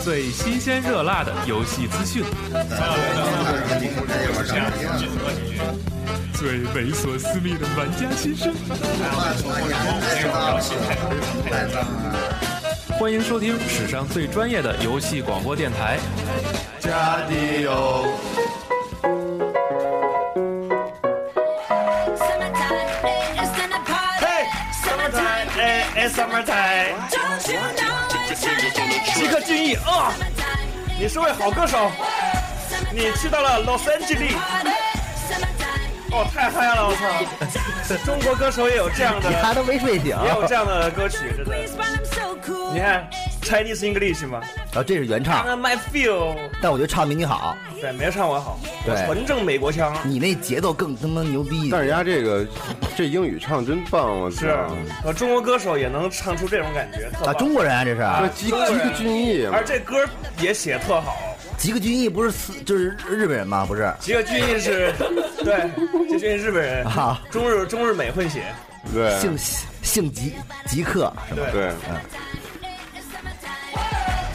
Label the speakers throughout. Speaker 1: 最新鲜热辣的游戏资讯，最猥琐私密的玩家心声。欢迎收听史上最专业的游戏广播电台。
Speaker 2: 加迪欧，
Speaker 3: Hey, summertime, eh, it's summertime。
Speaker 4: 即
Speaker 3: 即刻进意啊！你是位好歌手，你去到了 Los Angeles，哦，太嗨了！我操，中国歌手也有这样的，
Speaker 5: 他都没睡醒
Speaker 3: 也
Speaker 5: 啊！
Speaker 3: 有这样的歌曲，真的。你看 Chinese English 嘛
Speaker 5: 啊这是原唱，
Speaker 3: ，On My Feel，
Speaker 5: 但我觉得唱比你好，
Speaker 3: 对，没唱我好，
Speaker 5: 对
Speaker 3: 纯正美国腔。
Speaker 5: 你那节奏更他妈牛逼。
Speaker 2: 但是人家这个这英语唱真棒，我操
Speaker 3: 是！，呃，中国歌手也能唱出这种感觉，特
Speaker 5: 啊，
Speaker 3: 棒。
Speaker 5: 中国人啊，这
Speaker 2: 这
Speaker 5: 是
Speaker 2: 吉吉克隽逸嘛
Speaker 3: 而，这歌也写特好。
Speaker 5: 吉克隽逸不是四就是日本人吗？不是，
Speaker 3: 吉克隽逸 是，对，吉克隽逸是日本人
Speaker 5: 啊，
Speaker 3: 中日中日美混血，
Speaker 2: 对
Speaker 5: 姓姓吉吉克是吧
Speaker 2: 对，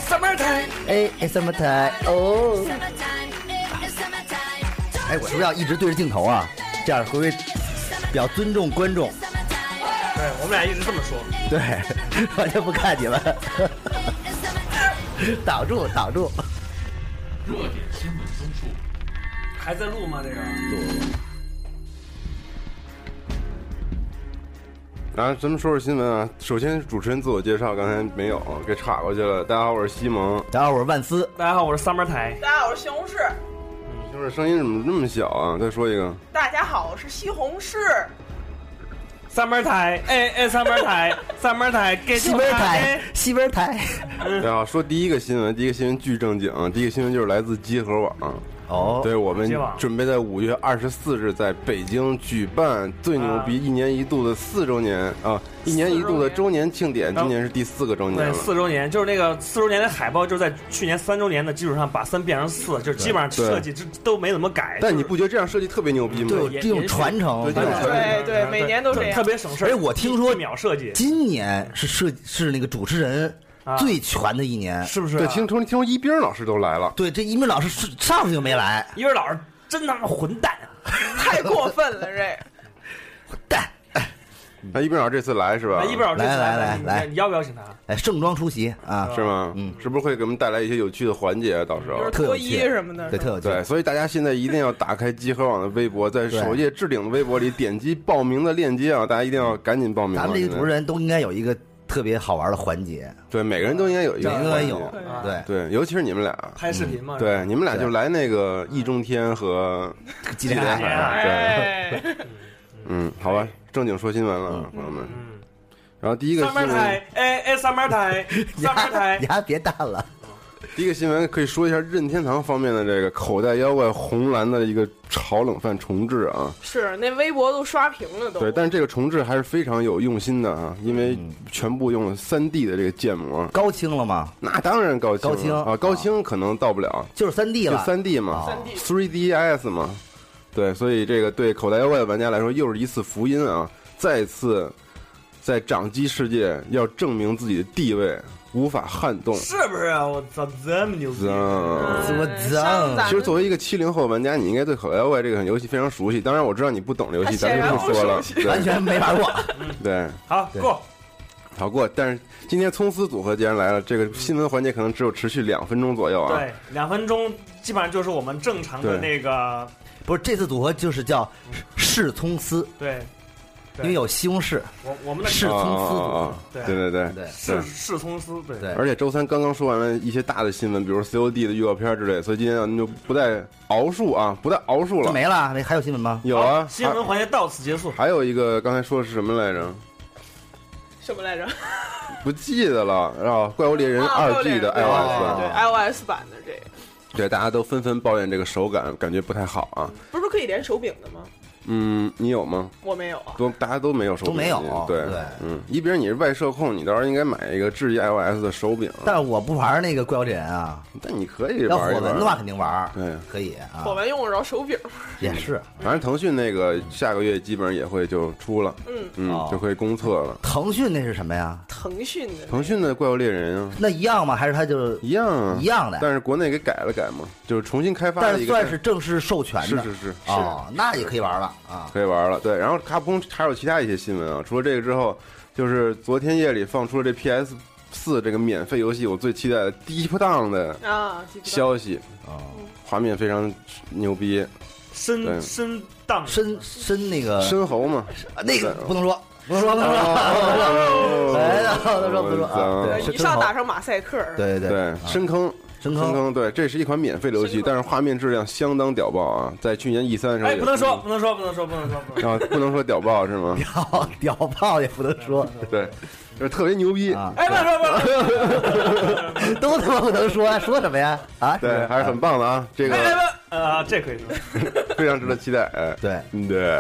Speaker 3: Summertime，
Speaker 5: 哎哎什么台哦？哎，我是不是要一直对着镜头啊？这样会不会比较尊重观众？
Speaker 3: 对我们俩一直这么说。
Speaker 5: 对， 完全不看你们， 挡住挡住。
Speaker 3: 还在录吗？这个？
Speaker 2: 然后咱们说说新闻啊。首先，主持人自我介绍刚才没有，给岔过去了。大家好，我是西蒙。
Speaker 5: 大家好，我是万斯，
Speaker 3: 大家好，我是 Summer 台。
Speaker 6: 大家好，我是西红柿。
Speaker 2: 就是声音怎么那么小啊？再说一个，
Speaker 6: 大家好，我是西红柿。
Speaker 3: Summer 台，哎哎，Summer 台，Summer 台，给
Speaker 5: 西边台，西边台。
Speaker 2: 大家好，哎说第一个新闻，第一个新闻巨正经，第一个新闻就是来自集合网。啊
Speaker 5: 哦，
Speaker 2: 对，我们
Speaker 3: 接网
Speaker 2: 准备在五月二十四日在北京举办最牛逼一年一度的四周年啊，一年一度的周年庆典，今年是第四个周年
Speaker 3: 对，
Speaker 2: 了。
Speaker 3: 四周年就是那个四周年的海报，就是在去年三周年的基础上把三变成四，就是基本上设计这都没怎么改。
Speaker 2: 但
Speaker 3: 就
Speaker 2: 你
Speaker 3: 是
Speaker 2: 不觉得这样设计特别牛逼吗？
Speaker 5: 对，
Speaker 3: 也
Speaker 5: 这
Speaker 3: 也
Speaker 5: 种
Speaker 3: 是
Speaker 5: 传承
Speaker 2: 对这种传承
Speaker 6: 对对，每年都
Speaker 3: 就
Speaker 6: 这样
Speaker 3: 特。别省事儿。
Speaker 5: 而且我听说
Speaker 3: 一秒设计
Speaker 5: 今年是设是那个主持人
Speaker 3: 啊
Speaker 5: 最全的一年。
Speaker 3: 是不是啊？
Speaker 2: 对，听听说一冰老师都来了，
Speaker 5: 对，这一鸣老师是上次就没来，
Speaker 3: 一位老师真他妈混蛋啊！
Speaker 6: 太过分了，这
Speaker 5: 但
Speaker 2: 那一冰老师这次来是吧？
Speaker 3: 哎一位老师这次
Speaker 5: 来来
Speaker 3: 你
Speaker 5: 来
Speaker 3: 你要不邀请他？
Speaker 5: 哎盛装出席啊，
Speaker 2: 是吗？
Speaker 5: 嗯
Speaker 2: 是不是会给我们带来一些有趣的环节啊？到时候
Speaker 6: 就是
Speaker 5: 特有
Speaker 6: 脱
Speaker 5: 趣
Speaker 6: 衣什么的
Speaker 5: 对，
Speaker 6: 是
Speaker 5: 特
Speaker 6: 吧
Speaker 5: 有趣。
Speaker 2: 对，所以大家现在一定要打开集合网的微博，在首页置顶的微博里点击报名的链接啊！大家一定要赶紧报名啊。
Speaker 5: 咱们这个
Speaker 2: 现在
Speaker 5: 主持人都应该有一个特别好玩的环节，
Speaker 2: 对每个人都应该有一个
Speaker 5: 每个
Speaker 2: 环
Speaker 5: 人
Speaker 2: 节
Speaker 5: 有，对，
Speaker 2: 对，尤其是你们俩，啊
Speaker 3: 拍视频嘛？
Speaker 2: 对，你们俩就来那个易中天和
Speaker 5: 今
Speaker 2: 纪
Speaker 5: 天
Speaker 2: 连
Speaker 5: 还
Speaker 2: 海，对，
Speaker 6: 哎，
Speaker 2: 嗯，好吧，正经说新闻了，啊，朋友们。然后第一个
Speaker 3: 上
Speaker 2: 新
Speaker 3: 面
Speaker 2: 闻，
Speaker 3: 台，哎哎，上面台，上面台
Speaker 5: 你，还别淡了，
Speaker 2: 第一个新闻可以说一下任天堂方面的这个口袋妖怪红蓝的一个炒冷饭重置啊，
Speaker 6: 是那微博都刷屏了都。
Speaker 2: 对，但是这个重置还是非常有用心的啊，因为全部用了三 D 的这个建模，
Speaker 5: 高清了吗？
Speaker 2: 那当然高清了
Speaker 5: 高清
Speaker 2: 啊，高清可能到不了，
Speaker 5: 就是三 D
Speaker 2: 就
Speaker 5: 了，
Speaker 2: 三 D 嘛
Speaker 5: 哦
Speaker 6: 3D
Speaker 2: ，three DS 嘛，对，所以这个对口袋妖怪的玩家来说又是一次福音啊！再次在掌机世界要证明自己的地位，无法撼动。
Speaker 3: 是不是啊？我操，这么牛逼！
Speaker 5: 啊
Speaker 6: 啊
Speaker 2: 嗯
Speaker 5: 怎么
Speaker 6: 哎
Speaker 5: 脏
Speaker 2: 其实作为一个七零后玩家，你应该对口袋妖怪这个游戏非常熟悉。当然，我知道你不懂这游戏，
Speaker 6: 他
Speaker 2: 咱
Speaker 6: 显
Speaker 2: 就
Speaker 6: 然
Speaker 2: 不说了
Speaker 6: 不熟。悉
Speaker 5: 完
Speaker 2: 对
Speaker 5: 全没玩过。
Speaker 2: 对，
Speaker 3: 好，过
Speaker 2: 好过。但是今天葱丝组合既然来了，这个新闻环节可能只有持续两分钟左右啊。
Speaker 3: 对，两分钟基本上就是我们正常的那个
Speaker 5: 不是这次组合就是叫世葱丝，
Speaker 3: 对，
Speaker 5: 因
Speaker 3: 对
Speaker 5: 为有西红柿，
Speaker 3: 我我们的
Speaker 5: 是葱丝组
Speaker 2: 啊
Speaker 5: 合，
Speaker 2: 啊啊
Speaker 3: 对
Speaker 2: 对对对。
Speaker 5: 对
Speaker 3: 是是葱丝，对
Speaker 5: 对
Speaker 2: 而且周三刚刚说完了一些大的新闻，比如 COD 的预告片之类，所以今天咱们就不再熬述啊，不再熬述
Speaker 5: 就
Speaker 2: 了。
Speaker 5: 没了。那还有新闻吗？
Speaker 2: 有啊，
Speaker 3: 新闻环节到此结束。
Speaker 2: 还还有一个刚才说的是什么来着？
Speaker 6: 什么来着？
Speaker 2: 不记得了。然后《怪物猎人
Speaker 6: 啊
Speaker 2: 二 G》的
Speaker 6: 对对
Speaker 2: iOS，
Speaker 5: 啊
Speaker 6: 对
Speaker 2: 版
Speaker 6: 对 iOS 版的这个，
Speaker 2: 对大家都纷纷抱怨这个手感感觉不太好啊。
Speaker 6: 不是可以连手柄的吗？
Speaker 2: 嗯，你有吗？
Speaker 6: 我没有啊，
Speaker 2: 都大家都没有手柄，
Speaker 5: 都没有
Speaker 2: 对
Speaker 5: 对
Speaker 2: 嗯，一比如你是外设控，你到时候应该买一个智易 iOS 的手柄，
Speaker 5: 但是我不玩那个怪物猎人啊，
Speaker 2: 但你可以
Speaker 5: 要
Speaker 2: 玩一
Speaker 5: 火
Speaker 2: 玩
Speaker 5: 纹的话肯定玩，
Speaker 2: 对
Speaker 5: 可以啊
Speaker 6: 我，们用得着手柄吗，
Speaker 5: 也是
Speaker 2: 反正腾讯那个下个月基本上也会就出了，
Speaker 6: 嗯，
Speaker 2: 嗯，
Speaker 5: 哦
Speaker 2: 就会公测了。
Speaker 5: 腾讯那是什么呀？
Speaker 6: 腾讯的
Speaker 2: 腾讯的怪物猎人啊，
Speaker 5: 那一样吗？还是它就是
Speaker 2: 一样啊
Speaker 5: 一，样的？
Speaker 2: 但是国内给改了改嘛，就是重新开发
Speaker 5: 但
Speaker 2: 了
Speaker 5: 是
Speaker 2: 一个，
Speaker 5: 算是正式授权
Speaker 2: 是
Speaker 5: 的
Speaker 2: 是是
Speaker 5: 哦，那也可以玩了啊。
Speaker 2: 可以玩了。对，然后卡普空还有其他一些新闻啊，除了这个之后，就是昨天夜里放出了这 PS 四这个免费游戏，我最期待的 Deep Down 的
Speaker 6: 啊，记不到
Speaker 2: 消息，
Speaker 5: 哦，
Speaker 2: 画面非常牛逼，对
Speaker 3: 深深荡
Speaker 5: 深深那个啊
Speaker 2: 深喉嘛，
Speaker 5: 那个不能说，不能说，不能说，哎呀不能说不能说啊
Speaker 2: 哦我操
Speaker 5: 对是
Speaker 6: 一上
Speaker 5: 真好
Speaker 6: 打上马赛克，
Speaker 5: 对对
Speaker 2: 对，深坑，
Speaker 5: 深
Speaker 2: 深
Speaker 5: 坑
Speaker 2: 坑，对，这是一款免费的游戏
Speaker 6: 深，坑
Speaker 2: 但是画面质量相当屌爆啊！在去年 E 三的时候
Speaker 3: 哎，
Speaker 2: 也，
Speaker 3: 不能说，不能说，不能说，不能说，不 能说。
Speaker 2: 啊，不能说屌爆是吗？
Speaker 5: 屌屌 炮也不能说
Speaker 2: 对，就是特别牛逼
Speaker 5: 啊，
Speaker 3: 哎，不能说，不能说。
Speaker 5: 都他妈不能说，说什么呀？啊，
Speaker 2: 对，还是很棒的啊，这
Speaker 3: 哎，
Speaker 2: 个
Speaker 3: 不，呃，这可以说。
Speaker 2: 非常值得期待，哎，
Speaker 5: 对。
Speaker 2: 嗯对，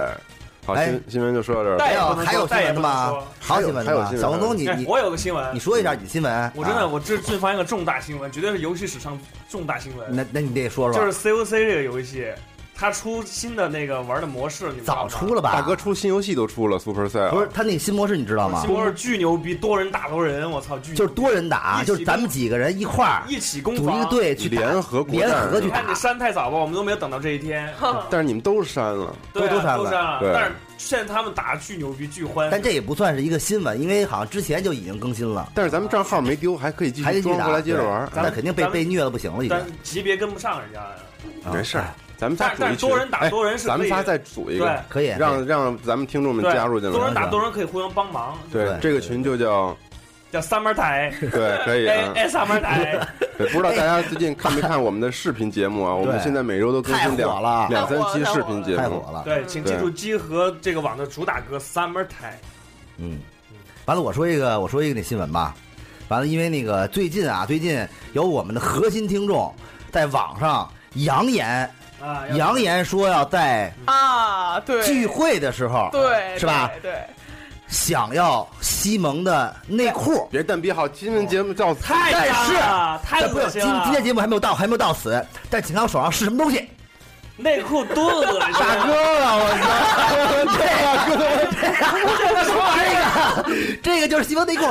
Speaker 2: 好，
Speaker 5: 哎
Speaker 2: 新新闻就说到这儿，
Speaker 3: 但
Speaker 5: 还
Speaker 3: 哎
Speaker 5: 有
Speaker 3: 不能说
Speaker 5: 还有新
Speaker 3: 再也
Speaker 5: 闻的
Speaker 3: 不能
Speaker 5: 吗
Speaker 3: 说？
Speaker 5: 还有新闻
Speaker 2: 还
Speaker 5: 的
Speaker 2: 有
Speaker 5: 吗？
Speaker 2: 新闻
Speaker 5: 小红东，你
Speaker 3: 哎，
Speaker 5: 你
Speaker 3: 我有个新闻
Speaker 5: 你，说一下你新闻。
Speaker 3: 我真的，
Speaker 5: 啊，
Speaker 3: 我这最发现个重大新闻，绝对是游戏史上重大新闻，
Speaker 5: 那那你得说说，
Speaker 3: 就是 COC 这个游戏，它出新的那个玩的模式，你们知道
Speaker 5: 早
Speaker 3: 吗
Speaker 5: 出了吧？
Speaker 2: 大哥出新游戏都出了 Super Cell，
Speaker 5: 不是他那个新模式你知道吗
Speaker 3: 新？模式巨牛逼，多人打多人，我操，巨牛
Speaker 5: 就
Speaker 3: 逼
Speaker 5: 是多人打，
Speaker 3: 一起
Speaker 5: 就是咱们几个人一块儿
Speaker 3: 一起攻
Speaker 5: 组一
Speaker 3: 防
Speaker 5: 个，队去打
Speaker 2: 联合国
Speaker 5: 联
Speaker 2: 战
Speaker 5: 合去
Speaker 3: 你看
Speaker 5: 打
Speaker 3: 你，删太早吧，我们都没有等到这一天，
Speaker 2: 但是你们都删了，
Speaker 3: 对啊
Speaker 5: 都删了
Speaker 3: 都删了
Speaker 2: 对，
Speaker 3: 但是现在他们打巨牛逼，巨欢，
Speaker 5: 但这也不算是一个新闻，因为好像之前就已经更新了，
Speaker 2: 但是咱们账号没丢，还可以继
Speaker 5: 还得
Speaker 2: 续
Speaker 5: 去
Speaker 2: 装
Speaker 5: 打
Speaker 2: 回来接着
Speaker 5: 对
Speaker 2: 玩，
Speaker 3: 咱
Speaker 5: 那
Speaker 3: 们
Speaker 5: 肯定被
Speaker 3: 咱们
Speaker 5: 被虐了不行了已经
Speaker 3: 但。级别跟不上人家呀，
Speaker 5: 啊
Speaker 2: 没事儿
Speaker 5: 哎，
Speaker 2: 咱们仨
Speaker 3: 但
Speaker 2: 组
Speaker 3: 但
Speaker 2: 一
Speaker 3: 是
Speaker 2: 群，
Speaker 3: 多人打
Speaker 2: 哎
Speaker 3: 多人是
Speaker 2: 咱
Speaker 3: 可
Speaker 2: 们
Speaker 3: 以
Speaker 2: 仨再组一
Speaker 3: 对
Speaker 2: 个，
Speaker 5: 可以
Speaker 2: 让让咱们听众们
Speaker 3: 对啊
Speaker 2: 加入进
Speaker 3: 多人
Speaker 2: 来。
Speaker 3: 打多人可以互相帮忙，
Speaker 2: 对
Speaker 5: 对，
Speaker 2: 这个群就叫
Speaker 3: 叫 summer 台，
Speaker 2: 对，可以
Speaker 3: 哎
Speaker 2: 啊。
Speaker 3: 哎 summer 台，
Speaker 2: 对，不知道大家
Speaker 3: 哎
Speaker 2: 最近看没看我们的视频节目啊？我们
Speaker 5: 对
Speaker 2: 现在每周都更新
Speaker 5: 太火
Speaker 2: 两
Speaker 5: 了
Speaker 2: 两三期视频节
Speaker 5: 太
Speaker 2: 目
Speaker 5: 火。了，
Speaker 3: 对，请记住集合这个网的主打歌 summer 台，
Speaker 5: 嗯。完了，我说一个，我说一个那新闻吧。完了，因为那个最近啊，最近有我们的核心听众在网上扬言
Speaker 3: 啊，要
Speaker 5: 扬言说要在
Speaker 6: 啊，对，
Speaker 5: 聚会的时候，
Speaker 6: 对，
Speaker 5: 是吧？
Speaker 6: 对对，
Speaker 5: 想要西蒙的内裤。
Speaker 2: 别蛋逼好，新闻节目叫
Speaker 3: 太
Speaker 5: 但
Speaker 3: 脏
Speaker 5: 是
Speaker 3: 了，太
Speaker 5: 但不
Speaker 3: 恶
Speaker 5: 是，今
Speaker 3: 心
Speaker 5: 今天
Speaker 3: 了，
Speaker 5: 节目还没有到，还没有到此。但请看我手上是什么东西，
Speaker 3: 内裤多恶 心
Speaker 5: 大
Speaker 3: 啊，
Speaker 5: 哥啊！我 操，这个啊这个这个就是西蒙内裤。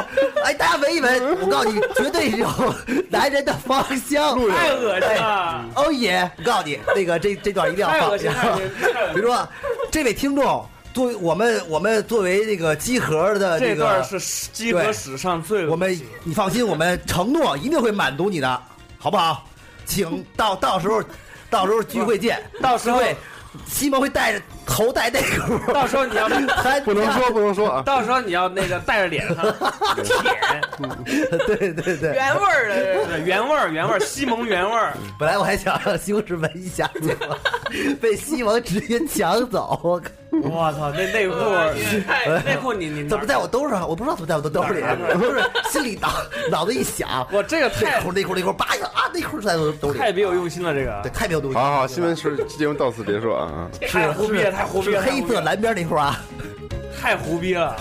Speaker 5: 哎，大家闻一闻，我告诉你，绝对有 男人的芳香。哎
Speaker 3: 太恶心了，
Speaker 5: 欧耶！我告诉你，那个这这段一定要
Speaker 3: 太恶
Speaker 5: 放。
Speaker 3: 心，太恶心，太恶 心
Speaker 5: 比如说，这位听众，作为我们我们作为这个集合的
Speaker 3: 这
Speaker 5: 个
Speaker 3: 段是集合史上最恶
Speaker 5: 哎我们你放心，我们承诺一定会满足你的，好不好？请到到时候，到时候聚会见。
Speaker 3: 到时候
Speaker 5: 聚会西蒙会带着头戴内 裤，
Speaker 3: 到时候你要
Speaker 5: 还
Speaker 2: 不能说不能说啊，
Speaker 3: 到时候你要那个带着脸上舔，
Speaker 5: 对对对。
Speaker 6: 原味儿的 这是，
Speaker 3: 对，原味儿原味儿，西蒙原味儿，
Speaker 5: 本来我还想让西蒙是闻一下，结果 被西蒙直接抢走。我靠！
Speaker 3: 我操，那内裤
Speaker 6: 太
Speaker 3: 内裤你你
Speaker 5: 怎么在我兜上？我不知道怎么在我兜兜里
Speaker 3: 哪儿哪儿，
Speaker 5: 就是心里脑脑子一想，
Speaker 3: 我这个
Speaker 5: 内
Speaker 3: 太
Speaker 5: 裤内裤内裤，叭一下啊，内裤在我兜里，
Speaker 3: 太别有用心了，这
Speaker 5: 对，
Speaker 3: 个
Speaker 5: 太没有东西。
Speaker 2: 好好，新闻是节目到此别说啊。
Speaker 3: 太胡逼了，太胡逼
Speaker 5: 是
Speaker 3: 了，
Speaker 5: 黑色蓝边内裤啊。
Speaker 3: 太胡逼了，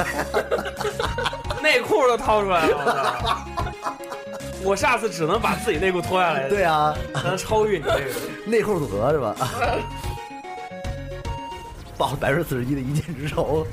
Speaker 3: 内裤都掏出来了，我操！我下次只能把自己内裤脱下来，
Speaker 5: 对，啊，
Speaker 3: 才能超越你这个。
Speaker 5: 内裤组合是吧？ 报百分之四十一的一箭之仇，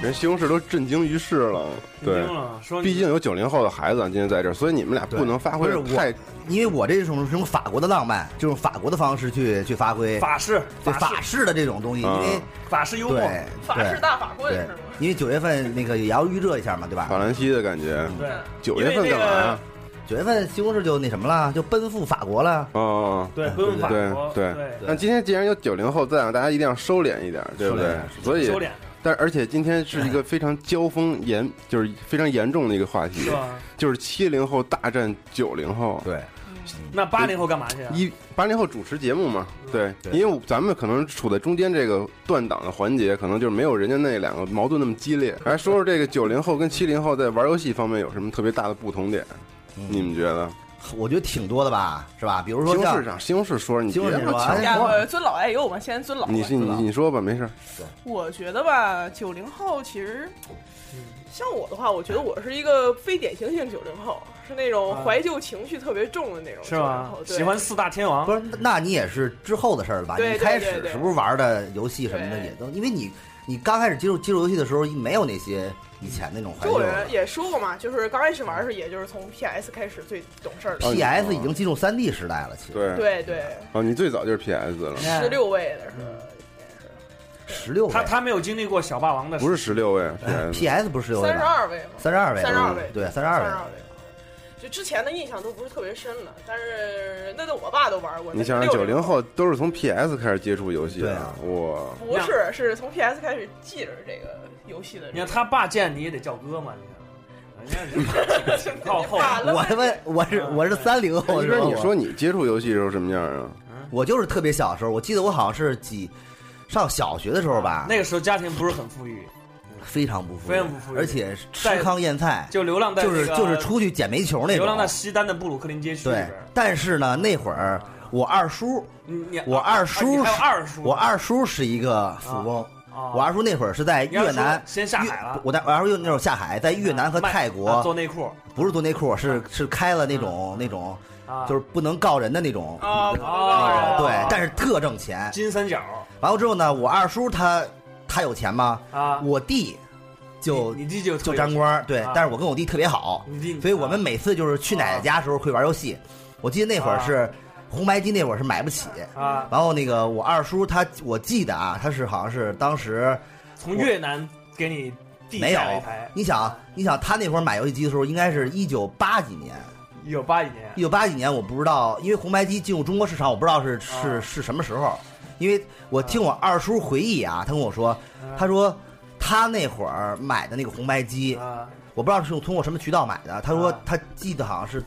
Speaker 2: 人西红柿都震惊于世了，对
Speaker 3: 惊，了，说你
Speaker 2: 毕竟有九零后的孩子啊今天在这儿，所以你们俩不能发挥
Speaker 5: 对不是我
Speaker 2: 太
Speaker 5: 因为我这种是用法国的浪漫，就用法国的方式去去发挥
Speaker 3: 法式
Speaker 5: 对
Speaker 3: 法
Speaker 5: 法
Speaker 3: 式
Speaker 5: 式的这种东西，因
Speaker 2: 嗯
Speaker 5: 为
Speaker 3: 法式幽默，
Speaker 5: 对
Speaker 6: 法式
Speaker 5: 对
Speaker 6: 大法棍
Speaker 5: 对
Speaker 6: 是吗？，
Speaker 5: 因为九月份那个也要预热一下嘛，对
Speaker 2: 法
Speaker 5: 吧？
Speaker 2: 兰西的感觉。
Speaker 3: 对，
Speaker 2: 九月份干嘛啊呀？
Speaker 5: 九月份西红柿就那什么了，就奔赴法国了。
Speaker 2: 哦，
Speaker 3: 对，不用法
Speaker 2: 对
Speaker 3: 国，对，
Speaker 2: 但今天既然有九零后在啊，大家一定要收敛一点，对不对？所以
Speaker 3: 收敛
Speaker 2: 但而且今天是一个非常交锋严，就是非常严重的一个话题
Speaker 3: 是，吧？
Speaker 2: 就是七零后大战九零后。
Speaker 5: 对，
Speaker 3: 那八零后干嘛去啊？
Speaker 2: 一八零后主持节目嘛，
Speaker 3: 嗯
Speaker 2: 对，
Speaker 5: 对
Speaker 2: 因为我咱们可能处在中间这个断档的环节，可能就是没有人家那两个矛盾那么激烈。来
Speaker 5: 嗯
Speaker 2: 说说这个九零后跟七零后在玩游戏方面有什么特别大的不同点？你们觉得？
Speaker 5: 我觉得挺多的吧，是吧？比如
Speaker 2: 西
Speaker 5: 说
Speaker 2: 红
Speaker 5: 像
Speaker 2: 柿上西红柿说你
Speaker 5: 西
Speaker 2: 别
Speaker 5: 红柿
Speaker 2: 老
Speaker 5: 说
Speaker 2: 抢
Speaker 5: 哎
Speaker 6: 呀，
Speaker 2: 话，
Speaker 6: 我尊老爱幼嘛，现在尊老了。
Speaker 2: 你是你
Speaker 5: 吧
Speaker 2: 你说吧，没事儿。
Speaker 6: 我觉得吧，九零后其实，
Speaker 4: 嗯
Speaker 6: 像我的话，我觉得我是一个非典型性九零后，是那种
Speaker 4: 啊
Speaker 6: 怀旧情绪特别重的那种
Speaker 4: 是
Speaker 6: 九零
Speaker 4: 吗
Speaker 6: 后，？对
Speaker 4: 喜欢四大天王
Speaker 5: 不，是，那你也是之后的事儿了吧？
Speaker 6: 对
Speaker 5: 你
Speaker 6: 对
Speaker 5: 开
Speaker 6: 对
Speaker 5: 始
Speaker 6: 对
Speaker 5: 是不是玩的游戏什么的
Speaker 6: 对
Speaker 5: 也都，因为你你刚开始接触接触游戏的时候，没有那些以前那种怀
Speaker 6: 就
Speaker 5: 旧
Speaker 2: 哦
Speaker 6: 我
Speaker 5: 了。
Speaker 6: 也说过嘛，就是刚开始玩的时候，也就是从 PS 开始最懂事儿的。
Speaker 2: 哦
Speaker 5: PS 已经进入三 D 时代了，其实
Speaker 2: 对，
Speaker 6: 对对，
Speaker 2: 哦，你最早就是 PS 了，
Speaker 6: 十六位的是吧
Speaker 5: 十六
Speaker 4: 他他没有经历过小霸王的，
Speaker 2: 不是十六位 PS，
Speaker 5: PS 不是十六位
Speaker 6: 三十
Speaker 5: 吧？
Speaker 6: 二位嘛，
Speaker 5: 三十二位，
Speaker 6: 三十二位
Speaker 5: 嗯对，三十
Speaker 6: 三
Speaker 5: 二
Speaker 6: 十
Speaker 5: 位
Speaker 6: 二。位。就之前的印象都不是特别深了，但是那都我爸都玩过。
Speaker 2: 你想
Speaker 6: 那
Speaker 2: 想
Speaker 6: 是
Speaker 2: 九
Speaker 6: 60
Speaker 2: 零后都是从 PS 开始接触游戏的，
Speaker 5: 啊
Speaker 2: 哇，
Speaker 6: 不是，是从 PS 开始记着这个游戏的人。
Speaker 4: 你看他爸见你也得叫哥嘛，你看，人 家是挺挺靠后的。
Speaker 6: 爸
Speaker 5: 我他妈我是我是三零后，
Speaker 2: 一
Speaker 5: 哦是
Speaker 2: 边
Speaker 5: 吧
Speaker 2: 哎你说你接触游戏的时候什么样啊？
Speaker 5: 我就是特别小的时候，我记得我好像是几上小学的时候吧，
Speaker 4: 那个时候家庭不是很富裕，
Speaker 5: 非常不富裕，
Speaker 4: 非常不富裕
Speaker 5: 而且是吃糠咽菜，
Speaker 4: 就流浪在
Speaker 5: 就是
Speaker 4: 那个
Speaker 5: 就是出去捡煤球那
Speaker 4: 流浪在
Speaker 5: 种。
Speaker 4: 西单的布鲁克林街区里
Speaker 5: 对
Speaker 4: 边。，
Speaker 5: 但是呢，那会儿我二叔，
Speaker 4: 你你
Speaker 5: 我二
Speaker 4: 啊你还
Speaker 5: 叔
Speaker 4: 有
Speaker 5: 是
Speaker 4: 二叔，
Speaker 5: 我二叔是一个富翁，
Speaker 4: 啊
Speaker 5: 我二叔那会儿是在
Speaker 4: 你二
Speaker 5: 越
Speaker 4: 叔
Speaker 5: 南。
Speaker 4: 先下海
Speaker 5: 越
Speaker 4: 了，
Speaker 5: 我在我二叔又那种下海，在越南和
Speaker 4: 卖
Speaker 5: 泰
Speaker 4: 啊
Speaker 5: 国
Speaker 4: 做内裤
Speaker 5: 不是做内裤，是是开了那种那种，
Speaker 4: 啊，
Speaker 5: 就是不能告人的那种，
Speaker 6: 啊，
Speaker 4: 啊
Speaker 5: 对，但是特挣钱。
Speaker 4: 金三角
Speaker 5: 完了之后呢，我二叔他他有钱吗？
Speaker 4: 啊，
Speaker 5: 我弟就
Speaker 4: 你你弟就
Speaker 5: 就沾，光儿，对
Speaker 4: 啊，
Speaker 5: 但是我跟我弟特别好，
Speaker 4: 你弟，
Speaker 5: 所以我们每次就是去奶奶家的时候会玩游戏。我记得那会儿是红白机，那会儿是买不起。
Speaker 4: 啊
Speaker 5: 然后那个我二叔他，我记得啊，他是好像是当时
Speaker 4: 从越南给你递
Speaker 5: 没有
Speaker 4: 下了一台，，
Speaker 5: 你想啊你想他那会儿买游戏机的时候，应该是一九八几年，
Speaker 4: 一九八一年
Speaker 5: 一九八几年我不知道，因为红白机进入中国市场，我不知道是是是什么时候，因为我听我二叔回忆啊，他跟我说，
Speaker 4: 嗯
Speaker 5: 他说他那会儿买的那个红白机，
Speaker 4: 啊
Speaker 5: 我不知道是通过什么渠道买的，他说
Speaker 4: 啊
Speaker 5: 他记得好像是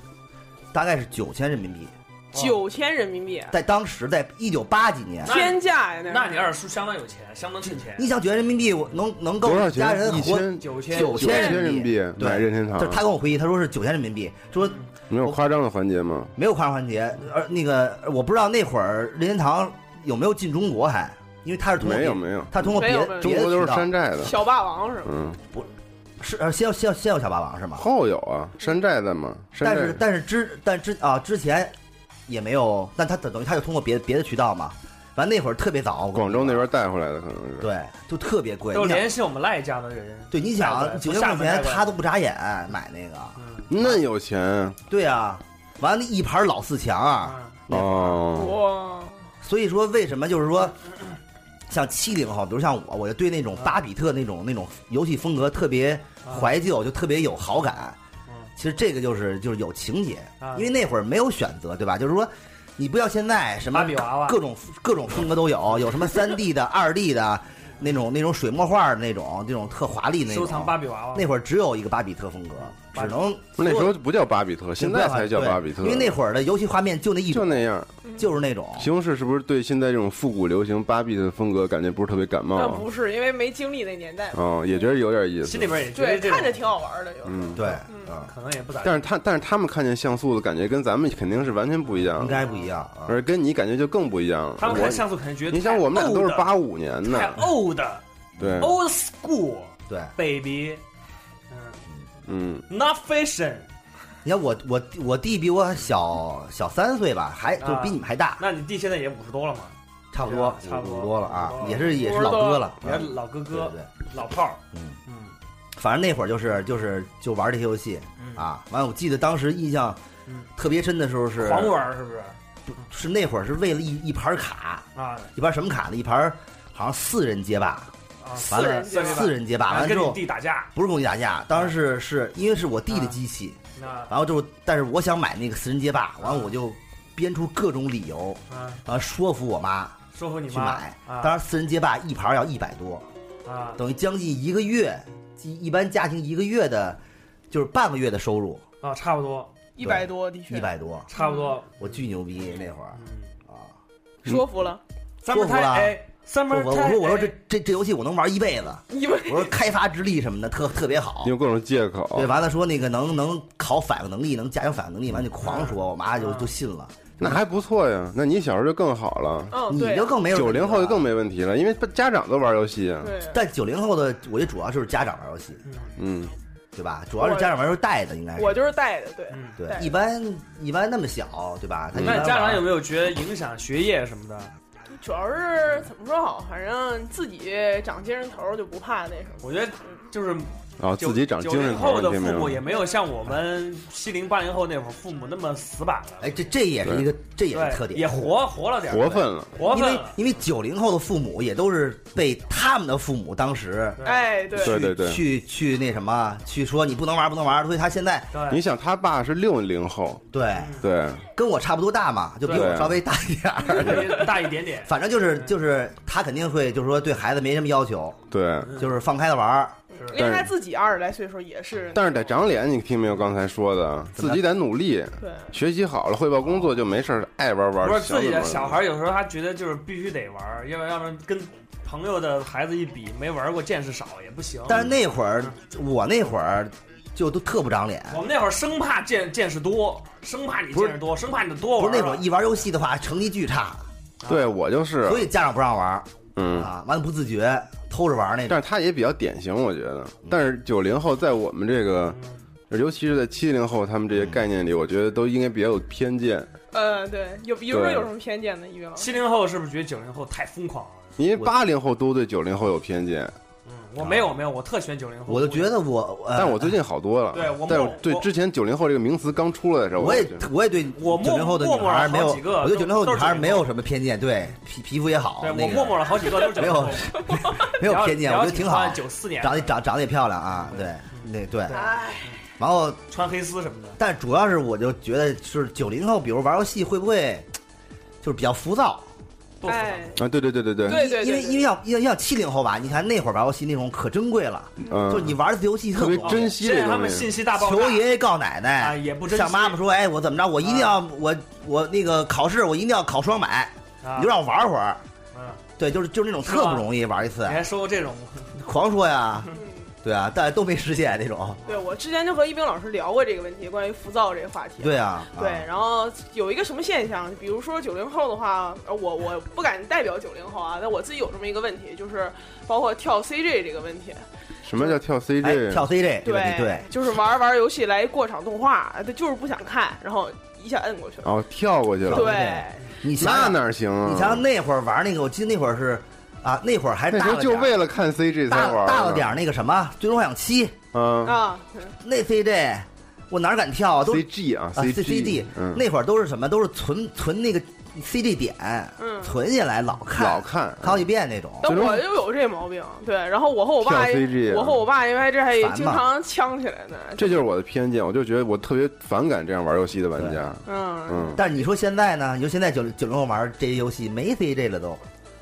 Speaker 5: 大概是九千人民币，
Speaker 6: 九千人民币，
Speaker 5: 在当时在一九八几年。
Speaker 4: 那
Speaker 6: 天价呀！是
Speaker 4: 那你二叔相当有钱，相当趁钱，
Speaker 5: 你想九千人民币，我能能够
Speaker 2: 多少
Speaker 5: 家
Speaker 2: 钱
Speaker 5: 人？
Speaker 2: 一
Speaker 5: 活
Speaker 2: 千
Speaker 4: 九千
Speaker 5: 九
Speaker 2: 九
Speaker 5: 千
Speaker 2: 千人民币
Speaker 5: 对
Speaker 2: 买任天堂
Speaker 5: 他，他跟我回忆，他说是九千人民币，说
Speaker 2: 没有夸张的环节吗？
Speaker 5: 没有夸张环节，而那个我不知道那会儿任天堂有没有进中国还，因为他是通过
Speaker 2: 没有
Speaker 5: 别
Speaker 2: 没有，
Speaker 5: 他通过别
Speaker 6: 没有没
Speaker 5: 别
Speaker 6: 有
Speaker 2: 中
Speaker 5: 的
Speaker 2: 国都
Speaker 5: 渠
Speaker 2: 是
Speaker 5: 道
Speaker 2: 山寨的，
Speaker 6: 小霸王是吗？
Speaker 2: 嗯，
Speaker 5: 是呃先有先有先有小霸王是吗？
Speaker 2: 后有啊，山寨的嘛，山
Speaker 5: 但是
Speaker 2: 寨
Speaker 5: 但是之但之啊之前也没有，但他等于他就通过别别的渠道嘛，反正那会儿特别早，我跟你
Speaker 2: 广州
Speaker 5: 说
Speaker 2: 那边带回来的可能是。
Speaker 5: 对就特别贵，
Speaker 4: 都
Speaker 5: 你想
Speaker 4: 联系我们赖家的人，
Speaker 5: 对你
Speaker 4: 带过
Speaker 5: 想
Speaker 4: 来
Speaker 5: 九
Speaker 4: 从
Speaker 5: 千
Speaker 4: 厦
Speaker 5: 块
Speaker 4: 门带
Speaker 5: 钱
Speaker 4: 过来
Speaker 5: 他都不眨眼买那个，
Speaker 4: 嗯
Speaker 2: 那有钱
Speaker 5: 对啊，完了一盘老四强啊，
Speaker 4: 啊
Speaker 5: 那嗯
Speaker 2: 哦，
Speaker 6: 哇，
Speaker 5: 所以说为什么就是说。像七零后，比如像我，我就对那种巴比特那种那种游戏风格特别
Speaker 4: 啊
Speaker 5: 怀旧，就特别有好感
Speaker 4: 嗯。
Speaker 5: 其实这个就是就是有情节，
Speaker 4: 啊
Speaker 5: 因为那会儿没有选择，对吧？就是说，你不要现在什么
Speaker 4: 芭比娃娃
Speaker 5: 各种各种风格 都有，有什么三 D 的、二 D 的，那种那种水墨画的那种，这种特华丽那种。
Speaker 4: 收藏芭比娃娃
Speaker 5: 那会儿只有一个巴比特风格，
Speaker 4: 芭
Speaker 5: 只
Speaker 4: 比
Speaker 5: 能
Speaker 2: 那时候不叫巴比特，现在才叫巴比特，
Speaker 5: 对因为那会儿的游戏画面就那一
Speaker 2: 就
Speaker 5: 种，
Speaker 2: 那样。
Speaker 5: 就是那种。
Speaker 2: 西红柿是不是对现在这种复古流行芭比的风格感觉不是特别
Speaker 5: 嗯
Speaker 2: 感冒
Speaker 6: 那
Speaker 2: 啊？
Speaker 6: 不是因为没经历那年代嘛，
Speaker 2: 哦，也觉得有点意思。
Speaker 4: 心里边也觉
Speaker 6: 对
Speaker 4: 得，这种
Speaker 6: 看着挺好玩的，有时候
Speaker 2: 嗯，
Speaker 5: 对，
Speaker 6: 嗯
Speaker 5: 啊，
Speaker 4: 可能也不咋地，
Speaker 2: 但是他但是他们看见像素的感觉跟咱们肯定是完全不一样
Speaker 5: 应
Speaker 2: 的，
Speaker 5: 该不一样啊。
Speaker 2: 而跟你感觉就更不一样了。
Speaker 4: 他们看
Speaker 2: 我
Speaker 4: 像素可能觉得
Speaker 2: 你想我们俩都是
Speaker 4: 太 old
Speaker 2: 八五年
Speaker 4: 太
Speaker 2: 的，
Speaker 4: old
Speaker 5: 嗯
Speaker 2: 对，
Speaker 4: old school
Speaker 5: 对，
Speaker 4: baby，
Speaker 2: 嗯，
Speaker 4: 嗯，not fashion。
Speaker 5: 你看我我我弟比我小小三岁吧，还就比你们还
Speaker 3: 啊
Speaker 5: 大，
Speaker 4: 那你弟现在也五十多了嘛？
Speaker 5: 差不多
Speaker 4: 对啊差不多
Speaker 5: 五十多了啊
Speaker 4: 差不，多
Speaker 5: 也是也是
Speaker 6: 五十
Speaker 5: 老
Speaker 6: 多
Speaker 5: 哥了。
Speaker 4: 你看
Speaker 5: 嗯
Speaker 4: 老哥
Speaker 5: 对对
Speaker 4: 哥、
Speaker 5: 对，
Speaker 4: 老炮儿，
Speaker 5: 嗯
Speaker 4: 嗯
Speaker 5: 反正那会儿就是就是就玩这些游戏
Speaker 4: 嗯，
Speaker 5: 啊。完了，我记得当时印象
Speaker 4: 嗯
Speaker 5: 特别深的时候是
Speaker 4: 狂玩儿是不是？
Speaker 5: 是那会儿是为了一一盘卡，
Speaker 4: 啊
Speaker 5: 一盘什么卡呢？一盘好像四人街霸，
Speaker 4: 啊！
Speaker 5: 完
Speaker 6: 四
Speaker 5: 了
Speaker 6: 人街
Speaker 4: 霸
Speaker 5: 四人街霸，完
Speaker 3: 啊
Speaker 5: 了
Speaker 4: 跟
Speaker 5: 之
Speaker 4: 你
Speaker 5: 后
Speaker 4: 弟打架，
Speaker 5: 不是跟我打架，当时是是因为是我弟的机器，
Speaker 4: 那
Speaker 5: 然后就但是我想买那个四人街霸，完了我就编出各种理由，
Speaker 4: 啊，
Speaker 5: 然后说服我妈
Speaker 4: 说服你
Speaker 5: 去
Speaker 4: 妈
Speaker 5: 买。当
Speaker 4: 啊
Speaker 5: 然，四人街霸一盘要一百多，
Speaker 4: 啊！
Speaker 5: 等于将近一个月，一一般家庭一个月的，就是半个月的收入
Speaker 4: 啊，差不多，
Speaker 6: 一百多的确
Speaker 5: 一百多，
Speaker 4: 差不多。
Speaker 5: 我巨牛逼那会儿
Speaker 4: 嗯，
Speaker 5: 啊！
Speaker 6: 说服了，
Speaker 4: 咱们
Speaker 5: 说服
Speaker 4: 他
Speaker 5: 了
Speaker 4: 哎，
Speaker 5: 我
Speaker 4: ，summer
Speaker 5: 我我说我说
Speaker 6: 哎
Speaker 5: 这这这游戏我能玩一辈子，
Speaker 6: 因为
Speaker 5: 我说开发之力什么的特特别好，
Speaker 2: 用各种借口。
Speaker 5: 对，完了说那个能能考反应能力，能加强反应能力，完了就狂说，我妈就就信了。
Speaker 2: 那还不错呀。那你小时候就更好了，
Speaker 6: 嗯，
Speaker 5: 你
Speaker 6: 对
Speaker 5: 就更没有
Speaker 2: 九零后就更没问题了，因为家长都玩游戏啊。
Speaker 6: 对，
Speaker 5: 但九零后的，我觉得主要就是家长玩游戏，
Speaker 2: 嗯，
Speaker 5: 对吧？主要是家长玩游戏带的，应该是
Speaker 6: 我就是带的，对，
Speaker 3: 嗯
Speaker 5: 对
Speaker 6: 带。的
Speaker 5: 一般一般那么小，对吧？他一
Speaker 3: 那
Speaker 5: 般
Speaker 3: 你家长有
Speaker 5: 玩
Speaker 3: 没有觉得影响学业什么的？
Speaker 6: 主要是怎么说好，反正自己长精神头儿就不怕那什么。
Speaker 3: 我觉得就是
Speaker 2: 啊，
Speaker 3: 九
Speaker 2: 自己长精
Speaker 3: 九
Speaker 2: 神
Speaker 3: 零
Speaker 2: 头
Speaker 3: 后
Speaker 2: 了，
Speaker 3: 的
Speaker 2: 听
Speaker 3: 父
Speaker 2: 没
Speaker 3: 母
Speaker 2: 有
Speaker 3: 也？没有像我们七零八零后那会儿父母那么死板了，
Speaker 5: 哎，这这也是一个，这也是特
Speaker 3: 对，
Speaker 5: 点，
Speaker 3: 也活活了点儿，
Speaker 2: 活分了。
Speaker 3: 活
Speaker 5: 因
Speaker 3: 分
Speaker 5: 为
Speaker 3: 了。
Speaker 5: 因为九零后的父母也都是被他们的父母当时
Speaker 3: 对，
Speaker 6: 哎，对，
Speaker 2: 对对对
Speaker 5: 去去那什么去说你不能玩不能玩，所以他现在
Speaker 2: 你
Speaker 3: 对，
Speaker 2: 想，他爸是六零后，
Speaker 5: 对
Speaker 2: 对，
Speaker 5: 跟我差不多大嘛，就比
Speaker 3: 对
Speaker 5: 我稍微大一点儿。
Speaker 3: 对大一点点。
Speaker 5: 反正就是就是他肯定会就是说对孩子没什么要求，
Speaker 2: 对，
Speaker 3: 嗯
Speaker 5: 就是放开了玩儿。
Speaker 6: 因为他自己二十来岁的时候也是，
Speaker 2: 但是得长脸，你听没有？刚才说的，自己得努力，
Speaker 6: 对，
Speaker 2: 学习好了，汇报工作就没事儿，爱玩玩。
Speaker 3: 不是自己的
Speaker 2: 想怎么
Speaker 3: 小
Speaker 2: 玩
Speaker 3: 孩，有时候他觉得就是必须得玩儿，要不要不然跟朋友的孩子一比，没玩过见识少也不行。
Speaker 5: 但是那会儿我那会儿就都特不长脸，
Speaker 3: 我们那会儿生怕见见识多，生怕你
Speaker 5: 不是
Speaker 3: 见识多，生怕你多
Speaker 5: 不
Speaker 3: 玩儿啊
Speaker 5: 是那会儿
Speaker 3: 了
Speaker 5: 一玩游戏的话成绩巨差，
Speaker 2: 对我就是，啊
Speaker 5: 所以家长不让玩儿
Speaker 2: 嗯，
Speaker 5: 啊，完了不自觉偷着玩儿那种。
Speaker 2: 但是他也比较典型，我觉得。但是九零后在我们这个，尤其是在七零后他们这些概念里，我觉得都应该比较有偏见，
Speaker 6: 呃，对，有比如说
Speaker 2: 对
Speaker 6: 有什么偏见的，一位老师，
Speaker 3: 七零后是不是觉得九零后太疯狂了？
Speaker 2: 因为
Speaker 5: 我
Speaker 2: 八零后都对九零后有偏见，
Speaker 3: 嗯，我没有没有，我特喜欢九零后。
Speaker 5: 啊我就觉得我，呃
Speaker 2: 但我最近好多了。
Speaker 3: 对我
Speaker 2: 但
Speaker 3: 我
Speaker 2: 是对之前九零后这个名词刚出来的时候，
Speaker 5: 我
Speaker 2: 我
Speaker 5: 也
Speaker 2: 觉得
Speaker 5: 我也对
Speaker 3: 我
Speaker 5: 九零后的
Speaker 3: 默
Speaker 5: 女
Speaker 3: 默
Speaker 5: 孩儿没有，
Speaker 3: 好几个
Speaker 5: 我对
Speaker 3: 都
Speaker 5: 九零后的
Speaker 3: 都
Speaker 5: 女
Speaker 3: 是
Speaker 5: 孩儿
Speaker 3: 90
Speaker 5: 没有什么偏见，对皮皮肤也好，
Speaker 3: 对
Speaker 5: 那
Speaker 3: 我
Speaker 5: 个
Speaker 3: 默默了好几个都是九
Speaker 5: 没
Speaker 3: 零后
Speaker 5: 有， 没有偏见，我觉得挺好，
Speaker 3: 九四年嗯
Speaker 5: 长得长长得也漂亮啊，对对对，
Speaker 6: 哎，
Speaker 5: 然后
Speaker 3: 穿黑丝什么的，
Speaker 5: 但主要是我就觉得，就是九零后，比如玩游戏会不会就是比较浮躁？
Speaker 3: 不服
Speaker 6: 哎，
Speaker 2: 啊，对对对对对，
Speaker 6: 对对对，
Speaker 5: 因为因为要要要七零后吧，你看那会儿玩游戏那种可珍贵了，
Speaker 2: 嗯，
Speaker 5: 就是你玩的游戏
Speaker 2: 特别
Speaker 5: 多
Speaker 2: 珍惜
Speaker 3: 现在
Speaker 2: 这
Speaker 3: 他们
Speaker 2: 东
Speaker 3: 信
Speaker 2: 西。
Speaker 3: 息大爆炸
Speaker 5: 求爷爷告奶
Speaker 3: 啊，
Speaker 5: 奶，
Speaker 3: 也不珍惜。
Speaker 5: 向妈妈说，哎，我怎么着，我一定要我我那个考试，我一定要考双百，
Speaker 3: 嗯啊
Speaker 5: 你就让我玩会儿。
Speaker 3: 嗯
Speaker 5: 对，就是就是那种
Speaker 3: 是
Speaker 5: 特
Speaker 3: 吧哎
Speaker 5: 不容易玩一次
Speaker 3: 你，还嗯说过这种，
Speaker 5: 狂 说呀，
Speaker 6: 嗯
Speaker 5: 对啊，但都没实现那种。
Speaker 6: 对我之前就和一冰老师聊过这个问题，关于浮躁这个话题。
Speaker 5: 对啊，
Speaker 6: 对
Speaker 5: 啊，
Speaker 6: 然后有一个什么现象，比如说九零后的话，呃我我不敢代表九零后啊，但我自己有这么一个问题，就是包括跳 CJ 这个问题，
Speaker 2: 什么叫跳
Speaker 5: 哎，
Speaker 2: CJ？
Speaker 5: 跳 CJ 这个问
Speaker 6: 对
Speaker 5: 题，对，
Speaker 6: 就是玩玩游戏来过场动画，他就是不想看，然后一下摁过去了，
Speaker 2: 哦，跳过去了。
Speaker 5: 对
Speaker 6: 对，
Speaker 5: 你想
Speaker 2: 那
Speaker 5: 想
Speaker 2: 哪行啊？
Speaker 5: 你想想那会儿玩那个，我记得那会儿是啊，那会儿还
Speaker 2: 那
Speaker 5: 大
Speaker 2: 时候
Speaker 5: 了
Speaker 2: 就
Speaker 5: 点儿
Speaker 2: 为了看 CG 才
Speaker 5: 大
Speaker 2: 玩儿呢
Speaker 5: 大了点儿那个什么《最终幻想七》
Speaker 2: 啊
Speaker 6: 啊，嗯
Speaker 5: 那 CJ，我哪敢跳啊？都是
Speaker 2: ，CG 啊
Speaker 5: 啊 CCD，
Speaker 2: 嗯，
Speaker 5: 那会儿都是什么？都是存存那个 CD 点，
Speaker 6: 嗯
Speaker 5: 存下来老看，
Speaker 2: 老看
Speaker 5: 看好几遍那种。
Speaker 6: 但
Speaker 2: 最终
Speaker 6: 我就有这毛病，对，然后我和我爸
Speaker 2: 跳 CG 啊，
Speaker 6: 我和我爸因为这还
Speaker 5: 烦嘛
Speaker 6: 经常呛起来呢，
Speaker 2: 这就是我的偏见，我就觉得我特别反感这样玩游戏的玩家。
Speaker 6: 嗯，
Speaker 2: 嗯，
Speaker 5: 但是你说现在呢？你说现在九九零后玩这些游戏没 CJ 了都，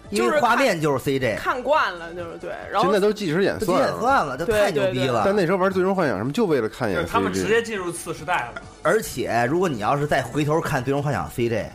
Speaker 5: 因
Speaker 6: 就是
Speaker 5: 为画
Speaker 6: 看
Speaker 5: 面就是 CJ，
Speaker 6: 看惯了就是对，然
Speaker 2: 现
Speaker 6: 后
Speaker 2: 在都即时演
Speaker 5: 这几
Speaker 2: 算
Speaker 5: 点
Speaker 2: 了。
Speaker 5: 算了，这
Speaker 6: 对
Speaker 5: 太
Speaker 6: 对
Speaker 5: 牛逼
Speaker 6: 对
Speaker 5: 了。
Speaker 2: 但那时候玩《最终幻想》什么，就为了看一
Speaker 5: 哎
Speaker 3: 就
Speaker 2: 眼
Speaker 3: 是他们直
Speaker 2: CG。
Speaker 3: 接进入次时代了。
Speaker 5: 而且如果你要是再回头看《最终幻想》CJ，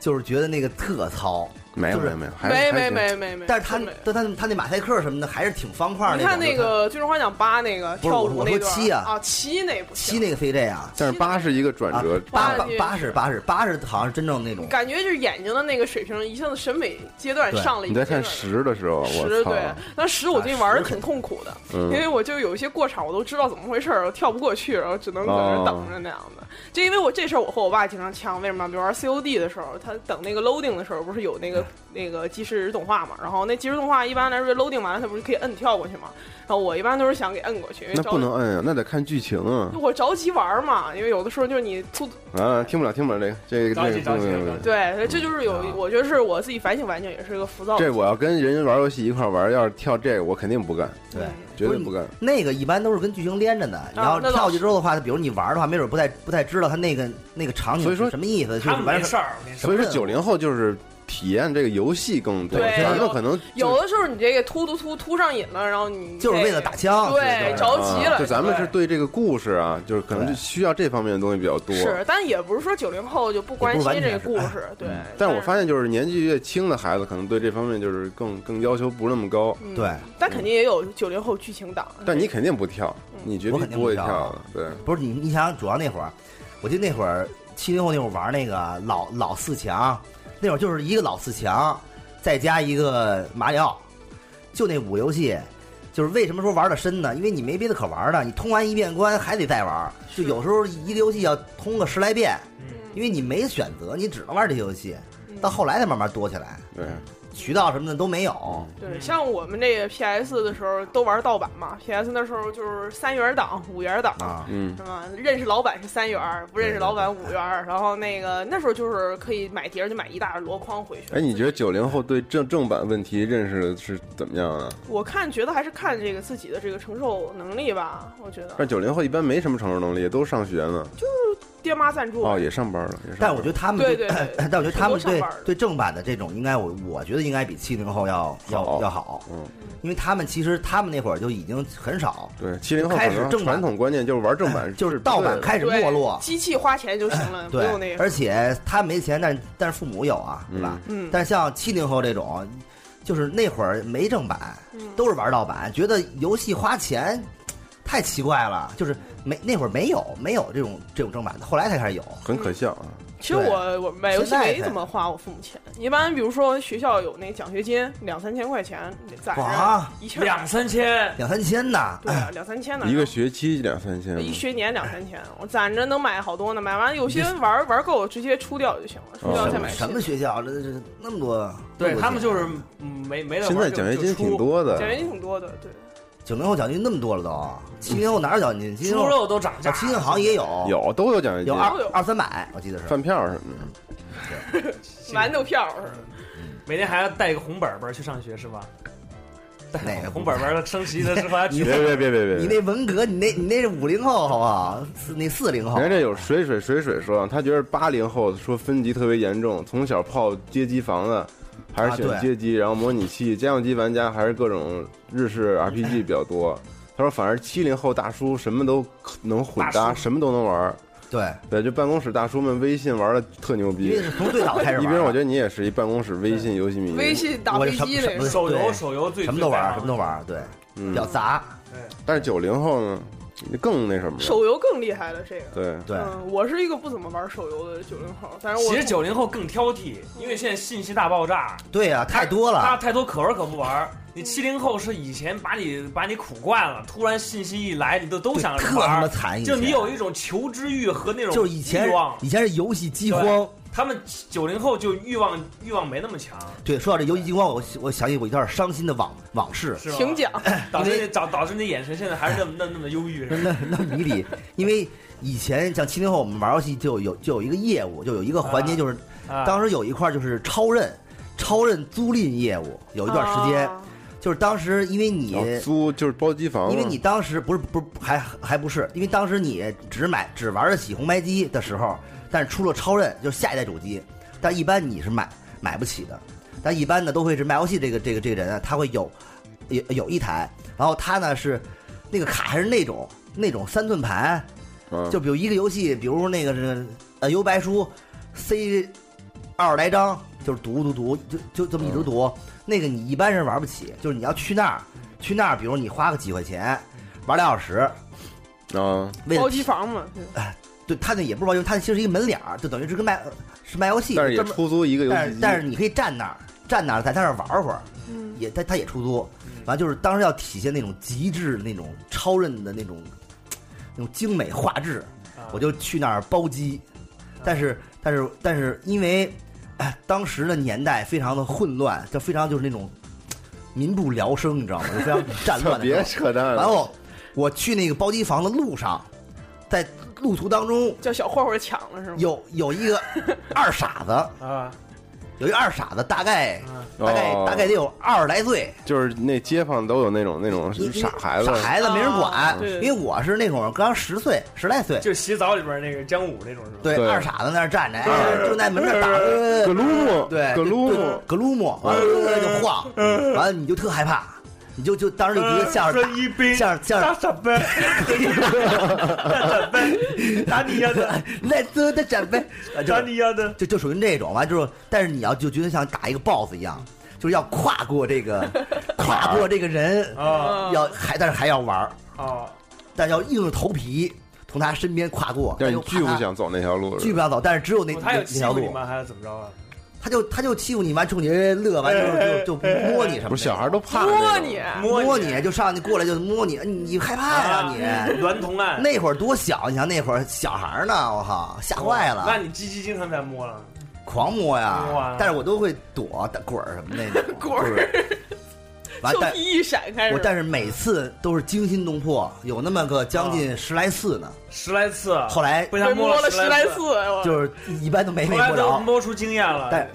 Speaker 5: 就是觉得那个特糙。
Speaker 2: 没有
Speaker 5: 就是
Speaker 2: 没有没有，还
Speaker 6: 没
Speaker 2: 是
Speaker 6: 没。没没没，
Speaker 5: 但是他
Speaker 6: 真没
Speaker 5: 但他他那马赛克什么的还是挺方块儿
Speaker 6: 你
Speaker 5: 那种。
Speaker 6: 看那
Speaker 5: 就是
Speaker 6: 个《最终幻想八》那个
Speaker 5: 不是
Speaker 6: 跳
Speaker 5: 我
Speaker 6: 舞
Speaker 5: 我
Speaker 6: 那
Speaker 5: 说
Speaker 6: 段
Speaker 5: 七
Speaker 6: 儿
Speaker 5: 啊
Speaker 6: 啊，七那不
Speaker 5: 它七
Speaker 6: 行，
Speaker 5: 那个 CJ 啊，
Speaker 2: 但是八是一个转
Speaker 5: 啊
Speaker 2: 折，
Speaker 5: 八八
Speaker 6: 哇这
Speaker 5: 八十八十八十好像真正那种。
Speaker 6: 感觉就是眼睛的那个水平一下子审美阶段
Speaker 5: 对
Speaker 6: 上了一
Speaker 2: 你
Speaker 6: 个
Speaker 2: 在
Speaker 6: 阶段。
Speaker 2: 看十的时候，我
Speaker 6: 十
Speaker 2: 操！
Speaker 6: 对，但十我最近
Speaker 5: 啊
Speaker 6: 玩的
Speaker 5: 十
Speaker 6: 挺痛苦的，因
Speaker 2: 嗯，
Speaker 6: 为我就有一些过场我都知道怎么回事儿，我跳不过去，然后只能在那儿等
Speaker 2: 哦
Speaker 6: 着那样的。就因为我这事儿，我和我爸经常呛，为什么？比如玩 COD 的时候，他等那个 loading 的时候，不是有那个
Speaker 2: 嗯
Speaker 6: 那个即时动画嘛？然后那即时动画一般来说 loading 完了，它不是可以摁跳过去嘛？然后我一般都是想给摁过去，因为
Speaker 2: 那
Speaker 6: 着
Speaker 2: 不能摁啊，那得看剧情啊。
Speaker 6: 我着急玩儿嘛，因为有的时候就是你突
Speaker 2: 啊，听不了，听不了，这个这个
Speaker 3: 着
Speaker 2: 这个
Speaker 3: 急着急
Speaker 2: 不
Speaker 3: 着
Speaker 2: 能
Speaker 3: 急
Speaker 2: 不能
Speaker 6: 对，这就是有，我觉得是我自己反省完全也是一个浮躁。
Speaker 2: 这我要跟人玩游戏一块玩，要是跳这个，我肯定不干，
Speaker 5: 对，
Speaker 2: 绝对不干。
Speaker 5: 那个一般都是跟剧情连着的。你要
Speaker 6: 啊那倒
Speaker 5: 跳过去之后的话，比如你玩的话，没准不太不太知道他那个那个场景
Speaker 2: 所以说
Speaker 5: 是什么意思，就
Speaker 3: 他
Speaker 5: 是
Speaker 3: 们
Speaker 5: 完
Speaker 3: 没
Speaker 5: 事
Speaker 3: 事儿，没事
Speaker 2: 所
Speaker 3: 儿。
Speaker 2: 以说
Speaker 5: 什么
Speaker 2: 九零后就是体验这个游戏更多，
Speaker 6: 对
Speaker 2: 咱们可能就
Speaker 6: 有的时候你这个突突突突上瘾了，然后你
Speaker 5: 就是
Speaker 6: 这
Speaker 5: 为了打枪，
Speaker 6: 对
Speaker 5: 就是
Speaker 6: 着急了
Speaker 2: 啊，就咱们
Speaker 6: 对
Speaker 2: 是对这个故事啊，就是可能就
Speaker 5: 对
Speaker 2: 需要这方面的东西比较多。
Speaker 6: 是，但也不是说九零后就不关心这个故事，对。
Speaker 2: 但是我发现，就是年纪越轻的孩子，可能对这方面就是更更要求不是那么高。
Speaker 6: 嗯
Speaker 5: 对，
Speaker 6: 但肯定也有九零后剧情党。嗯
Speaker 2: 但你肯定不跳，你绝
Speaker 5: 我
Speaker 2: 对
Speaker 5: 肯定
Speaker 2: 不会
Speaker 5: 不跳
Speaker 2: 跳的。对，
Speaker 5: 不是你，你想想，主要那会儿，我记得那会儿七零后那会儿玩那个老老四强，那会儿就是一个老四强，再加一个马里奥，就那五个游戏。就是为什么说玩的深呢？因为你没别的可玩的，你通完一遍关还得再玩，就有时候一个游戏要通个十来遍，
Speaker 3: 嗯
Speaker 5: 因为你没选择，你只能玩这些游戏。
Speaker 6: 嗯
Speaker 5: 到后来才慢慢多起来，
Speaker 2: 对，
Speaker 5: 渠道什么的都没有。
Speaker 6: 对，像我们这个 PS 的时候都玩盗版嘛，PS 那时候就是三元档、五元档
Speaker 5: 啊
Speaker 2: 嗯，
Speaker 6: 什么认识老板是三元儿，不认识老板五元儿。然后那个那时候就是可以买碟儿，就买一大箩筐回去。
Speaker 2: 哎，你觉得九零后对正正版问题认识是怎么样啊？
Speaker 6: 我看觉得还是看这个自己的这个承受能力吧，我觉得
Speaker 2: 但九零后一般没什么承受能力，都上学呢。
Speaker 6: 爹妈赞助，
Speaker 2: 哦，也上班了，也上班
Speaker 5: 但
Speaker 2: 了
Speaker 5: 我觉得他们
Speaker 6: 对对对
Speaker 5: 但我觉得他们
Speaker 6: 挺
Speaker 5: 对
Speaker 6: 多上班的
Speaker 5: 对正版的这种，应该我我觉得应该比七零后要
Speaker 2: 好
Speaker 5: 要要好，
Speaker 2: 嗯，
Speaker 5: 因为他们其实他们那会儿就已经很少，
Speaker 2: 对七零后
Speaker 5: 开
Speaker 2: 可
Speaker 5: 始
Speaker 2: 能
Speaker 5: 正版
Speaker 2: 传统观念就是玩正版，
Speaker 5: 就是
Speaker 2: 不
Speaker 5: 盗
Speaker 2: 对
Speaker 5: 版
Speaker 2: 的
Speaker 5: 开始
Speaker 6: 对
Speaker 5: 没落，
Speaker 6: 机器花钱就行 了，不
Speaker 5: 对
Speaker 6: 用那，个。
Speaker 5: 而且他没钱，但但是父母有啊，对吧？
Speaker 6: 嗯
Speaker 5: 但像七零后这种，就是那会儿没正版，
Speaker 6: 嗯
Speaker 5: 都是玩盗版，觉得游戏花钱太奇怪了，就是没那会儿没有没有这种这种正版的，后来才开始有。
Speaker 2: 很可笑啊。
Speaker 6: 其实我我买游戏没怎么花我父母钱，一般比如说学校有那奖学金两三千块钱得攒着
Speaker 5: 哇，
Speaker 6: 一气儿
Speaker 3: 两三千，
Speaker 5: 两三千呢，
Speaker 6: 对啊两三千呢，
Speaker 2: 一个学期两三千，
Speaker 6: 一学年两三千，我攒着能买好多呢，买完有些玩玩够直接出掉就行了，出
Speaker 2: 哦
Speaker 6: 掉再啊买新
Speaker 5: 什么
Speaker 6: 的。
Speaker 5: 学校这这那么多？。
Speaker 3: 对他们就是是嗯没没得
Speaker 2: 现
Speaker 3: 玩
Speaker 2: 在
Speaker 3: 就
Speaker 2: 奖学
Speaker 3: 就
Speaker 2: 金
Speaker 3: 出
Speaker 2: 挺多的
Speaker 6: 奖，学金挺多的，对。
Speaker 5: 九零后奖金那么多了都，七零后哪有奖金？七零
Speaker 3: 猪
Speaker 5: 后
Speaker 3: 肉都涨价，
Speaker 5: 啊，七零好像也有，
Speaker 2: 有都有奖学金
Speaker 5: 有，二
Speaker 6: 都有
Speaker 5: 二三百，我记得是。
Speaker 2: 饭票什么的。
Speaker 6: 馒头票是吧？
Speaker 3: 每天还要带一个红本本去上学是吧？带
Speaker 5: 哪个
Speaker 3: 红本本升旗的时候还要
Speaker 2: 别
Speaker 3: 去
Speaker 2: 别别别别！
Speaker 5: 你那文革，你那你那是五零后好不好？四那四零后
Speaker 2: 人家这有水水水水说，他觉得八零后说分级特别严重，从小泡街机房的，还是选
Speaker 5: 啊对
Speaker 2: 街机，然后模拟器、家用机玩家还是各种日式 RPG 比较多。他说，反而七零后大叔什么都能混搭，
Speaker 3: 大叔
Speaker 2: 什么都能玩儿。
Speaker 5: 对，
Speaker 2: 对，就办公室大叔们微信玩的特牛
Speaker 5: 因
Speaker 2: 逼
Speaker 5: 为。是从最早开始
Speaker 2: 一
Speaker 5: 玩。
Speaker 2: 斌，我觉得你也是一办公室微信游戏迷。
Speaker 6: 微信打
Speaker 5: 我
Speaker 6: 飞
Speaker 5: 是什
Speaker 6: 机
Speaker 5: 什么
Speaker 6: 那个，
Speaker 3: 手游
Speaker 5: 对
Speaker 3: 手游最
Speaker 5: 什么都玩，什么都
Speaker 3: 玩。
Speaker 5: 玩，对，比
Speaker 2: 嗯，
Speaker 5: 较杂，
Speaker 2: 但是九零后呢，更那什么了。
Speaker 6: 手游更厉害了。这个，
Speaker 2: 对，
Speaker 5: 对。
Speaker 6: 嗯，我是一个不怎么玩手游的九零后，但是哎我
Speaker 3: 其实九零后更挑剔，因为现在信息大爆炸，
Speaker 5: 对呀，太多
Speaker 3: 大家
Speaker 5: 了，
Speaker 3: 太多可玩可不玩。你七零后是以前把你把你苦惯了，突然信息一来，你都都
Speaker 5: 对
Speaker 3: 想
Speaker 5: 特他妈
Speaker 3: 玩。
Speaker 5: 惨。以
Speaker 3: 就
Speaker 5: 前
Speaker 3: 你有一种求知欲和那种
Speaker 5: 就是以前
Speaker 3: 欲望，
Speaker 5: 以前是游戏饥荒。
Speaker 3: 他们九零后就欲望欲望没那么强，
Speaker 5: 对，说到这游戏饥荒，我我想起我一段伤心的往往事。
Speaker 3: 是吧？
Speaker 6: 请讲，
Speaker 3: 导致你导导致你的眼神现在还是那么那那么忧郁，是吧
Speaker 5: 那 那迷离，因为以前像七零后，我们玩游戏就有就有一个业务，就有一个环节，
Speaker 3: 啊
Speaker 5: 就是
Speaker 3: 啊
Speaker 5: 当时有一块就是超认，超认租赁业务有一段时间，
Speaker 6: 啊
Speaker 5: 就是当时因为你，
Speaker 2: 然后租就是包机房嘛，啊
Speaker 5: 因为你当时不是不是还还不是，因为当时你只买只玩得起红白机的时候，但是出了超任就是下一代主机，但一般你是买买不起的，但一般呢都会是卖游戏这个这个这个人啊，他会有有有一台，然后他呢是那个卡还是那种那种三寸盘，
Speaker 2: 嗯
Speaker 5: 就比如一个游戏，比如那个是呃游白书，C 二十来章，就是读读读，就就这么
Speaker 2: 嗯
Speaker 5: 一直读。那个你一般人玩不起，就是你要去那儿，去那儿，比如你花个几块钱，玩俩小时，
Speaker 2: 啊，
Speaker 5: 为了
Speaker 6: 包机房嘛，嗯对
Speaker 5: 对他那也不是包机，他那其实是一个门脸儿，就等于是跟卖是卖游戏，
Speaker 2: 但是也
Speaker 5: 专门
Speaker 2: 出租一个游
Speaker 5: 但
Speaker 2: 戏
Speaker 5: 是
Speaker 2: 机，
Speaker 5: 但是你可以站那儿，站那儿在他那儿玩会儿，
Speaker 6: 嗯，
Speaker 5: 也他他也出租，完就是当时要体现那种极致那种超人的那种那种精美画质，我就去那儿包机，但是但是但是因为、哎、当时的年代非常的混乱，就非常就是那种民不聊生，你知道吗？就非常 战
Speaker 2: 特
Speaker 5: 乱的时候
Speaker 2: 别扯淡啊
Speaker 5: 然
Speaker 2: 了。
Speaker 5: 后我去那个包机房的路上，在路途当中
Speaker 6: 叫小混混抢了是吗？
Speaker 5: 有有一个二傻子，
Speaker 3: 啊
Speaker 5: 有一二傻子，大概
Speaker 3: 嗯
Speaker 5: 大概、
Speaker 2: 哦
Speaker 5: 大概得有二十来岁，
Speaker 2: 就是那街坊都有那种那种
Speaker 5: 你
Speaker 2: 傻孩子，
Speaker 5: 傻孩子没人
Speaker 6: 啊
Speaker 5: 管，
Speaker 6: 对对
Speaker 5: 因为我是那种刚十岁十来岁，
Speaker 3: 就是洗澡里边那个姜武那种是吧？
Speaker 5: 对
Speaker 2: 对
Speaker 5: 二傻子那儿站着，
Speaker 2: 二
Speaker 5: 哎，就在门那儿打，
Speaker 2: 格鲁姆，
Speaker 5: 对，
Speaker 2: 格鲁姆，
Speaker 5: 格鲁姆，完了就晃，完了你就特害怕，你就就当时就觉得
Speaker 2: 嗯
Speaker 5: 像是
Speaker 3: 呃说一兵，
Speaker 5: 像像
Speaker 3: 打傻呗，打傻呗，打你丫 的，
Speaker 5: 来自的展呗，啊哎就
Speaker 3: 打你丫的，
Speaker 5: 就就属于那种完就是，但是你要就觉得像打一个 boss 一样，就是要跨过 这个跨过这个人，
Speaker 3: 啊
Speaker 6: 嗯
Speaker 5: 要还但是还要玩儿，
Speaker 3: 啊，
Speaker 5: 但要硬着头皮从他身边跨过，
Speaker 2: 但
Speaker 5: 又
Speaker 2: 你
Speaker 5: 怕
Speaker 2: 巨不
Speaker 5: 他
Speaker 2: 想走那条路，
Speaker 5: 巨不想走，但是只有那
Speaker 3: 哦他
Speaker 5: 那
Speaker 3: 有
Speaker 5: 那
Speaker 3: 欺
Speaker 5: 条
Speaker 3: 负你
Speaker 5: 路，
Speaker 3: 吗？还是怎么着啊？
Speaker 5: 他就他就欺负你，完冲你乐，完就就就摸你什么的，
Speaker 2: 不是小孩都怕
Speaker 6: 摸
Speaker 2: 那种
Speaker 6: 你，
Speaker 5: 摸
Speaker 3: 你
Speaker 5: 你就上去过来就摸你，你你害怕呀你。
Speaker 3: 啊娈童案，
Speaker 5: 那会儿多小，你想那会儿小孩儿呢，我靠，吓坏
Speaker 3: 那
Speaker 5: 了，
Speaker 3: 你鸡鸡经常在摸了，
Speaker 5: 狂摸
Speaker 3: 摸啊
Speaker 5: 呀！但是我都会躲、打滚儿什么那种。
Speaker 6: 滚儿
Speaker 5: 就是完，
Speaker 6: 就
Speaker 5: 但
Speaker 6: 地一闪开
Speaker 5: 我
Speaker 6: 始，
Speaker 5: 但是每次都是惊心动魄，有那么个将近十来次呢。
Speaker 3: 十来次，啊
Speaker 5: 后来
Speaker 3: 被他
Speaker 6: 被摸
Speaker 3: 了
Speaker 6: 了
Speaker 3: 十
Speaker 6: 十来
Speaker 3: 次，
Speaker 6: 次，哎我
Speaker 5: 就是一般都没
Speaker 3: 后
Speaker 5: 没
Speaker 3: 来
Speaker 5: 摸
Speaker 3: 都
Speaker 5: 着，
Speaker 3: 摸出经验了，
Speaker 5: 但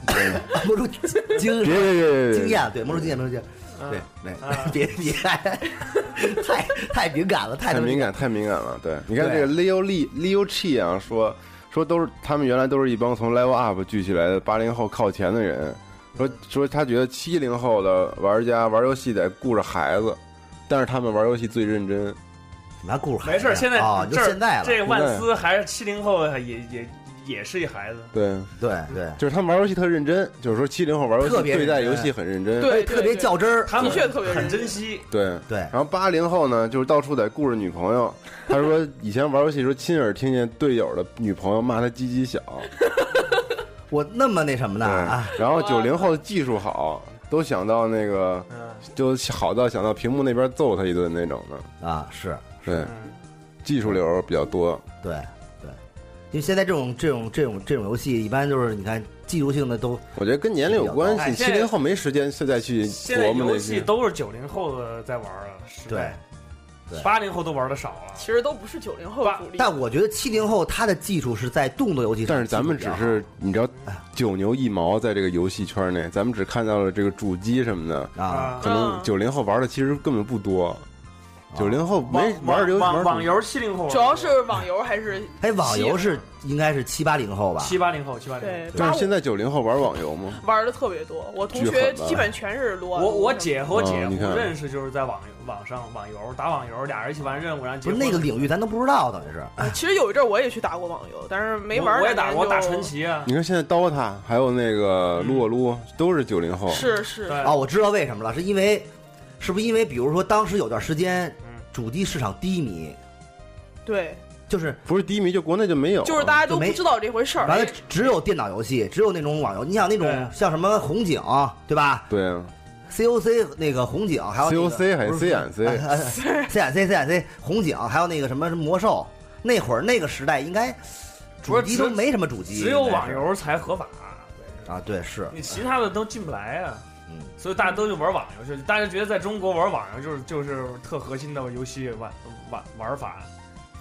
Speaker 5: 摸出 经
Speaker 2: 别别别别别
Speaker 5: 经验，对，摸出经验，摸出经验，
Speaker 3: 嗯
Speaker 5: 对，
Speaker 3: 啊
Speaker 5: 那 别别太太敏感了，
Speaker 2: 太
Speaker 5: 太能
Speaker 2: 敏感，太敏感了。对，你看
Speaker 5: 对
Speaker 2: 这个 Leo Li Leo Chi 啊，说说都是他们原来都是一帮从 Level Up 聚起来的八零后靠前的人，说说他觉得七零后的玩家玩游戏得顾着孩子，但是他们玩游戏最认真。
Speaker 5: 什么故事孩
Speaker 3: 没
Speaker 5: 子
Speaker 3: 事儿，
Speaker 5: 呀？
Speaker 3: 现在
Speaker 5: 啊，就
Speaker 3: 这儿
Speaker 5: 现在了，
Speaker 3: 这万斯还是七零后，也也也是一孩子，
Speaker 2: 对，
Speaker 5: 对对，
Speaker 2: 就是他们玩游戏特认真，就是说七零后玩游
Speaker 5: 特
Speaker 2: 戏
Speaker 5: 别认
Speaker 2: 对
Speaker 5: 真
Speaker 2: 待游戏很认真。
Speaker 6: 对
Speaker 5: 特别较真儿，
Speaker 3: 他们
Speaker 6: 的确特别
Speaker 3: 很
Speaker 6: 认真
Speaker 3: 珍惜，
Speaker 2: 对
Speaker 5: 对
Speaker 2: 然后八零后呢，就是到处得顾着女朋友。他说以前玩游戏时候亲耳听见队友的女朋友骂他鸡鸡小，
Speaker 5: 我那么那什么呢？啊，
Speaker 2: 对。然后九零后技术好，都想到那个
Speaker 3: 嗯
Speaker 2: 就好到想到屏幕那边揍他一顿那种的。
Speaker 5: 啊，是
Speaker 2: 对，
Speaker 3: 嗯，
Speaker 2: 技术流比较多。
Speaker 5: 对对，因为现在这种这种这种这种游戏，一般就是你看技术性的都
Speaker 2: 我觉得跟年龄有关
Speaker 3: 哎
Speaker 2: 系，
Speaker 3: 现
Speaker 2: 七
Speaker 3: 在
Speaker 2: 零后没时间现在去
Speaker 3: 现在
Speaker 2: 琢磨
Speaker 3: 游
Speaker 2: 那
Speaker 3: 戏
Speaker 2: 些。
Speaker 3: 都是九零后的在玩了，时代
Speaker 5: 对对
Speaker 3: 八零后都玩的少了，
Speaker 6: 其实都不是九零后
Speaker 3: 爸
Speaker 6: 主力，
Speaker 5: 但我觉得七零后他的技术是在动作游戏上，
Speaker 2: 但是咱们只是你知道
Speaker 5: 哎，
Speaker 2: 九牛一毛在这个游戏圈内，咱们只看到了这个主机什么的，
Speaker 5: 啊，
Speaker 2: 可能
Speaker 3: 嗯
Speaker 2: 九零后玩的其实根本不多。九零后没
Speaker 3: 网
Speaker 2: 玩游戏
Speaker 3: 网
Speaker 2: 玩
Speaker 3: 网游七零后玩的
Speaker 6: 主要是网游还是
Speaker 5: 哎，网游是应该是七八零后吧？
Speaker 3: 七八零后七八零后。
Speaker 6: 对，
Speaker 2: 但
Speaker 6: 八
Speaker 2: 是现在九零后玩网游吗？
Speaker 3: 嗯
Speaker 6: 玩的特别多，我同
Speaker 2: 巨
Speaker 6: 学
Speaker 2: 狠吧
Speaker 6: 基本全是撸啊撸
Speaker 3: 我我姐和我姐
Speaker 2: 哦你看
Speaker 3: 夫认识就是在网游网上网游打网游，俩人一起玩任务，然后结
Speaker 5: 不是
Speaker 3: 婚
Speaker 5: 那个领域，咱都不知道，等于是
Speaker 6: 啊其实有一阵儿我也去打过网游，但是没玩儿
Speaker 3: 我我也
Speaker 6: 两
Speaker 3: 打
Speaker 6: 年
Speaker 3: 过打
Speaker 6: 就
Speaker 3: 传奇啊，
Speaker 2: 你看现在 DOTA 还有那个撸啊撸都是九零后，
Speaker 6: 是是，
Speaker 3: 对
Speaker 5: 哦，我知道为什么了，是因为是不是因为比如说当时有段时间
Speaker 3: 嗯
Speaker 5: 主机市场低迷，
Speaker 6: 对，
Speaker 5: 就是
Speaker 2: 不是低迷就国内就没有，
Speaker 6: 就是大家
Speaker 5: 就
Speaker 6: 都
Speaker 5: 没
Speaker 6: 不知道这回事儿。
Speaker 3: 嗯
Speaker 5: 完了只有电脑游戏，只有那种网游，你想那
Speaker 3: 对啊
Speaker 5: 种像什么红警对吧？
Speaker 2: 对啊
Speaker 5: COC 那个红警，还有那个
Speaker 2: ，COC 还是 CNC，
Speaker 5: CNC CNC 红警，还有那个什么什么魔兽，那会儿那个时代应该主机都没什么主机，
Speaker 3: 只有
Speaker 5: 应该是
Speaker 3: 网游嗯才合法，
Speaker 5: 啊，对是，
Speaker 3: 你其他的都进不来啊。
Speaker 5: 嗯，
Speaker 3: 所以大家都就玩网游，就是大家觉得在中国玩网游就是就是特核心的游戏玩玩玩法，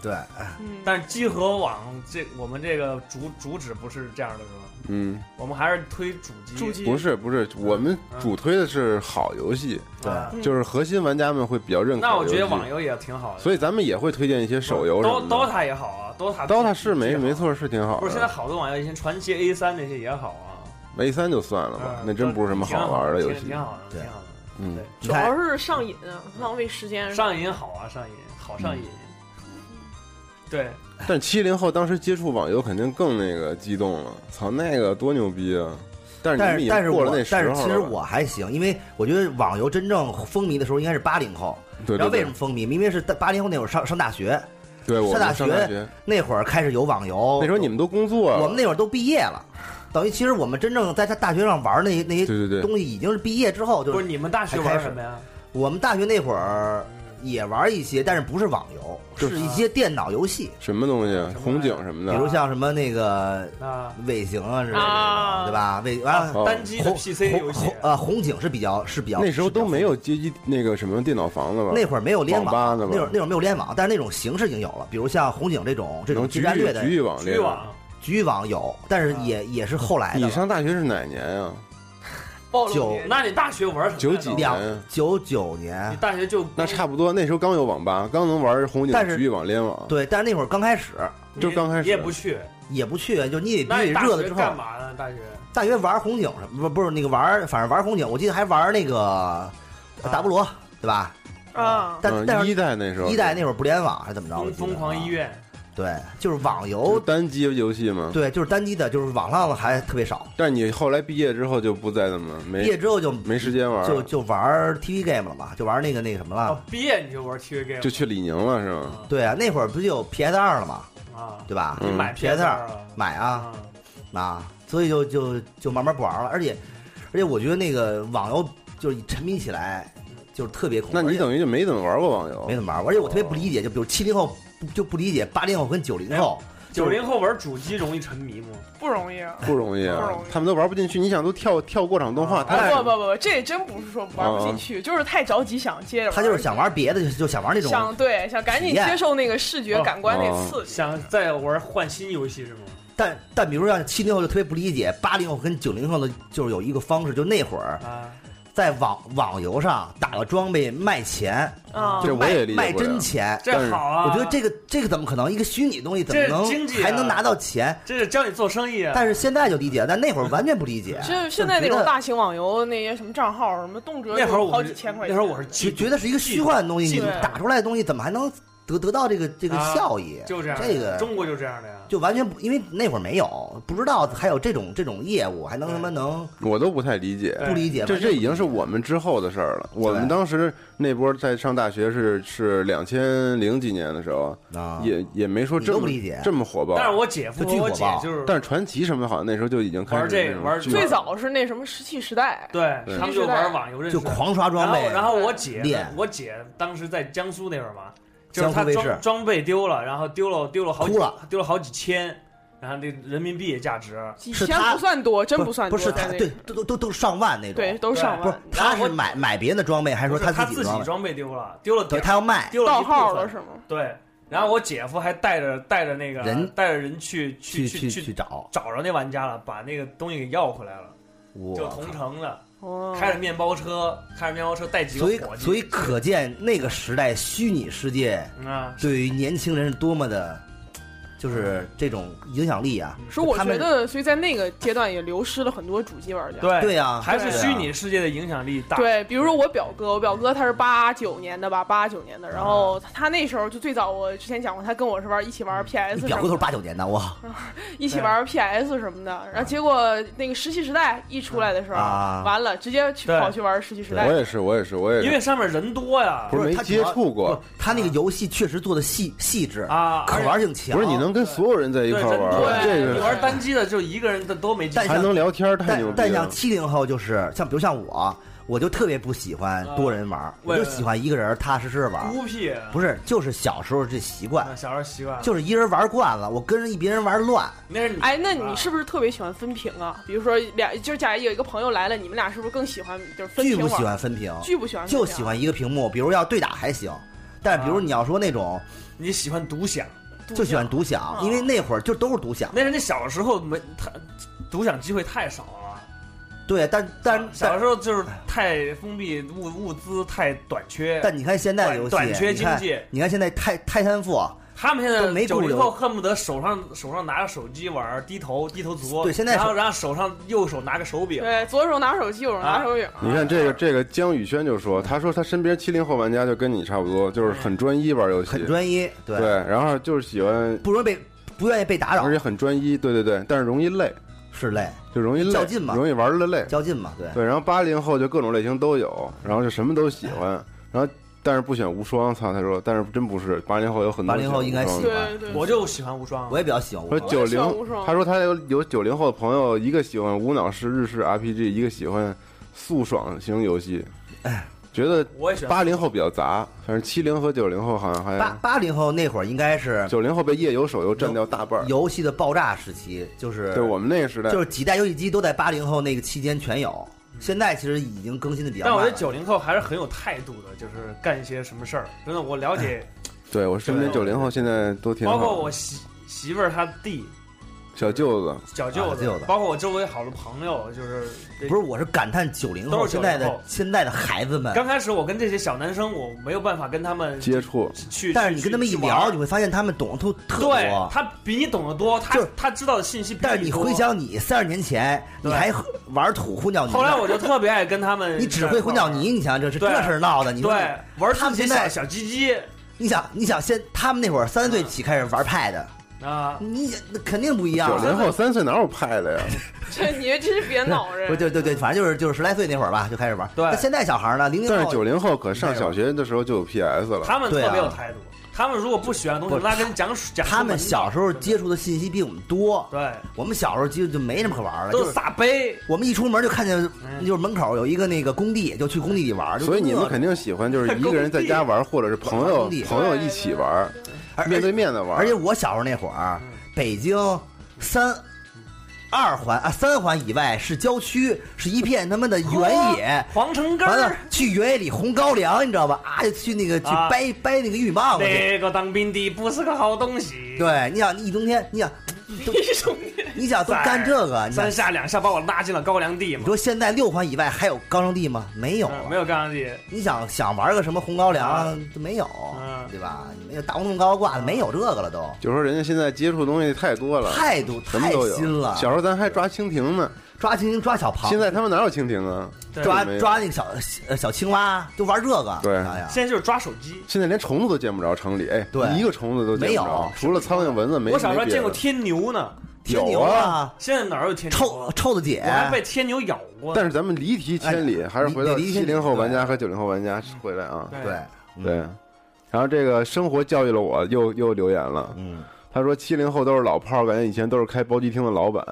Speaker 5: 对，
Speaker 6: 嗯
Speaker 3: 但是集合网这我们这个主主旨不是这样的，是吧？
Speaker 2: 嗯，
Speaker 3: 我们还是推主机，
Speaker 6: 主机
Speaker 2: 不是不是，我们主推的是好游戏，
Speaker 3: 啊
Speaker 6: 对嗯
Speaker 2: 就是核心玩家们会比较认可。
Speaker 3: 那我觉得网，游也挺好的，
Speaker 2: 所以咱们也会推荐一些手游什
Speaker 3: 刀
Speaker 2: 么的。
Speaker 3: 刀塔也好啊，刀塔
Speaker 2: DOTA 是没没，错啊是挺好
Speaker 3: 啊不是现在
Speaker 2: 的
Speaker 3: 好多网游，以前传奇 A 三那些也好啊，
Speaker 2: ，A 三就算了吧
Speaker 3: 嗯，
Speaker 2: 那真不是什么
Speaker 3: 挺好
Speaker 2: 好玩的游
Speaker 3: 挺
Speaker 2: 戏
Speaker 3: 挺。好的，
Speaker 5: 对
Speaker 3: 挺好的。
Speaker 2: 嗯，
Speaker 5: 你
Speaker 6: 主要
Speaker 5: 看
Speaker 6: 是上瘾
Speaker 5: 嗯
Speaker 6: 啊，浪费时间。
Speaker 3: 上瘾好啊，上瘾好上瘾。
Speaker 2: 嗯
Speaker 3: 对，
Speaker 2: 但七零后当时接触网游肯定更那个激动了，操那个多牛逼啊！但是你
Speaker 5: 但
Speaker 2: 们
Speaker 5: 是
Speaker 2: 已
Speaker 5: 但是
Speaker 2: 经过
Speaker 5: 我
Speaker 2: 了那时候
Speaker 5: 但
Speaker 2: 了
Speaker 5: 是
Speaker 2: 吧。
Speaker 5: 其实我还行，因为我觉得网游真正风靡的时候应该是八零后，
Speaker 2: 对
Speaker 5: 然
Speaker 2: 对
Speaker 5: 后为
Speaker 2: 对
Speaker 5: 什么风靡？明明是八零后那会儿上上大学，
Speaker 2: 对我们
Speaker 5: 大
Speaker 2: 上
Speaker 5: 学
Speaker 2: 大学
Speaker 5: 那会儿开始有网游，
Speaker 2: 那时候你们都工作了，
Speaker 5: 我们那会儿都毕业了，等于其实我们真正在他大学上玩那那些
Speaker 2: 对对对，
Speaker 5: 东西已经是毕业之后，就
Speaker 3: 不
Speaker 5: 是
Speaker 3: 是你们大学玩什么呀？
Speaker 5: 我们大学那会儿也玩一些，但是不是网游，
Speaker 2: 就是嗯
Speaker 5: 一些电脑游戏，
Speaker 2: 什么东西啊
Speaker 3: 么玩意，儿
Speaker 2: 红警什么
Speaker 5: 比
Speaker 2: 的，
Speaker 5: 如像什么那个
Speaker 3: 啊，
Speaker 5: 尾行啊之类的，
Speaker 6: 啊
Speaker 5: 对吧？尾完了，
Speaker 2: 哦
Speaker 3: 单机的
Speaker 5: 红
Speaker 3: PC 游戏啊
Speaker 5: 红，呃红警是比较是比较
Speaker 2: 那时候都没，
Speaker 5: 是
Speaker 2: 有街机那个什么电脑房子吧
Speaker 5: 比较？那会儿没有联
Speaker 2: 网吧
Speaker 5: 网，
Speaker 2: 呢吧
Speaker 5: 那会儿那会儿没有联网，但是那种形式已经有了，比如像红警这种这
Speaker 2: 能
Speaker 5: 种
Speaker 2: 局
Speaker 5: 局战略
Speaker 2: 域
Speaker 5: 的
Speaker 2: 局域网
Speaker 3: 局
Speaker 2: 联
Speaker 3: 域。网
Speaker 5: 局域网有，但是
Speaker 3: 啊
Speaker 5: 也也是后来的
Speaker 2: 你
Speaker 5: 了。
Speaker 2: 上大学是哪年啊？
Speaker 6: 暴露
Speaker 5: 九
Speaker 6: 年纪
Speaker 3: 那你大学玩什么来着？
Speaker 2: 九几
Speaker 5: 两
Speaker 2: 年啊
Speaker 5: 九九
Speaker 3: 你
Speaker 5: 年，
Speaker 3: 大学就
Speaker 2: 那差不多，那时候刚有网吧，刚能玩红警
Speaker 5: 但是
Speaker 2: 局域网联网，
Speaker 5: 对，但是那会儿刚开始
Speaker 3: 你
Speaker 2: 就刚开始
Speaker 3: 你也不去，
Speaker 5: 也不去，就你得
Speaker 3: 那你
Speaker 5: 你得
Speaker 3: 大
Speaker 5: 热了
Speaker 3: 学
Speaker 5: 之后，
Speaker 3: 干嘛呢？大学
Speaker 5: 大学玩红警什么不不是那个玩，反正玩红警，我记得还玩那个
Speaker 3: 啊
Speaker 5: 达布罗，对吧？
Speaker 6: 啊，
Speaker 5: 但
Speaker 2: 嗯
Speaker 5: 但
Speaker 2: 一
Speaker 5: 是
Speaker 2: 代那时候
Speaker 5: 一代那会儿不联网还是怎么着？我
Speaker 3: 疯
Speaker 5: 记得啊
Speaker 3: 疯
Speaker 2: 啊
Speaker 3: 狂医院，
Speaker 5: 对，就是网
Speaker 2: 不是
Speaker 5: 游，
Speaker 2: 单机游戏嘛，
Speaker 5: 对，就是单机的，就是网上还特别少。
Speaker 2: 但是你后来毕业之后就不再那么
Speaker 5: 毕
Speaker 2: 没
Speaker 5: 业之后就
Speaker 2: 没时间玩
Speaker 5: 就
Speaker 2: 了，
Speaker 5: 就玩 TV game 了嘛，就玩那个那个什么了。
Speaker 3: 哦，毕业你就玩 TV game，
Speaker 2: 啊就去李宁了是吗？
Speaker 5: 对啊，那会儿不就有 PS 二了嘛，
Speaker 3: 啊，
Speaker 5: 对吧？
Speaker 3: 你
Speaker 2: 嗯
Speaker 3: 买
Speaker 5: PS2
Speaker 3: PS 啊
Speaker 5: 买啊
Speaker 3: 啊，
Speaker 5: 啊，所以就就就慢慢不玩了。而且而且我觉得那个网游就是沉迷起来就是特别恐怖。
Speaker 2: 那你
Speaker 5: 而且
Speaker 2: 等于就没怎么玩过网游
Speaker 5: 没，怎么玩过？而且我特别不理解，就比如七零后不就不理解八零后跟九零后，
Speaker 3: 九零后玩主机容易沉迷吗？
Speaker 6: 不容易啊。
Speaker 2: 不容易
Speaker 6: 不
Speaker 2: 啊
Speaker 6: 容易，
Speaker 2: 他们都玩不进去。你想都跳跳过场动画，
Speaker 3: 啊
Speaker 2: 他
Speaker 6: 啊
Speaker 2: 俩
Speaker 6: 不不不，这真不是说玩不进去，就是太着急想接着玩。
Speaker 5: 嗯他就是想玩别的，就就想玩那种哦
Speaker 6: 想对想赶紧
Speaker 5: 体验
Speaker 6: 接受那个视觉感官那刺激。
Speaker 3: 想再玩换新游戏是吗？
Speaker 5: 但但比如像七零后就特别不理解，八零后跟九零后的就是有一个方式，就那会儿
Speaker 3: 啊，
Speaker 5: 在网网游上打个装备卖钱，
Speaker 6: 啊
Speaker 2: 这
Speaker 5: 哦就
Speaker 2: 我
Speaker 5: 卖
Speaker 2: 也理解
Speaker 5: 卖
Speaker 2: 不了
Speaker 5: 真钱。
Speaker 2: 但
Speaker 3: 哦这
Speaker 2: 是
Speaker 3: 好啊！
Speaker 5: 我觉得这个这个怎么可能？一个虚拟东西怎么
Speaker 3: 这经
Speaker 5: 能
Speaker 3: 济啊
Speaker 5: 还能拿到钱？
Speaker 3: 这是教你做生 意啊。
Speaker 5: 但是现在就理解，但那会儿完全不理解。
Speaker 6: 就是现在那种
Speaker 5: 就觉得
Speaker 6: 大型网游，那些什么账号，什么动辄
Speaker 3: 那会儿
Speaker 6: 就
Speaker 3: 我
Speaker 6: 好
Speaker 3: 是
Speaker 6: 几千块
Speaker 3: 那
Speaker 6: 钱。
Speaker 3: 会儿我是
Speaker 5: 就
Speaker 3: 嫉妒
Speaker 5: 觉得是一个虚幻的东西，
Speaker 6: 嫉
Speaker 5: 你
Speaker 6: 妒
Speaker 5: 打出来的东西怎么还能得得到这个这个
Speaker 3: 啊
Speaker 5: 效益？
Speaker 3: 就这样的，
Speaker 5: 这个
Speaker 3: 中国就这样的呀。
Speaker 5: 就完全不，因为那会儿没有，不知道还有这种这种业务，还能
Speaker 3: 对
Speaker 5: 他妈能
Speaker 2: 我都不太理解。
Speaker 3: 对
Speaker 5: 不理解？
Speaker 2: 这
Speaker 5: 完
Speaker 2: 这
Speaker 5: 全
Speaker 2: 已经是我们之后的事儿了。我们当时那波在上大学是是两千零几年的时候，
Speaker 5: 啊，
Speaker 2: 也也没说
Speaker 5: 你
Speaker 2: 这
Speaker 5: 都
Speaker 2: 么
Speaker 5: 不理解啊
Speaker 2: 这么火爆。
Speaker 3: 但是我姐夫
Speaker 5: 这
Speaker 3: 和
Speaker 5: 巨
Speaker 3: 我
Speaker 5: 火
Speaker 3: 姐
Speaker 5: 爆
Speaker 3: 就是
Speaker 2: 但是传奇什么的好像那时候就已经开始
Speaker 3: 玩这
Speaker 2: 那种
Speaker 3: 玩
Speaker 2: 巨
Speaker 6: 最早是那什么石器时代，
Speaker 3: 对
Speaker 2: 对
Speaker 3: 他们就玩网游认识
Speaker 5: 就
Speaker 3: 的，
Speaker 5: 狂刷
Speaker 3: 然
Speaker 5: 装
Speaker 3: 后
Speaker 5: 备，
Speaker 3: 然后我姐
Speaker 5: 练
Speaker 3: 我姐当时在江苏那边嘛，就是
Speaker 5: 江苏
Speaker 3: 她
Speaker 5: 卫
Speaker 3: 装
Speaker 5: 视
Speaker 3: 装备丢了，然后丢了丢了好几
Speaker 5: 哭了
Speaker 3: 丢了好几千，然后那人民币也价值，
Speaker 6: 几
Speaker 5: 是
Speaker 6: 千
Speaker 5: 他
Speaker 6: 不算多，真
Speaker 5: 不
Speaker 6: 算
Speaker 5: 不
Speaker 6: 多。
Speaker 5: 是
Speaker 6: 在
Speaker 5: 他，
Speaker 6: 那
Speaker 5: 对
Speaker 6: 个，
Speaker 5: 都都都都上万那
Speaker 6: 对
Speaker 5: 种，
Speaker 6: 都上
Speaker 3: 对
Speaker 5: 不是
Speaker 6: 万，
Speaker 5: 他
Speaker 3: 然后
Speaker 5: 是
Speaker 3: 我
Speaker 5: 买买别人的装备，还
Speaker 3: 不
Speaker 5: 说
Speaker 3: 是她
Speaker 5: 自
Speaker 3: 自己
Speaker 5: 己装备，
Speaker 3: 装备丢了，丢了
Speaker 5: 对
Speaker 3: 点
Speaker 5: 他要卖，
Speaker 3: 丢了
Speaker 6: 盗
Speaker 3: 一部
Speaker 6: 号
Speaker 3: 分
Speaker 6: 了是吗？
Speaker 3: 对，然后我姐夫还带着带着那个
Speaker 5: 人
Speaker 3: 带着人去
Speaker 5: 去
Speaker 3: 去
Speaker 5: 去找，
Speaker 3: 找着那玩家了，把那个东西给要回来了，
Speaker 5: 我
Speaker 3: 就同城的。
Speaker 6: 哦，
Speaker 3: 开着面包车，开着面包车带几个
Speaker 5: 所以
Speaker 3: 伙计，
Speaker 5: 所以可见那个时代虚拟世界
Speaker 3: 嗯啊，
Speaker 5: 对于年轻人是多么的，就是这种影响力啊！
Speaker 6: 所以我
Speaker 5: 他们
Speaker 6: 觉得，所以在那个阶段也流失了很多主机玩家。
Speaker 3: 对
Speaker 5: 对啊
Speaker 3: 还是
Speaker 5: 对啊
Speaker 3: 虚拟世界的影响力大，
Speaker 6: 对，比如说我表哥，我表哥他是八九年的吧，八九年的，
Speaker 5: 嗯
Speaker 6: 然后他他那时候就最早，我之前讲过，他跟我是玩一起玩 PS
Speaker 5: 你
Speaker 6: 什
Speaker 5: 嗯表哥
Speaker 6: 么
Speaker 5: 都是
Speaker 6: 的，
Speaker 5: 八嗯九年的，我
Speaker 6: 一起玩 PS 什么的，然后结果那个《石器时代》一出来的时候，
Speaker 5: 啊
Speaker 6: 完了直接去
Speaker 3: 对
Speaker 6: 跑去玩《石器时代
Speaker 2: 我》，也是，我也是，我也是，
Speaker 3: 因为上面人多呀，
Speaker 2: 不是没
Speaker 5: 他主
Speaker 2: 接
Speaker 5: 要
Speaker 2: 触过
Speaker 5: 不，他那个游戏确实做的细细致，
Speaker 3: 啊，
Speaker 5: 可玩性强。
Speaker 2: 不是你能跟所有人在一
Speaker 3: 对
Speaker 2: 块
Speaker 3: 人
Speaker 2: 儿
Speaker 3: 多呀
Speaker 2: 玩，，这
Speaker 3: 你
Speaker 2: 个
Speaker 3: 玩单机的就一个人的多没劲
Speaker 5: 但
Speaker 2: 还能聊天，太牛
Speaker 5: 但
Speaker 2: 逼
Speaker 5: 但像
Speaker 2: 了。
Speaker 5: 七零后就是像比如像我，我就特别不喜欢
Speaker 6: 啊
Speaker 5: 多人玩，我就
Speaker 3: 为了
Speaker 5: 喜欢一个人踏踏实实玩。
Speaker 3: 孤僻，
Speaker 5: 不是，就是小时候这习惯，
Speaker 3: 啊小时候习惯了，
Speaker 5: 就是一人玩惯了，我跟着一别人玩乱。
Speaker 3: 那是你
Speaker 6: 哎，那你
Speaker 3: 啊
Speaker 6: 是不是特别喜欢分屏啊？比如说俩，就是假如有一个朋友来了，你们俩是不是更喜欢就是分
Speaker 5: 巨
Speaker 6: 屏
Speaker 5: 不
Speaker 6: 玩？
Speaker 5: 喜欢分屏，
Speaker 6: 巨不啊喜欢分屏
Speaker 5: 就
Speaker 6: 啊，
Speaker 5: 喜欢一个屏幕，比如要对打还行，但是比如你要说那种
Speaker 3: 你喜欢独享，嗯
Speaker 6: 独
Speaker 5: 就喜欢
Speaker 6: 享
Speaker 5: 独享，因为那会儿就都是独享。
Speaker 3: 那是你小时候没他独享机会太少了。
Speaker 5: 对，但但
Speaker 3: 小
Speaker 5: 但
Speaker 3: 时候就是太封闭，物物资太短缺，
Speaker 5: 但你看现在游戏，
Speaker 3: 短短缺经济
Speaker 5: 你看你看现在泰泰坦富，
Speaker 3: 他们现
Speaker 5: 都没
Speaker 3: 在
Speaker 5: 主
Speaker 3: 九
Speaker 5: 流
Speaker 3: 零后恨不得手上手上拿着手机玩儿，低头低头族。
Speaker 5: 对现在
Speaker 3: 然后
Speaker 5: 手
Speaker 3: 然后手上右手拿个手柄，
Speaker 6: 对，左手拿手机，右手拿
Speaker 3: 啊
Speaker 6: 手柄。
Speaker 2: 你看这个这个江宇轩就说，他说他身边七零后玩家就跟你差不多，就是很专一玩游戏
Speaker 5: 很，专一，对，
Speaker 2: 对，然后就是喜欢，
Speaker 5: 不容易被不愿意被打扰
Speaker 2: 而，且很专一，对对对，但是容易累，
Speaker 5: 是累，
Speaker 2: 就容易累，
Speaker 5: 较劲嘛
Speaker 2: 容易玩的累。
Speaker 5: 较劲嘛，对。
Speaker 2: 对，然后八零后就各种类型都有，然后就什么都喜欢，然后但是不选无双，操，他说，但是真不是，八零后有很多
Speaker 5: 80后应该
Speaker 2: 选无双
Speaker 5: 喜
Speaker 2: 的
Speaker 5: 欢
Speaker 6: 对对，
Speaker 3: 我就喜欢无双。
Speaker 5: 我也比较喜欢无
Speaker 2: 说
Speaker 5: 双，
Speaker 2: 九
Speaker 6: 喜
Speaker 2: 零
Speaker 6: 欢无双，
Speaker 2: 他说他有有九零后的朋友，一个喜欢无脑式日式 RPG，一个喜欢速爽型游戏，
Speaker 5: 哎
Speaker 2: 觉得
Speaker 3: 我也喜欢
Speaker 2: 八零后比较杂，反正七零和九零后好像
Speaker 5: 八
Speaker 2: 还
Speaker 5: 八零后那会儿应该是
Speaker 2: 九零后被夜游手游占掉大半儿，
Speaker 5: 游戏的爆炸时期，就是
Speaker 2: 对我们那个时代
Speaker 5: 就，是几代游戏机都在八零后那个期间全有。现在其实已经更新的比
Speaker 3: 嗯
Speaker 5: 较
Speaker 3: 但
Speaker 5: 慢
Speaker 3: 我
Speaker 5: 了，
Speaker 3: 觉得九零后还是很有态度的，就是干一些什么事儿。真的，我了解，
Speaker 5: 哎
Speaker 2: 对我身边
Speaker 3: 对
Speaker 2: 九零后现在都挺
Speaker 3: 包括
Speaker 2: 好
Speaker 3: 我。媳媳妇儿她弟，
Speaker 2: 小舅子，
Speaker 3: 小舅
Speaker 5: 啊舅子
Speaker 3: 包括我周围好多朋友，就是
Speaker 5: 不是，我是感叹九零
Speaker 3: 都
Speaker 5: 后
Speaker 3: 是
Speaker 5: 现在
Speaker 3: 90后
Speaker 5: 的现在的孩子们，
Speaker 3: 刚开始我跟这些小男生，我没有办法跟他们
Speaker 2: 接触
Speaker 3: 去，
Speaker 5: 但是你跟他们一
Speaker 3: 去去玩
Speaker 5: 聊，你会发现他们懂得都特
Speaker 3: 对
Speaker 5: 多。
Speaker 3: 他比你懂得多，他
Speaker 5: 就是
Speaker 3: 他知道的信息比
Speaker 5: 但是你
Speaker 3: 多
Speaker 5: 回，想你三十年前，你
Speaker 3: 对
Speaker 5: 还玩土呼尿泥呢，
Speaker 3: 后来我就特别爱跟他们，
Speaker 5: 你只会呼尿泥，，你想这是
Speaker 3: 对
Speaker 5: 这事儿闹的，你
Speaker 3: 对
Speaker 5: 说，
Speaker 3: 玩自
Speaker 5: 他们
Speaker 3: 己
Speaker 5: 现
Speaker 3: 小
Speaker 5: 在
Speaker 3: 小鸡鸡
Speaker 5: 你想你想先他们那会儿三岁起开始玩 Pad，
Speaker 3: 啊，
Speaker 5: 你想那肯定不一样啊
Speaker 2: 九零
Speaker 5: 了。
Speaker 2: 后三岁哪有派的 呀？
Speaker 6: 这你真是别脑
Speaker 5: 不
Speaker 6: 人。
Speaker 5: 对对对，反正就是就是十来岁那会儿吧，就开始玩。
Speaker 3: 对
Speaker 5: 那现在小孩儿呢，零零后，
Speaker 2: 但是九零后可上小学的时候就有 PS 了，
Speaker 3: 他们
Speaker 5: 对
Speaker 3: 特
Speaker 5: 啊
Speaker 3: 别有态度，他们如果不喜欢的东西，
Speaker 5: 不
Speaker 3: 那跟你讲讲
Speaker 5: 他们小时候接
Speaker 3: 触
Speaker 5: 触的信息比我们多，
Speaker 3: 对
Speaker 5: 我们小时候就就没什么可玩儿的，
Speaker 3: 都
Speaker 5: 就是是
Speaker 3: 撒杯，
Speaker 5: 我们一出门就看见，
Speaker 3: 嗯
Speaker 5: 就是门口有一个那个工地，就去工地里玩儿。就
Speaker 2: 所以你
Speaker 5: 乐
Speaker 2: 们
Speaker 5: 着
Speaker 2: 肯定喜欢就是一个人在家玩，或者是朋友
Speaker 5: 工地
Speaker 2: 朋友一起玩，
Speaker 5: 而
Speaker 2: 面对面的玩。
Speaker 5: 而且我小时候那会儿
Speaker 3: 嗯，
Speaker 5: 北京三二环啊三环以外是郊区，是一片他妈的原
Speaker 2: 哦
Speaker 5: 野。
Speaker 3: 黄城根
Speaker 5: 完了
Speaker 3: 儿，，
Speaker 5: 去原野里红高粱，你知道吧？啊，就去那个去
Speaker 3: 啊
Speaker 5: 掰掰那个玉棒子去。
Speaker 3: 那个当兵的不是个好东西，
Speaker 5: 对，你想一冬天，你想都你想都干这
Speaker 2: 嗯
Speaker 5: 个，你想
Speaker 3: 三下两下把我拉进了高粱地
Speaker 5: 你
Speaker 3: 嘛，
Speaker 5: 说现在六环以外还有高粱地吗？没有
Speaker 3: 嗯
Speaker 5: 了
Speaker 3: 没。有高粱地，
Speaker 5: 你想想玩个什么红高
Speaker 2: 啊
Speaker 5: 粱
Speaker 3: 嗯
Speaker 5: 都没有
Speaker 3: 嗯，
Speaker 5: 对吧？没有大红灯笼高高挂的，没有这个了都。
Speaker 2: 就是说人家现在接触的东西太多了，
Speaker 5: 态度
Speaker 2: 嗯什么
Speaker 5: 太
Speaker 2: 都
Speaker 5: 新
Speaker 2: 有。
Speaker 5: 了，
Speaker 2: 小时候咱还抓蜻蜓呢，
Speaker 5: 抓蜻蜓抓小螃蟹
Speaker 2: 现在他们哪有蜻蜓啊？
Speaker 3: 对
Speaker 5: 抓
Speaker 2: 没有
Speaker 5: 抓那个小呃小青蛙，就玩这个。
Speaker 2: 对啊
Speaker 5: 哎呀，
Speaker 3: 现在就是抓手机。
Speaker 2: 现在连虫子都见不着，城里哎，
Speaker 5: 对
Speaker 2: 一个虫子都见不
Speaker 5: 没
Speaker 2: 着
Speaker 5: 有，
Speaker 2: 除了苍蝇、蚊子没。
Speaker 3: 我小时候
Speaker 2: 没
Speaker 3: 见过
Speaker 2: 别的
Speaker 3: 天牛呢，
Speaker 5: 天牛
Speaker 2: 有啊
Speaker 5: 啊，
Speaker 3: 现在哪儿有天牛
Speaker 5: 臭哎
Speaker 3: 啊？
Speaker 5: 臭子姐
Speaker 3: 我，还被天牛咬过。
Speaker 2: 但是咱们离题千里，还是回到
Speaker 5: 哎离离
Speaker 2: 七
Speaker 5: 千里
Speaker 2: 零后
Speaker 5: 对
Speaker 2: 玩家和九零后玩家回来啊。
Speaker 5: 对，嗯
Speaker 2: 对，然后这个生活教育了我，又又留言了。
Speaker 5: 嗯，
Speaker 2: 他说七零后都是老炮儿，感觉以前都是开包机厅的老板；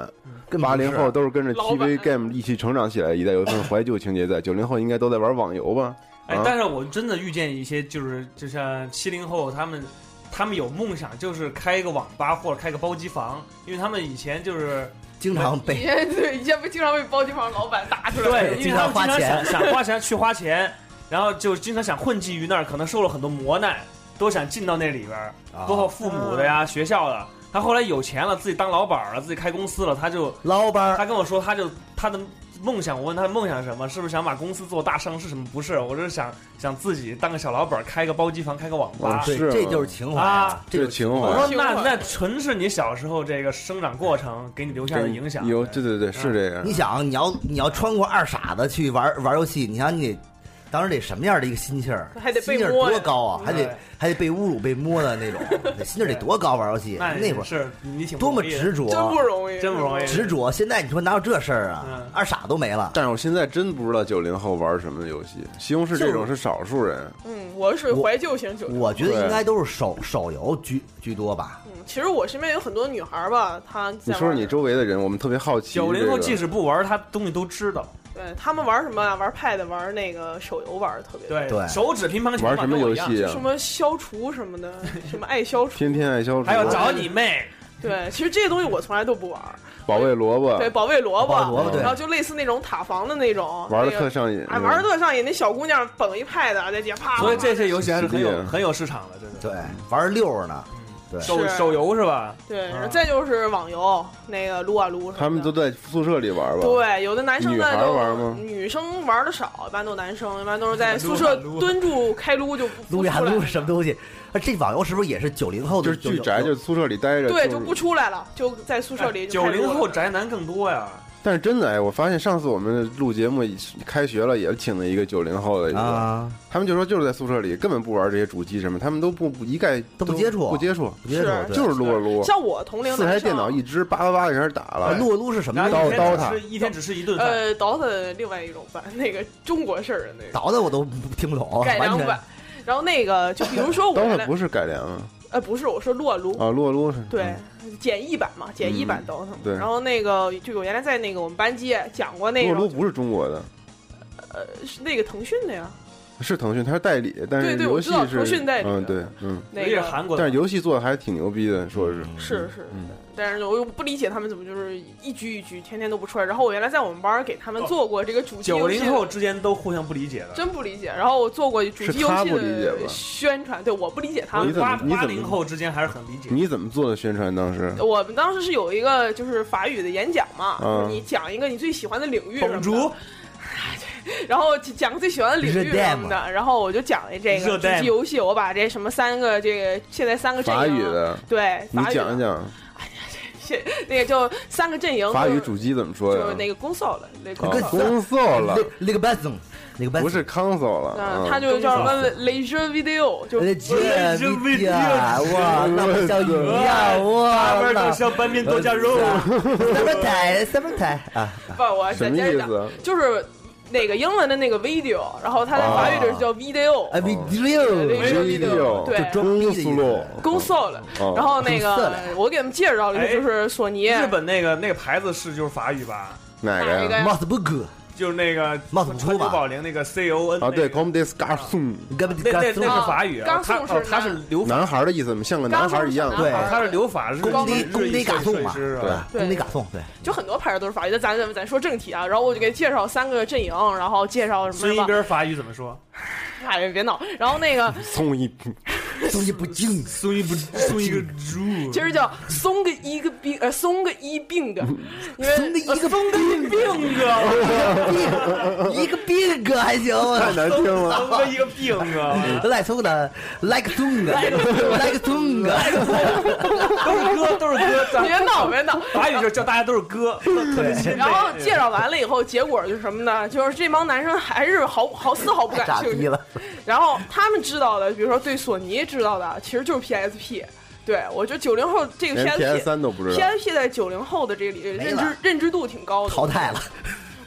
Speaker 5: 根本
Speaker 2: 八
Speaker 5: 不
Speaker 2: 零
Speaker 5: 是
Speaker 2: 后都是跟着
Speaker 6: 老板
Speaker 2: TV Game 一起成长起来的一代，有一份怀旧情节在；九零后应该都在玩网游吧？
Speaker 3: 哎
Speaker 5: 嗯
Speaker 2: 啊，
Speaker 3: 但是我真的遇见一些，就是就像七零后他们，他们有梦想，就是开一个网吧或者开个包机房，因为他们以前就是
Speaker 5: 经常
Speaker 6: 以
Speaker 5: 被
Speaker 6: 前 对以前不经常被包机房老板打出来吗？
Speaker 3: 对，因为
Speaker 5: 经
Speaker 3: 他
Speaker 5: 常
Speaker 3: 们
Speaker 5: 花
Speaker 3: 经常想
Speaker 5: 钱
Speaker 3: 想花 钱去花钱，然后就经常想混迹于那儿，可能受了很多磨难，都想进到那里边儿，
Speaker 5: 啊
Speaker 3: 包括父母的呀、学校的。他后来有钱了，自己当老板儿了，自己开公司了，他就
Speaker 5: 捞班儿
Speaker 3: 他跟我说，他就他的梦想，我问他梦想是什么，是不是想把公司做大上市什么？不是，我就是想想自己当个小老板儿，开个包机房，开个网吧
Speaker 2: 哦。
Speaker 5: 对，
Speaker 2: 是吗
Speaker 5: 这就是情怀
Speaker 3: 啊
Speaker 5: 这
Speaker 2: 这
Speaker 5: 就是
Speaker 2: 情
Speaker 3: 我
Speaker 2: 怀
Speaker 3: 说那那纯是你小时候这个生长过程给你留下的影响。
Speaker 2: 有对对对，是这样
Speaker 5: 你。想，你要你要穿过二傻子去玩玩游戏，你想你当时得什么样的一个心气儿？
Speaker 6: 还得被
Speaker 5: 心气儿
Speaker 6: 摸呀
Speaker 5: 多高啊，还
Speaker 3: 对
Speaker 5: 得还得被侮辱、被摸的 那种，那心气儿得多高玩游戏？
Speaker 3: 那
Speaker 5: 那会儿
Speaker 3: 是你挺不
Speaker 5: 多么
Speaker 3: 容易的
Speaker 5: 执着，
Speaker 6: 真不容易，
Speaker 3: 真不容易
Speaker 5: 执着。现在你说哪有这事儿啊
Speaker 3: 嗯？
Speaker 5: 二傻都没了。
Speaker 2: 但是我现在真不知道九零后玩什么游戏，西红柿这种是少数人。
Speaker 6: 嗯，我是属于怀旧型九零后
Speaker 5: 我觉得应该都是手手游居居多吧。
Speaker 6: 嗯，其实我身边有很多女孩儿吧，她
Speaker 2: 你
Speaker 6: 在
Speaker 2: 说说
Speaker 6: 玩
Speaker 2: 你周围的人，我们特别好奇这
Speaker 3: 九
Speaker 2: 个。
Speaker 3: 零后即使不玩，他东西都知道。
Speaker 6: 对他们玩什么啊？玩 Pad，玩那个手游玩的特别多，
Speaker 3: 对，
Speaker 5: 对
Speaker 3: 手指乒乓球嘛
Speaker 2: 玩什么游？
Speaker 3: 跟我一样
Speaker 2: 戏啊
Speaker 6: 什？么消除什么的， 什么爱消除，
Speaker 2: 天天爱啊消除，
Speaker 3: 还有找你妹，
Speaker 6: 对，其实这些东西我从来都不玩儿，
Speaker 2: 保卫萝卜，
Speaker 6: 对，保卫萝卜，
Speaker 5: 保卫萝
Speaker 2: 卜对
Speaker 6: 然后就类似那种塔防的那种，
Speaker 2: 玩的
Speaker 6: 那个
Speaker 2: 特嗯上瘾。
Speaker 6: 哎，玩的特上瘾，那小姑娘捧一 Pad 啊在底下啪，
Speaker 3: 所以这些游戏还是很
Speaker 2: 是的
Speaker 3: 有很有市场的，真的。
Speaker 5: 对，玩六呢，对
Speaker 3: 手
Speaker 6: 是
Speaker 3: 手游是吧？
Speaker 6: 对，然后
Speaker 3: 啊
Speaker 6: 再就是网游那个撸啊撸什么的，
Speaker 2: 嗯他们都在宿舍里玩吧？
Speaker 6: 对，有的男生呢
Speaker 2: 女孩
Speaker 6: 就
Speaker 2: 玩吗
Speaker 6: 女生玩的少，一般都男生，一般都是在宿舍
Speaker 3: 撸啊撸
Speaker 6: 蹲住开撸就不
Speaker 5: 撸呀
Speaker 6: 不出来
Speaker 5: 撸是什么东西？啊，这网游是不是也是九零后
Speaker 2: 就
Speaker 5: 的？
Speaker 2: 是巨宅，就是宿舍里待着。
Speaker 6: 对，
Speaker 2: 就
Speaker 6: 就是不。出来了，就在宿舍里就
Speaker 3: 九
Speaker 6: 开撸
Speaker 3: 零
Speaker 6: 了
Speaker 3: 后宅男更多呀。
Speaker 2: 但是真的哎，我发现上次我们录节目开学了，也请了一个九零后的一个，
Speaker 5: 啊，
Speaker 2: 他们就说就是在宿舍里根本不玩这些主机什么，他们都不不一概
Speaker 5: 都不接触
Speaker 2: 不接触，
Speaker 5: 不接受
Speaker 6: 是
Speaker 5: 对
Speaker 2: 就是撸啊撸。
Speaker 6: 像我同龄
Speaker 2: 四台
Speaker 6: 男生
Speaker 2: 电脑一支，叭叭叭就开始打
Speaker 5: 啊
Speaker 2: 了。
Speaker 5: 撸啊撸是什么
Speaker 3: 然后
Speaker 5: 东
Speaker 3: 一
Speaker 5: 西？
Speaker 2: 刀
Speaker 3: 天
Speaker 2: 刀
Speaker 3: 只是一天只是一顿饭，
Speaker 6: 呃，DOTA 另外一种版，那个中国式的那种
Speaker 5: 倒的我都不听不懂，
Speaker 6: 改
Speaker 5: 完
Speaker 6: 良
Speaker 5: 全
Speaker 6: 版。然后那个就比如说我
Speaker 2: 刀
Speaker 6: 原
Speaker 2: 塔
Speaker 6: 来
Speaker 2: 不是改良啊，
Speaker 6: 呃不是我说撸啊撸，
Speaker 2: 啊撸啊撸是。
Speaker 6: 对，简易版嘛，简易版 DOTA 嘛。
Speaker 2: 嗯对
Speaker 6: 然后那个就我原来在那个我们班级讲过那
Speaker 2: 撸啊撸
Speaker 6: 种
Speaker 2: 不是中国的，
Speaker 6: 呃是那个腾讯的呀，
Speaker 2: 是腾讯，它是代理，但
Speaker 6: 对
Speaker 2: 是
Speaker 6: 对
Speaker 2: 游
Speaker 6: 我
Speaker 2: 戏
Speaker 6: 知道
Speaker 2: 是
Speaker 6: 腾讯代理的
Speaker 2: 嗯对嗯，
Speaker 6: 那
Speaker 3: 也是
Speaker 6: 个
Speaker 3: 韩国的，
Speaker 2: 但是游戏做的还挺牛逼的，说是
Speaker 6: 是是
Speaker 2: 嗯，
Speaker 6: 但是我又不理解他们怎么就是一局一局天天都不出来。然后我原来在我们班儿给他
Speaker 2: 哦
Speaker 6: 们做过这个主机
Speaker 3: 九
Speaker 6: 游戏
Speaker 3: 零
Speaker 6: 的
Speaker 3: 后之间都互相不理解的，
Speaker 6: 真不理解。然后我做过主
Speaker 2: 是
Speaker 6: 机游
Speaker 2: 他
Speaker 6: 戏
Speaker 2: 不理解吧
Speaker 6: 的宣传，对，我不理解他
Speaker 2: 你
Speaker 6: 们
Speaker 2: 怎。么
Speaker 3: 八
Speaker 2: 你怎么
Speaker 3: 八零后之间还是很理解的。
Speaker 2: 你怎么做的宣传当时？
Speaker 6: 我们当时是有一个就是法语的演讲嘛，
Speaker 2: 嗯
Speaker 6: 就是你讲一个你最喜欢的领域什
Speaker 3: 董
Speaker 6: 么的
Speaker 3: 竹，
Speaker 6: 然后讲最喜欢的领域什么
Speaker 5: 热带
Speaker 6: 的，然后我就讲了这
Speaker 3: 热
Speaker 6: 个主
Speaker 3: 带
Speaker 6: 机游戏，我把这什么三个这个现在三个阵营
Speaker 2: 法语的，
Speaker 6: 对
Speaker 2: 你
Speaker 6: 法语的
Speaker 2: 讲一讲
Speaker 6: 那个就三个阵营
Speaker 2: 法语
Speaker 6: 就是
Speaker 2: 主机怎啊么说
Speaker 6: 嗯就是
Speaker 2: 呀？
Speaker 6: 那个 console 那个
Speaker 2: 啊
Speaker 6: console
Speaker 2: 公售了，
Speaker 5: 那个 b a z o n 那个 b a
Speaker 2: 不
Speaker 5: z o
Speaker 2: 是 console 了，
Speaker 6: 嗯，
Speaker 2: 嗯
Speaker 6: 它就叫什么 leisure video，就
Speaker 5: n
Speaker 3: 哎这味
Speaker 5: 姐， 哇，那么像鱼呀，
Speaker 3: 八
Speaker 5: 哇，
Speaker 3: 瓣
Speaker 5: 那
Speaker 3: 都是要拌面多加肉，
Speaker 5: 什么台什么台啊？
Speaker 6: 不，我
Speaker 2: 什
Speaker 6: 再
Speaker 2: 么
Speaker 6: 接
Speaker 2: 意
Speaker 6: 着讲，
Speaker 2: 思？
Speaker 6: 就是那个英文的那个 video，然后它在法语里是叫 video，
Speaker 2: 哦
Speaker 5: 啊，video，
Speaker 6: leisure
Speaker 2: video，
Speaker 6: video，对
Speaker 5: 就。装逼的意思。
Speaker 6: console，
Speaker 2: 哦
Speaker 6: 然后那
Speaker 5: 色
Speaker 6: 个
Speaker 5: 了
Speaker 6: 我给他们介绍了一
Speaker 3: 哎
Speaker 6: 个，就是索尼
Speaker 3: 日本那个那个牌子是就是法语吧，
Speaker 2: 哪
Speaker 6: 哪一
Speaker 2: 个
Speaker 6: 个
Speaker 2: 呀？
Speaker 5: m o s b u g
Speaker 3: 就是那个
Speaker 5: 帽子不
Speaker 3: 川
Speaker 5: 出
Speaker 3: 久
Speaker 5: 吧
Speaker 3: 保玲那个 C O N
Speaker 2: 啊，对，come discussion，
Speaker 5: g a b
Speaker 3: 那那那是
Speaker 5: g
Speaker 3: 法语，
Speaker 6: 刚
Speaker 3: 啊，他
Speaker 6: 送是
Speaker 3: 哦他
Speaker 6: 男
Speaker 3: 是留法，
Speaker 2: 男孩的意思，怎么像个男孩一样？
Speaker 6: 刚
Speaker 5: 对
Speaker 6: 生小男孩
Speaker 3: 他是留法日
Speaker 5: 工地
Speaker 3: 日
Speaker 5: 工地
Speaker 3: 裔
Speaker 5: 嘎
Speaker 3: 设
Speaker 5: 送
Speaker 3: 计
Speaker 5: 嘛，
Speaker 3: 师
Speaker 5: 对
Speaker 3: 啊，
Speaker 5: 吧？工地嘎送，对，
Speaker 6: 就很多牌儿都是法语的。咱咱咱说正题啊，然后我就给介绍三个阵营，然后介绍什
Speaker 3: 孙
Speaker 6: 么
Speaker 3: 一
Speaker 6: 吧，
Speaker 3: 边法语怎么说？
Speaker 6: 哎，别闹。然后那个
Speaker 2: 送一
Speaker 5: 东西不精，
Speaker 3: 送一不送一个猪，
Speaker 6: 其实叫松个一个病，呃，松个一病的，因为
Speaker 5: 松个一个
Speaker 6: 呃松个一病
Speaker 3: 病啊，
Speaker 5: 一个 big 还行，
Speaker 2: 太难听了。
Speaker 3: 送个一个病啊，
Speaker 5: 赖松的 like 松的 like 松的，
Speaker 3: 都是哥都是哥，咱
Speaker 6: 别闹别闹。
Speaker 3: 法语就是叫大家都是哥，特别亲
Speaker 6: 然后
Speaker 3: 对嗯
Speaker 6: 介绍完了以后，结果就是什么呢？就是这帮男生还是毫毫丝毫不 感
Speaker 5: 傻
Speaker 6: 兴
Speaker 5: 逼
Speaker 6: 趣。
Speaker 5: 了，
Speaker 6: 然后他们知道的，比如说对索尼知道的，其实就是 PSP。对我觉得九零后这个
Speaker 2: 连 PS
Speaker 6: PSP。
Speaker 2: 三都不知道，
Speaker 6: PSP 在九零后的这里
Speaker 5: 没
Speaker 6: 认
Speaker 5: 了
Speaker 6: 知认知度挺高的，
Speaker 5: 淘汰了，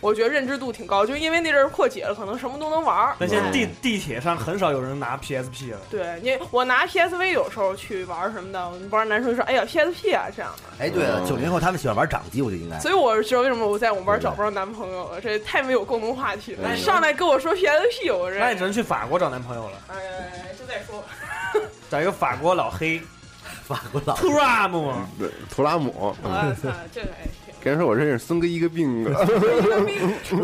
Speaker 6: 我觉得认知度挺高，就因为那阵儿破解了，可能什么都能玩儿。
Speaker 3: 但现在地地铁上很少有人拿 PSP 了，
Speaker 6: 对你，我拿 PSV 有时候去玩儿什么的，我们班男生就说：“哎呀，PSP 啊，这样的。
Speaker 5: 哎，对
Speaker 3: 嗯
Speaker 5: 了，九零后他们喜欢玩掌机，我就应该”。
Speaker 6: 所以我是知道为什么我在我们班找不着男朋友了，这太没有共同话题了。上来跟我说 PSP，我这
Speaker 3: 那你只能去法国找男朋友了，
Speaker 6: 哎，就再 说吧。
Speaker 3: 找一个法国老黑
Speaker 5: 法国佬，
Speaker 3: Turam，
Speaker 2: 对，图拉姆。
Speaker 6: 我操，这个哎挺
Speaker 2: 跟人说我认识孙哥一个病啊，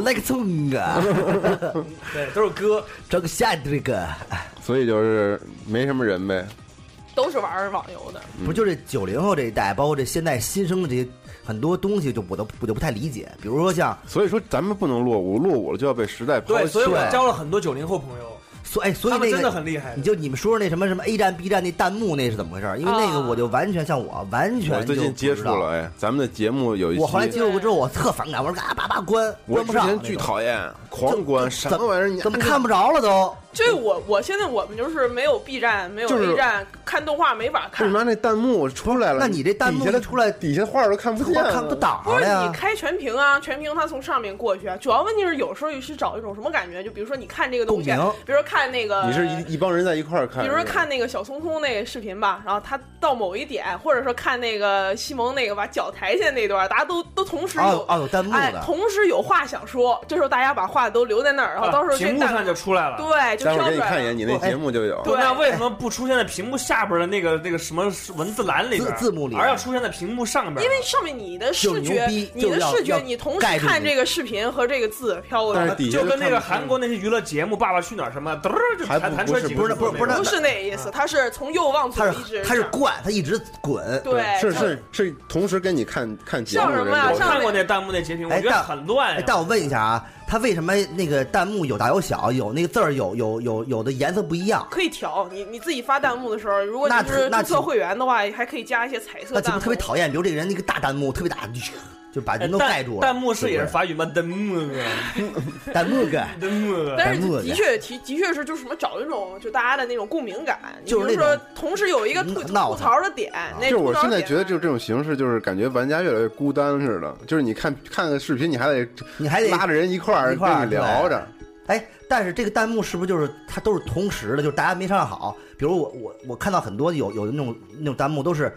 Speaker 5: like 松的，
Speaker 3: 对，都是哥，
Speaker 5: 整个下这个，
Speaker 3: 嗯
Speaker 2: 所以就是没什么人呗。
Speaker 6: 都是玩儿网游的，
Speaker 5: 不就这九零后这一代，包括这现在新生的这些很多东西，就我都我就不太理解，比如说像
Speaker 2: 所以说咱们不能落伍，落伍了就要被时代抛
Speaker 3: 对，
Speaker 2: 弃
Speaker 3: 所以。我交了很多九零后朋友，
Speaker 5: 所哎，所以
Speaker 3: 他们
Speaker 5: 那
Speaker 3: 真的
Speaker 5: 个
Speaker 3: 很厉害
Speaker 5: 你。就你们说说那什么什么 A 站 B 站那弹幕那是怎么回事儿？因为那个
Speaker 6: 啊
Speaker 5: 我就完全像我完全
Speaker 2: 我最
Speaker 5: 就
Speaker 2: 近
Speaker 5: 不
Speaker 2: 接
Speaker 5: 知
Speaker 2: 触
Speaker 5: 道
Speaker 2: 了，，哎，咱们的节目有一期，
Speaker 5: 我后来接触过之后我特反感，我说啊叭叭关
Speaker 2: 我
Speaker 5: 关不
Speaker 2: 之
Speaker 5: 上那
Speaker 2: 前
Speaker 5: 种，
Speaker 2: 巨讨厌，狂关什
Speaker 5: 怎
Speaker 2: 么玩意儿？你
Speaker 5: 怎么看不着了都？
Speaker 6: 这我我现在我们就是没有 B 站，没有
Speaker 2: 就是
Speaker 6: A 站，看动画没法看
Speaker 2: 你。妈那弹幕出来了，
Speaker 5: 那你这弹幕
Speaker 2: 呃底下
Speaker 5: 一
Speaker 2: 的啊
Speaker 5: 出来，
Speaker 2: 底下的画儿都看不
Speaker 5: 我
Speaker 2: 见了，
Speaker 5: 看不挡
Speaker 6: 不
Speaker 5: 了
Speaker 6: 是你
Speaker 5: 呀。
Speaker 6: 开全屏啊，全屏它从上面过去啊。主要问题是有时候是找一种什么感觉，就比如说你看这个东西
Speaker 5: 共鸣，
Speaker 6: 比如说看那个，
Speaker 2: 你是一一帮人在一块儿看，
Speaker 6: 呃比如说
Speaker 2: 是吧
Speaker 6: 看那个小聪聪那个视频吧，然后他到某一点，或者说看那个西蒙那个把脚抬起来那段，大家都都同时
Speaker 5: 啊
Speaker 6: 有。
Speaker 5: 啊，有弹幕
Speaker 6: 哎，
Speaker 5: 的，
Speaker 6: 同时有话想说，这时候大家把话都留在那儿，然后到时候这
Speaker 3: 啊屏幕
Speaker 6: 大
Speaker 3: 上就出
Speaker 5: 啊
Speaker 3: 来了。
Speaker 6: 对就
Speaker 2: 待
Speaker 6: 挑
Speaker 2: 会
Speaker 6: 出
Speaker 2: 儿
Speaker 6: 来
Speaker 2: 给你看一
Speaker 6: 了
Speaker 2: 眼，你那节目就有。
Speaker 6: 对
Speaker 3: 那为什么不出现在屏幕下边的那个那个什么文字栏里边，
Speaker 5: 字字幕里
Speaker 3: 而要出现在屏幕上边？啊
Speaker 6: 因为上面你的视
Speaker 5: 就牛
Speaker 6: 觉
Speaker 5: 逼，
Speaker 6: 你
Speaker 5: 就
Speaker 6: 的
Speaker 5: 要
Speaker 6: 视觉
Speaker 5: 要，
Speaker 6: 你同时
Speaker 5: 盖住
Speaker 6: 看
Speaker 5: 你
Speaker 6: 这个视频和这个字飘过
Speaker 2: 但
Speaker 6: 来
Speaker 2: 是，底下
Speaker 3: 就跟那个
Speaker 2: 看不见
Speaker 3: 韩国那些娱乐节目《爸爸去哪儿》什么，嘚儿就
Speaker 2: 还
Speaker 3: 弹
Speaker 2: 不
Speaker 3: 弹
Speaker 2: 不
Speaker 3: 出来
Speaker 2: 是
Speaker 3: 几
Speaker 5: 不
Speaker 3: 个
Speaker 5: 是
Speaker 3: 字
Speaker 5: 不是
Speaker 3: 母
Speaker 5: 不是
Speaker 3: 那
Speaker 6: 不
Speaker 3: 个
Speaker 6: 是那意思，它是从右往
Speaker 5: 他
Speaker 6: 左
Speaker 5: 是
Speaker 6: 一直
Speaker 5: 他是
Speaker 6: 上
Speaker 5: 灌，他一直滚。
Speaker 6: 对，啊
Speaker 2: 是
Speaker 6: 就是
Speaker 2: 是，同时跟你看看节目
Speaker 6: 像
Speaker 2: 的
Speaker 6: 什么
Speaker 2: 人
Speaker 6: 呀
Speaker 2: 都
Speaker 3: 我
Speaker 2: 有
Speaker 6: 像
Speaker 3: 看过那弹幕那截屏，我
Speaker 5: 哎
Speaker 3: 觉得
Speaker 5: 但
Speaker 3: 很乱
Speaker 5: 哎
Speaker 3: 呀，。
Speaker 5: 但我问一下啊，他为什么那个弹幕有大有小，有那个字儿有有有有的颜色不一样？
Speaker 6: 可以调，你你自己发弹幕的时候，如果
Speaker 5: 那
Speaker 6: 你是
Speaker 5: 那
Speaker 6: 注册会员的话，还可以加一些彩色
Speaker 5: 那岂
Speaker 6: 弹
Speaker 5: 不
Speaker 6: 幕。
Speaker 5: 特别讨厌？比如这个人那个大弹幕特别大，就把
Speaker 3: 哎
Speaker 5: 人都盖住了。
Speaker 3: 弹幕是也是
Speaker 5: 对
Speaker 3: 法语吗？弹幕啊，
Speaker 5: 啊不对弹幕 盖。
Speaker 3: 弹幕啊。
Speaker 6: 但是
Speaker 5: 弹幕的
Speaker 6: 的确，的的确是就是什么找一种就大家的那种共鸣感，
Speaker 5: 就是
Speaker 6: 你比如
Speaker 5: 那
Speaker 6: 说
Speaker 5: 种
Speaker 6: 同时有一个吐
Speaker 5: 嗯闹
Speaker 6: 吐
Speaker 5: 腾
Speaker 6: 槽的点，
Speaker 2: 就
Speaker 6: 那
Speaker 2: 是我
Speaker 6: 吐槽
Speaker 2: 现在
Speaker 6: 点啊
Speaker 2: 觉得，就这种形式，就是感觉玩家越来越孤单似的。就是你看看个视频，你还得
Speaker 5: 你还得
Speaker 2: 拉着人一块儿
Speaker 5: 一
Speaker 2: 跟
Speaker 5: 块儿
Speaker 2: 你聊着。
Speaker 5: 哎，但是这个弹幕是不是就是它都是同时的？就是大家没商量好。比如我我我看到很多有有的那种那种弹幕都是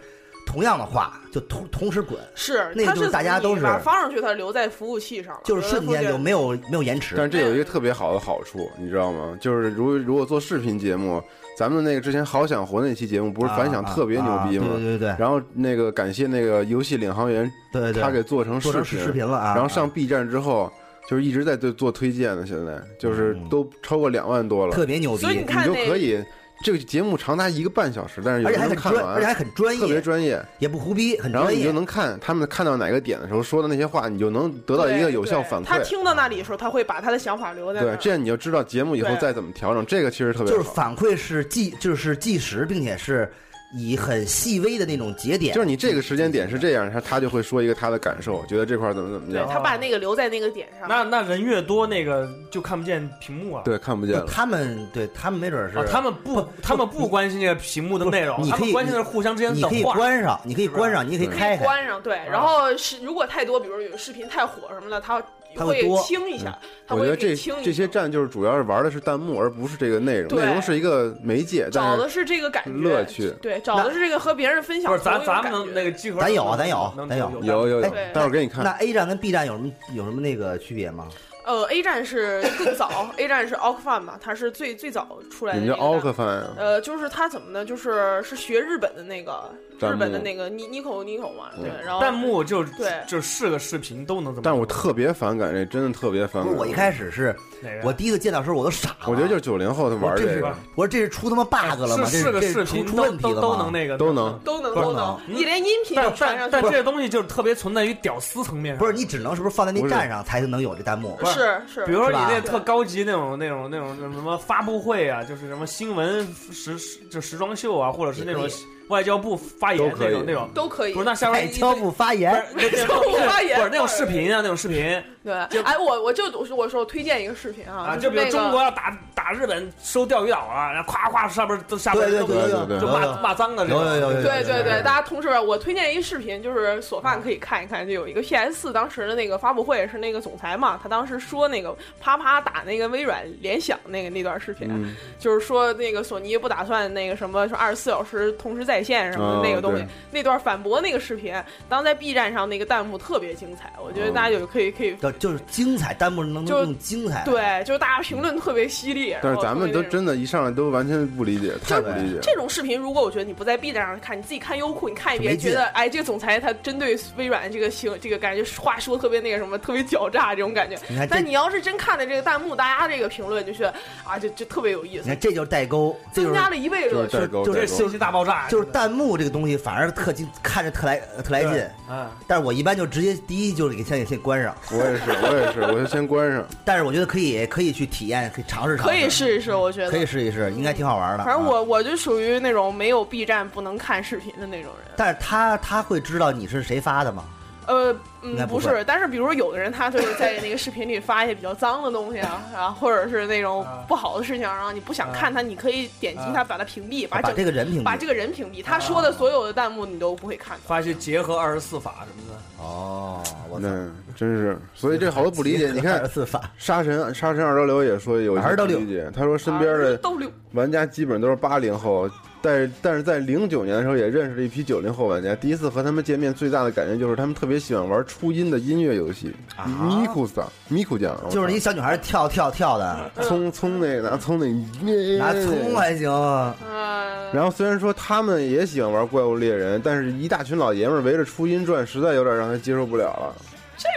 Speaker 5: 同样的话就同同时滚，
Speaker 6: 是，
Speaker 5: 那
Speaker 6: 它
Speaker 5: 就是
Speaker 6: 是
Speaker 5: 大家
Speaker 6: 你
Speaker 5: 都是
Speaker 6: 把它放上去，它留在服务器上了，
Speaker 5: 就是瞬间就
Speaker 6: 留在
Speaker 5: 没有没有延迟
Speaker 2: 但。是这有一个特别好的好处，你知道吗？就是如如果做视频节目，咱们那个之前《好想活》那期节目不是反响特别牛逼吗？
Speaker 5: 啊啊对对对
Speaker 2: 然后那个感谢那个游戏领航员，
Speaker 5: 对对对，
Speaker 2: 他给做成
Speaker 5: 做
Speaker 2: 视
Speaker 5: 成
Speaker 2: 频，
Speaker 5: 视频了啊，
Speaker 2: 然后上 B 站之后，就是一直在对做推荐的，现在就是
Speaker 5: 嗯
Speaker 2: 都超过两万多了，
Speaker 5: 特别牛逼
Speaker 6: 所以，你
Speaker 2: 你
Speaker 6: 看
Speaker 2: 就
Speaker 6: 那
Speaker 2: 可以这个节目长达一个半小时，但是有
Speaker 5: 而且还
Speaker 2: 人能看
Speaker 5: 很专，而且
Speaker 2: 完，
Speaker 5: 还很专
Speaker 2: 特别
Speaker 5: 业，
Speaker 2: 专业。
Speaker 5: 也不胡逼，很
Speaker 2: 然后
Speaker 5: 专
Speaker 2: 你就
Speaker 5: 业。
Speaker 2: 能看他们看到哪个点的时候说的那些话，你就能得到一个
Speaker 6: 对
Speaker 2: 有效
Speaker 6: 对
Speaker 2: 反馈
Speaker 6: 他。听到那里的时候，他会把他的想法留在那
Speaker 2: 对
Speaker 6: 儿，。
Speaker 2: 这样你就知道节目以后
Speaker 6: 对
Speaker 2: 再怎么调整，这个其实特别
Speaker 5: 就是
Speaker 2: 好。
Speaker 5: 反馈是计，就是计时，并且是以很细微的那种节点，
Speaker 2: 就是你这个时间点是这样，他他就会说一个他的感受，觉得这块儿怎么怎么
Speaker 6: 对
Speaker 2: 样。
Speaker 6: 他把那个留在那个点上。
Speaker 3: 那那人越多，那个就看不见屏幕啊。
Speaker 2: 对，看不见
Speaker 5: 就
Speaker 2: 了。
Speaker 5: 他们对他们没准是
Speaker 3: 啊，他们不，他们不关心这个屏幕的内容
Speaker 5: 不，是
Speaker 3: 他
Speaker 5: 你可
Speaker 3: 们
Speaker 5: 以
Speaker 3: 关心的是互相之间
Speaker 5: 你
Speaker 3: 的
Speaker 5: 可以
Speaker 3: 话。
Speaker 5: 关上，你可以关上，你也可以
Speaker 6: 可
Speaker 5: 开
Speaker 6: 以
Speaker 5: 开。
Speaker 6: 关上，对，然后是如果太多，比如有视频太火什么的，它
Speaker 5: 它会多
Speaker 6: 清一下，它
Speaker 2: 嗯我觉
Speaker 6: 会
Speaker 2: 得
Speaker 6: 给
Speaker 2: 这
Speaker 6: 你清一下
Speaker 2: 这些站就是主要是玩的是弹幕，而不是这个内容。
Speaker 6: 对
Speaker 2: 内容是一个媒介，
Speaker 6: 找
Speaker 2: 但
Speaker 6: 的
Speaker 2: 是
Speaker 6: 是这个感觉
Speaker 2: 乐趣
Speaker 6: 对，找的是这个和别人分享
Speaker 3: 不
Speaker 6: 同
Speaker 3: 是，
Speaker 6: 一种
Speaker 3: 咱
Speaker 6: 感
Speaker 3: 咱
Speaker 6: 觉。
Speaker 3: 们能那个集合，
Speaker 5: 咱有啊
Speaker 3: 能
Speaker 5: 咱有
Speaker 3: 能
Speaker 5: 咱有
Speaker 3: 有哎
Speaker 2: 有有有
Speaker 6: 对，
Speaker 2: 待会儿给你看
Speaker 5: 那。A 站跟 B 站有什么有什么那个区别吗？
Speaker 6: 呃，A 站是更早，A 站是 o c f a n 嘛，它是最最早出来
Speaker 2: 你
Speaker 6: 的
Speaker 2: 们叫
Speaker 6: 那个
Speaker 2: 奥
Speaker 6: 站。
Speaker 2: 克范啊？
Speaker 6: 呃，就是它怎么呢？就是是学日本的那个
Speaker 2: 弹
Speaker 6: 日
Speaker 2: 幕
Speaker 6: 本的那个 Ni Nico Nico 嘛，对，然后
Speaker 3: 弹幕就
Speaker 6: 对
Speaker 3: 就是个视频都能怎么？
Speaker 2: 但我特别反感这，真的特别反
Speaker 5: 不是，
Speaker 2: 感。
Speaker 5: 我一开始是
Speaker 3: 哪个
Speaker 5: 我第一次见到的时候我都傻了，
Speaker 2: 呃我觉得就是九零后他玩
Speaker 5: 我这
Speaker 2: 这
Speaker 5: 是
Speaker 2: 个，
Speaker 5: 我说这是出他妈 bug 了吗？
Speaker 3: 是
Speaker 5: 这
Speaker 3: 是个
Speaker 5: 这
Speaker 3: 视
Speaker 5: 出
Speaker 3: 频
Speaker 5: 出
Speaker 3: 都
Speaker 5: 问题
Speaker 3: 都
Speaker 5: 了
Speaker 3: 都
Speaker 5: 吗
Speaker 3: 能那个
Speaker 2: 都能
Speaker 6: 都能
Speaker 5: 不
Speaker 6: 都
Speaker 5: 能
Speaker 6: 能，你连音频都
Speaker 3: 嗯但
Speaker 6: 传
Speaker 3: 但
Speaker 6: 上
Speaker 3: 但
Speaker 6: 去，
Speaker 3: 这个东西就是特别存在于屌丝层面上，
Speaker 5: 不是你只能是不是放在那站上才能有这弹幕？
Speaker 6: 是是，
Speaker 3: 比如说
Speaker 5: 是
Speaker 3: 你
Speaker 5: 吧
Speaker 3: 那特高级那种那种那种那种什么发布会啊，就是什么新闻时时就时装秀啊，或者是那种
Speaker 5: 也可
Speaker 3: 外交部发言
Speaker 2: 都可
Speaker 3: 那
Speaker 2: 以
Speaker 3: 种那种，
Speaker 6: 都可以
Speaker 3: 不是那下
Speaker 5: 外
Speaker 3: 边一
Speaker 5: 交部发
Speaker 3: 不
Speaker 5: 言
Speaker 3: 是，那 那
Speaker 6: 交部发言
Speaker 3: 不是那种视频啊，那种视频
Speaker 6: 对
Speaker 3: 就，
Speaker 6: 哎，我我就我说我说我推荐一个视频啊
Speaker 3: 啊，，就是
Speaker 6: 就
Speaker 3: 比如
Speaker 6: 那
Speaker 3: 中
Speaker 6: 个
Speaker 3: 国要打打日本收钓鱼岛啊，然后夸夸上边都下边
Speaker 5: 对
Speaker 3: 都
Speaker 5: 对对
Speaker 2: 对对
Speaker 3: 就
Speaker 5: 有
Speaker 3: 骂
Speaker 5: 有
Speaker 3: 骂脏的这
Speaker 5: 有有有
Speaker 3: 种，
Speaker 5: 有有，
Speaker 6: 对对
Speaker 5: 有有
Speaker 6: 对，大家同时，我推荐一视频，就是索
Speaker 3: 嗯
Speaker 6: 范可以看一看，就有一个 PS 四当时的那个发布会是那个总裁嘛，他当时说那个啪啪打那个微软联想那个那段视频，
Speaker 2: 嗯，
Speaker 6: 就是说那个索尼不打算那个什么说二十四小时同时在线
Speaker 3: 啊
Speaker 6: 什么
Speaker 2: 哦
Speaker 6: 的那个东西，
Speaker 2: 对
Speaker 6: 那段反驳那个视频，当在 B 站上那个弹幕特别精彩，我觉得
Speaker 3: 啊
Speaker 2: 哦
Speaker 6: 大家有可以可以，
Speaker 5: 就就是精彩，弹幕能能
Speaker 6: 就
Speaker 5: 弄精彩。，
Speaker 6: 对，就是大家评论特别犀利，
Speaker 2: 但
Speaker 6: 然
Speaker 2: 是
Speaker 6: 后
Speaker 2: 咱们
Speaker 6: 特别
Speaker 2: 都
Speaker 6: 那种
Speaker 2: 真的，一上来都完全不理解，太不理解了。
Speaker 6: 这种视频，如果我觉得你不在 B 站上看，你自己看优酷，你看一
Speaker 5: 没
Speaker 6: 遍，
Speaker 5: 劲
Speaker 6: 觉
Speaker 2: 嗯
Speaker 6: 得哎，这个总裁他针对微软这个行，这个感觉话说特别那个什么，特别狡诈这种感觉。
Speaker 5: 你哎看这
Speaker 6: 但你要是真看的这个弹幕，大家这个评论就是啊，就就特别有意
Speaker 5: 你
Speaker 6: 思
Speaker 5: 看，哎这就是代沟，这
Speaker 6: 增
Speaker 5: 就是
Speaker 6: 加了一倍
Speaker 2: 就
Speaker 6: 乐
Speaker 2: 是
Speaker 6: 趣。
Speaker 2: 代沟，
Speaker 5: 就
Speaker 3: 这
Speaker 2: 代
Speaker 3: 是
Speaker 2: 沟
Speaker 3: 信息大爆炸，
Speaker 5: 就是弹幕这个东西反而特劲，看着特来呃特来劲。
Speaker 3: 嗯，
Speaker 5: 但是我一般就直接第一就是给先给先关上，
Speaker 2: 我也是，我也是，我就先关上。
Speaker 5: 但是我觉得可以可以去体验，可以尝试尝试，
Speaker 6: 可以试一试，我觉
Speaker 5: 可以
Speaker 6: 得。
Speaker 5: 试一试，应该挺好玩的。
Speaker 6: 反正
Speaker 5: 啊，
Speaker 6: 我我就属于那种没有 B 站不能看视频的那种人。
Speaker 5: 但是他他会知道你是谁发的吗？
Speaker 6: 呃，
Speaker 5: 应
Speaker 6: 嗯
Speaker 5: 该，不
Speaker 6: 不
Speaker 5: 会
Speaker 6: 是，但是比如说有的人他就是在那个视频里发一些比较脏的东西啊，然后或者是那种
Speaker 3: 啊
Speaker 6: 不好的事情，然后你不想看他，你可以点击他把他屏蔽，把
Speaker 5: 啊把
Speaker 6: 整
Speaker 5: 这个人屏蔽。啊
Speaker 6: 把这个人屏蔽，他说的所有的弹幕你都不会看到。
Speaker 3: 发一些结合二十四法什么的。
Speaker 5: 哦，我操！
Speaker 2: 那真是，所以这好多不理 解。你看
Speaker 5: 二，四法，
Speaker 2: 杀神杀神二周流也说有一些
Speaker 5: 二周
Speaker 2: 不
Speaker 5: 流
Speaker 2: 理解，他说身边
Speaker 6: 啊
Speaker 2: 的
Speaker 6: 都溜，
Speaker 2: 玩家基本都是八零后，但是但是在零九年的时候也认识了一批九零后玩家。第一次和他们见面，最大的感觉就是他们特别喜欢玩初音的音乐游戏，
Speaker 5: 啊
Speaker 2: 咪咕桑咪咕酱，
Speaker 5: 就是一小女孩跳跳跳的，
Speaker 2: 葱葱那个拿葱那个
Speaker 5: 拿葱。还行啊，
Speaker 6: 嗯，
Speaker 2: 然后虽然说他们也喜欢玩怪物猎人，但是一大群老爷们儿围着初音转，实在有点让他接受不了了。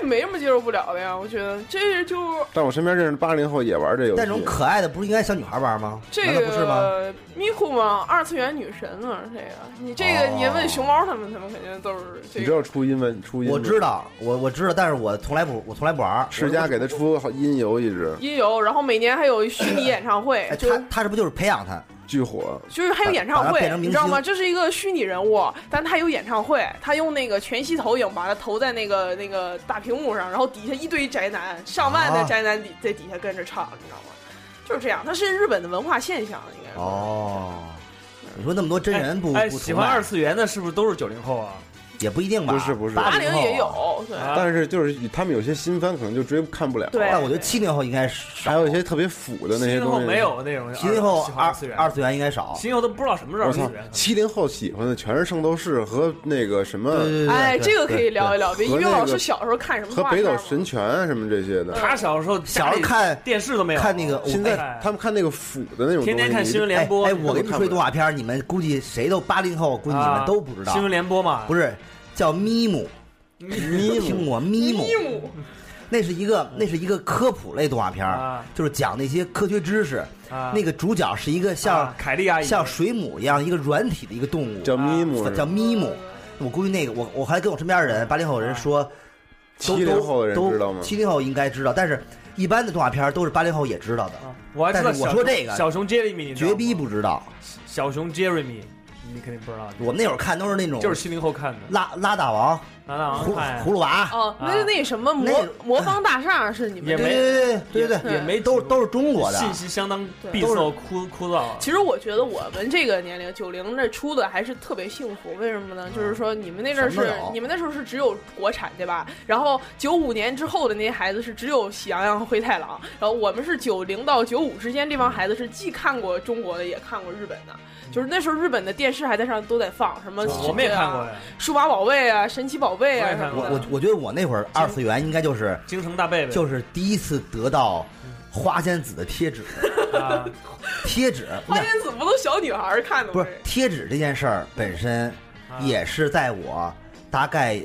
Speaker 6: 这没什么接受不了的呀，我觉得这就
Speaker 2: 但我身边认识八零后也玩这游戏，
Speaker 5: 那种可爱的不是应该小女孩玩吗？
Speaker 6: 这
Speaker 5: 难道不是吗？
Speaker 6: 个咪咕嘛，二次元女神嘛，这个你这个
Speaker 5: 哦
Speaker 6: 你问熊猫他们，他们肯定都是这
Speaker 2: 你知
Speaker 6: 个。
Speaker 2: 道初音吗？初音吗
Speaker 5: 我知道，我我知道，但是我从来不我从来不玩。
Speaker 2: 世嘉给他出好音游一直
Speaker 6: 音游，然后每年还有虚拟演唱会
Speaker 5: 哎，，
Speaker 6: 就
Speaker 5: 他他是不是就是培养他？
Speaker 2: 巨火，
Speaker 6: 就是还有演
Speaker 5: 把
Speaker 6: 唱
Speaker 5: 它
Speaker 6: 会
Speaker 5: 变成，
Speaker 6: 你
Speaker 5: 明
Speaker 6: 知道
Speaker 5: 星
Speaker 6: 吗？这是一个虚拟人物，但他有演唱会，他用那个全息投影把它投在那个那个大屏幕上，然后底下一堆宅男，上万的
Speaker 5: 啊
Speaker 6: 宅男底在底下跟着唱，你知道吗？就是这样，它是日本的文化现象，应该是。
Speaker 5: 哦，你说那么多真人不
Speaker 3: 哎，
Speaker 5: 不崇
Speaker 3: 喜欢
Speaker 5: 拜
Speaker 3: 二次元的是不是都是九零后啊？
Speaker 5: 也不一定吧，
Speaker 2: 不是不是
Speaker 5: 八
Speaker 6: 八
Speaker 5: 零
Speaker 6: 零
Speaker 5: 后
Speaker 6: 也。有，对，
Speaker 3: 啊
Speaker 2: 但是就是他们有些新番可能就追看不了，
Speaker 6: 对
Speaker 5: 但我觉得七零后应该少，
Speaker 2: 还有一些特别腐的那
Speaker 3: 七
Speaker 2: 些
Speaker 3: 零后
Speaker 2: 东西。
Speaker 3: 没，有那种啊
Speaker 5: 七零后
Speaker 3: 二
Speaker 5: 二
Speaker 3: 次元，
Speaker 5: 二次元应该少。
Speaker 3: 七零后都不知道什么是
Speaker 2: 我
Speaker 3: 二次
Speaker 2: 操
Speaker 3: 元，，
Speaker 2: 七零后喜欢的全是圣斗士和那个什
Speaker 5: 对
Speaker 2: 么
Speaker 5: 对对，
Speaker 6: 哎，
Speaker 5: 对
Speaker 6: 这个可以
Speaker 5: 对
Speaker 6: 聊一聊。别
Speaker 2: 和
Speaker 6: 一个
Speaker 2: 那
Speaker 6: 老
Speaker 2: 个
Speaker 6: 师小时候看什么
Speaker 2: 和
Speaker 6: 动画
Speaker 2: 北
Speaker 6: 片
Speaker 2: 斗
Speaker 6: 儿
Speaker 2: 神拳啊什么这些的。
Speaker 3: 他小时候
Speaker 5: 小时候看
Speaker 3: 电视都没有，啊
Speaker 5: 看那个哎
Speaker 2: 现在他们看那个腐的那种东西，
Speaker 3: 哎天天看新闻联播。
Speaker 5: 哎，哎我跟你
Speaker 2: 看
Speaker 5: 说
Speaker 2: 不
Speaker 5: 一动画片儿，你们估计谁都八零后，估计你
Speaker 3: 啊
Speaker 5: 们都不知道。
Speaker 3: 新闻联播嘛，
Speaker 5: 不
Speaker 3: 是
Speaker 5: 是叫咪 姆，
Speaker 2: 你
Speaker 5: 听过咪姆？
Speaker 6: 一姆，
Speaker 5: 那是一个那是一个科普类动画片儿，
Speaker 3: 啊
Speaker 5: 就是讲那些科学知识。
Speaker 3: 啊
Speaker 5: 那个主角是一个像、
Speaker 3: 啊凯莉阿姨，
Speaker 5: 像水母一样一个软体的一个动物，
Speaker 2: 叫咪姆
Speaker 3: 啊
Speaker 5: 叫，叫咪姆。我估计那个我我还跟我身边人八零后人说，都
Speaker 2: 七零后的人知道吗？
Speaker 5: 七零后应该知道，但是一般的动画片儿都是八零后也知道的，
Speaker 3: 啊我还知道
Speaker 5: 但是我
Speaker 3: 小
Speaker 5: 说
Speaker 3: 熊
Speaker 5: 这个
Speaker 3: 小熊 Jeremy，你知道
Speaker 5: 绝逼
Speaker 3: 吗
Speaker 5: 不知道。
Speaker 3: 小熊 Jeremy，你肯定不知道，
Speaker 5: 我们那会儿看都是那种
Speaker 3: 就是七零后看的，
Speaker 5: 拉拉大王、
Speaker 3: 那那
Speaker 5: 葫
Speaker 3: 王看
Speaker 5: 葫芦娃，
Speaker 6: 哦，那
Speaker 3: 啊
Speaker 6: 那什么魔
Speaker 5: 那
Speaker 6: 魔方大厦是你
Speaker 3: 也
Speaker 6: 们
Speaker 5: 对
Speaker 3: 没
Speaker 6: 这。
Speaker 5: 对对对对
Speaker 3: 也也没
Speaker 5: 对，都都是中国的。
Speaker 3: 信息相当
Speaker 6: 对
Speaker 3: 闭塞枯枯燥。啊
Speaker 6: 其实我觉得我们这个年龄，九零这出的还是特别幸福。为什么呢？就是说你们那阵儿
Speaker 5: 嗯什么
Speaker 6: 是
Speaker 5: 都有
Speaker 6: 你们那时候是只有国产对吧？然后九五年之后的那些孩子是只有《喜羊羊和灰太狼》，然后我们是九零到九五之间这帮孩子是既看过中国的也看过日本的，就是那时候日本的电视还在上都在放什么、
Speaker 5: 啊
Speaker 3: 我们也看过
Speaker 6: 《
Speaker 3: 呀，
Speaker 6: 数码宝贝》啊，《神奇宝贝》
Speaker 3: 我也
Speaker 6: 啊
Speaker 3: 看
Speaker 6: 什
Speaker 3: 过
Speaker 6: 么
Speaker 5: 我
Speaker 6: 的。
Speaker 5: 我我觉得我那会儿二次元应该就是
Speaker 3: 《京城大贝贝》
Speaker 5: 就是第一次得到花仙子的贴纸，
Speaker 3: 啊，
Speaker 5: 贴纸
Speaker 6: 花仙子不都小女孩儿看的
Speaker 5: 不
Speaker 6: 吗？
Speaker 5: 是贴纸这件事儿本身
Speaker 3: 啊
Speaker 5: 也是在我大概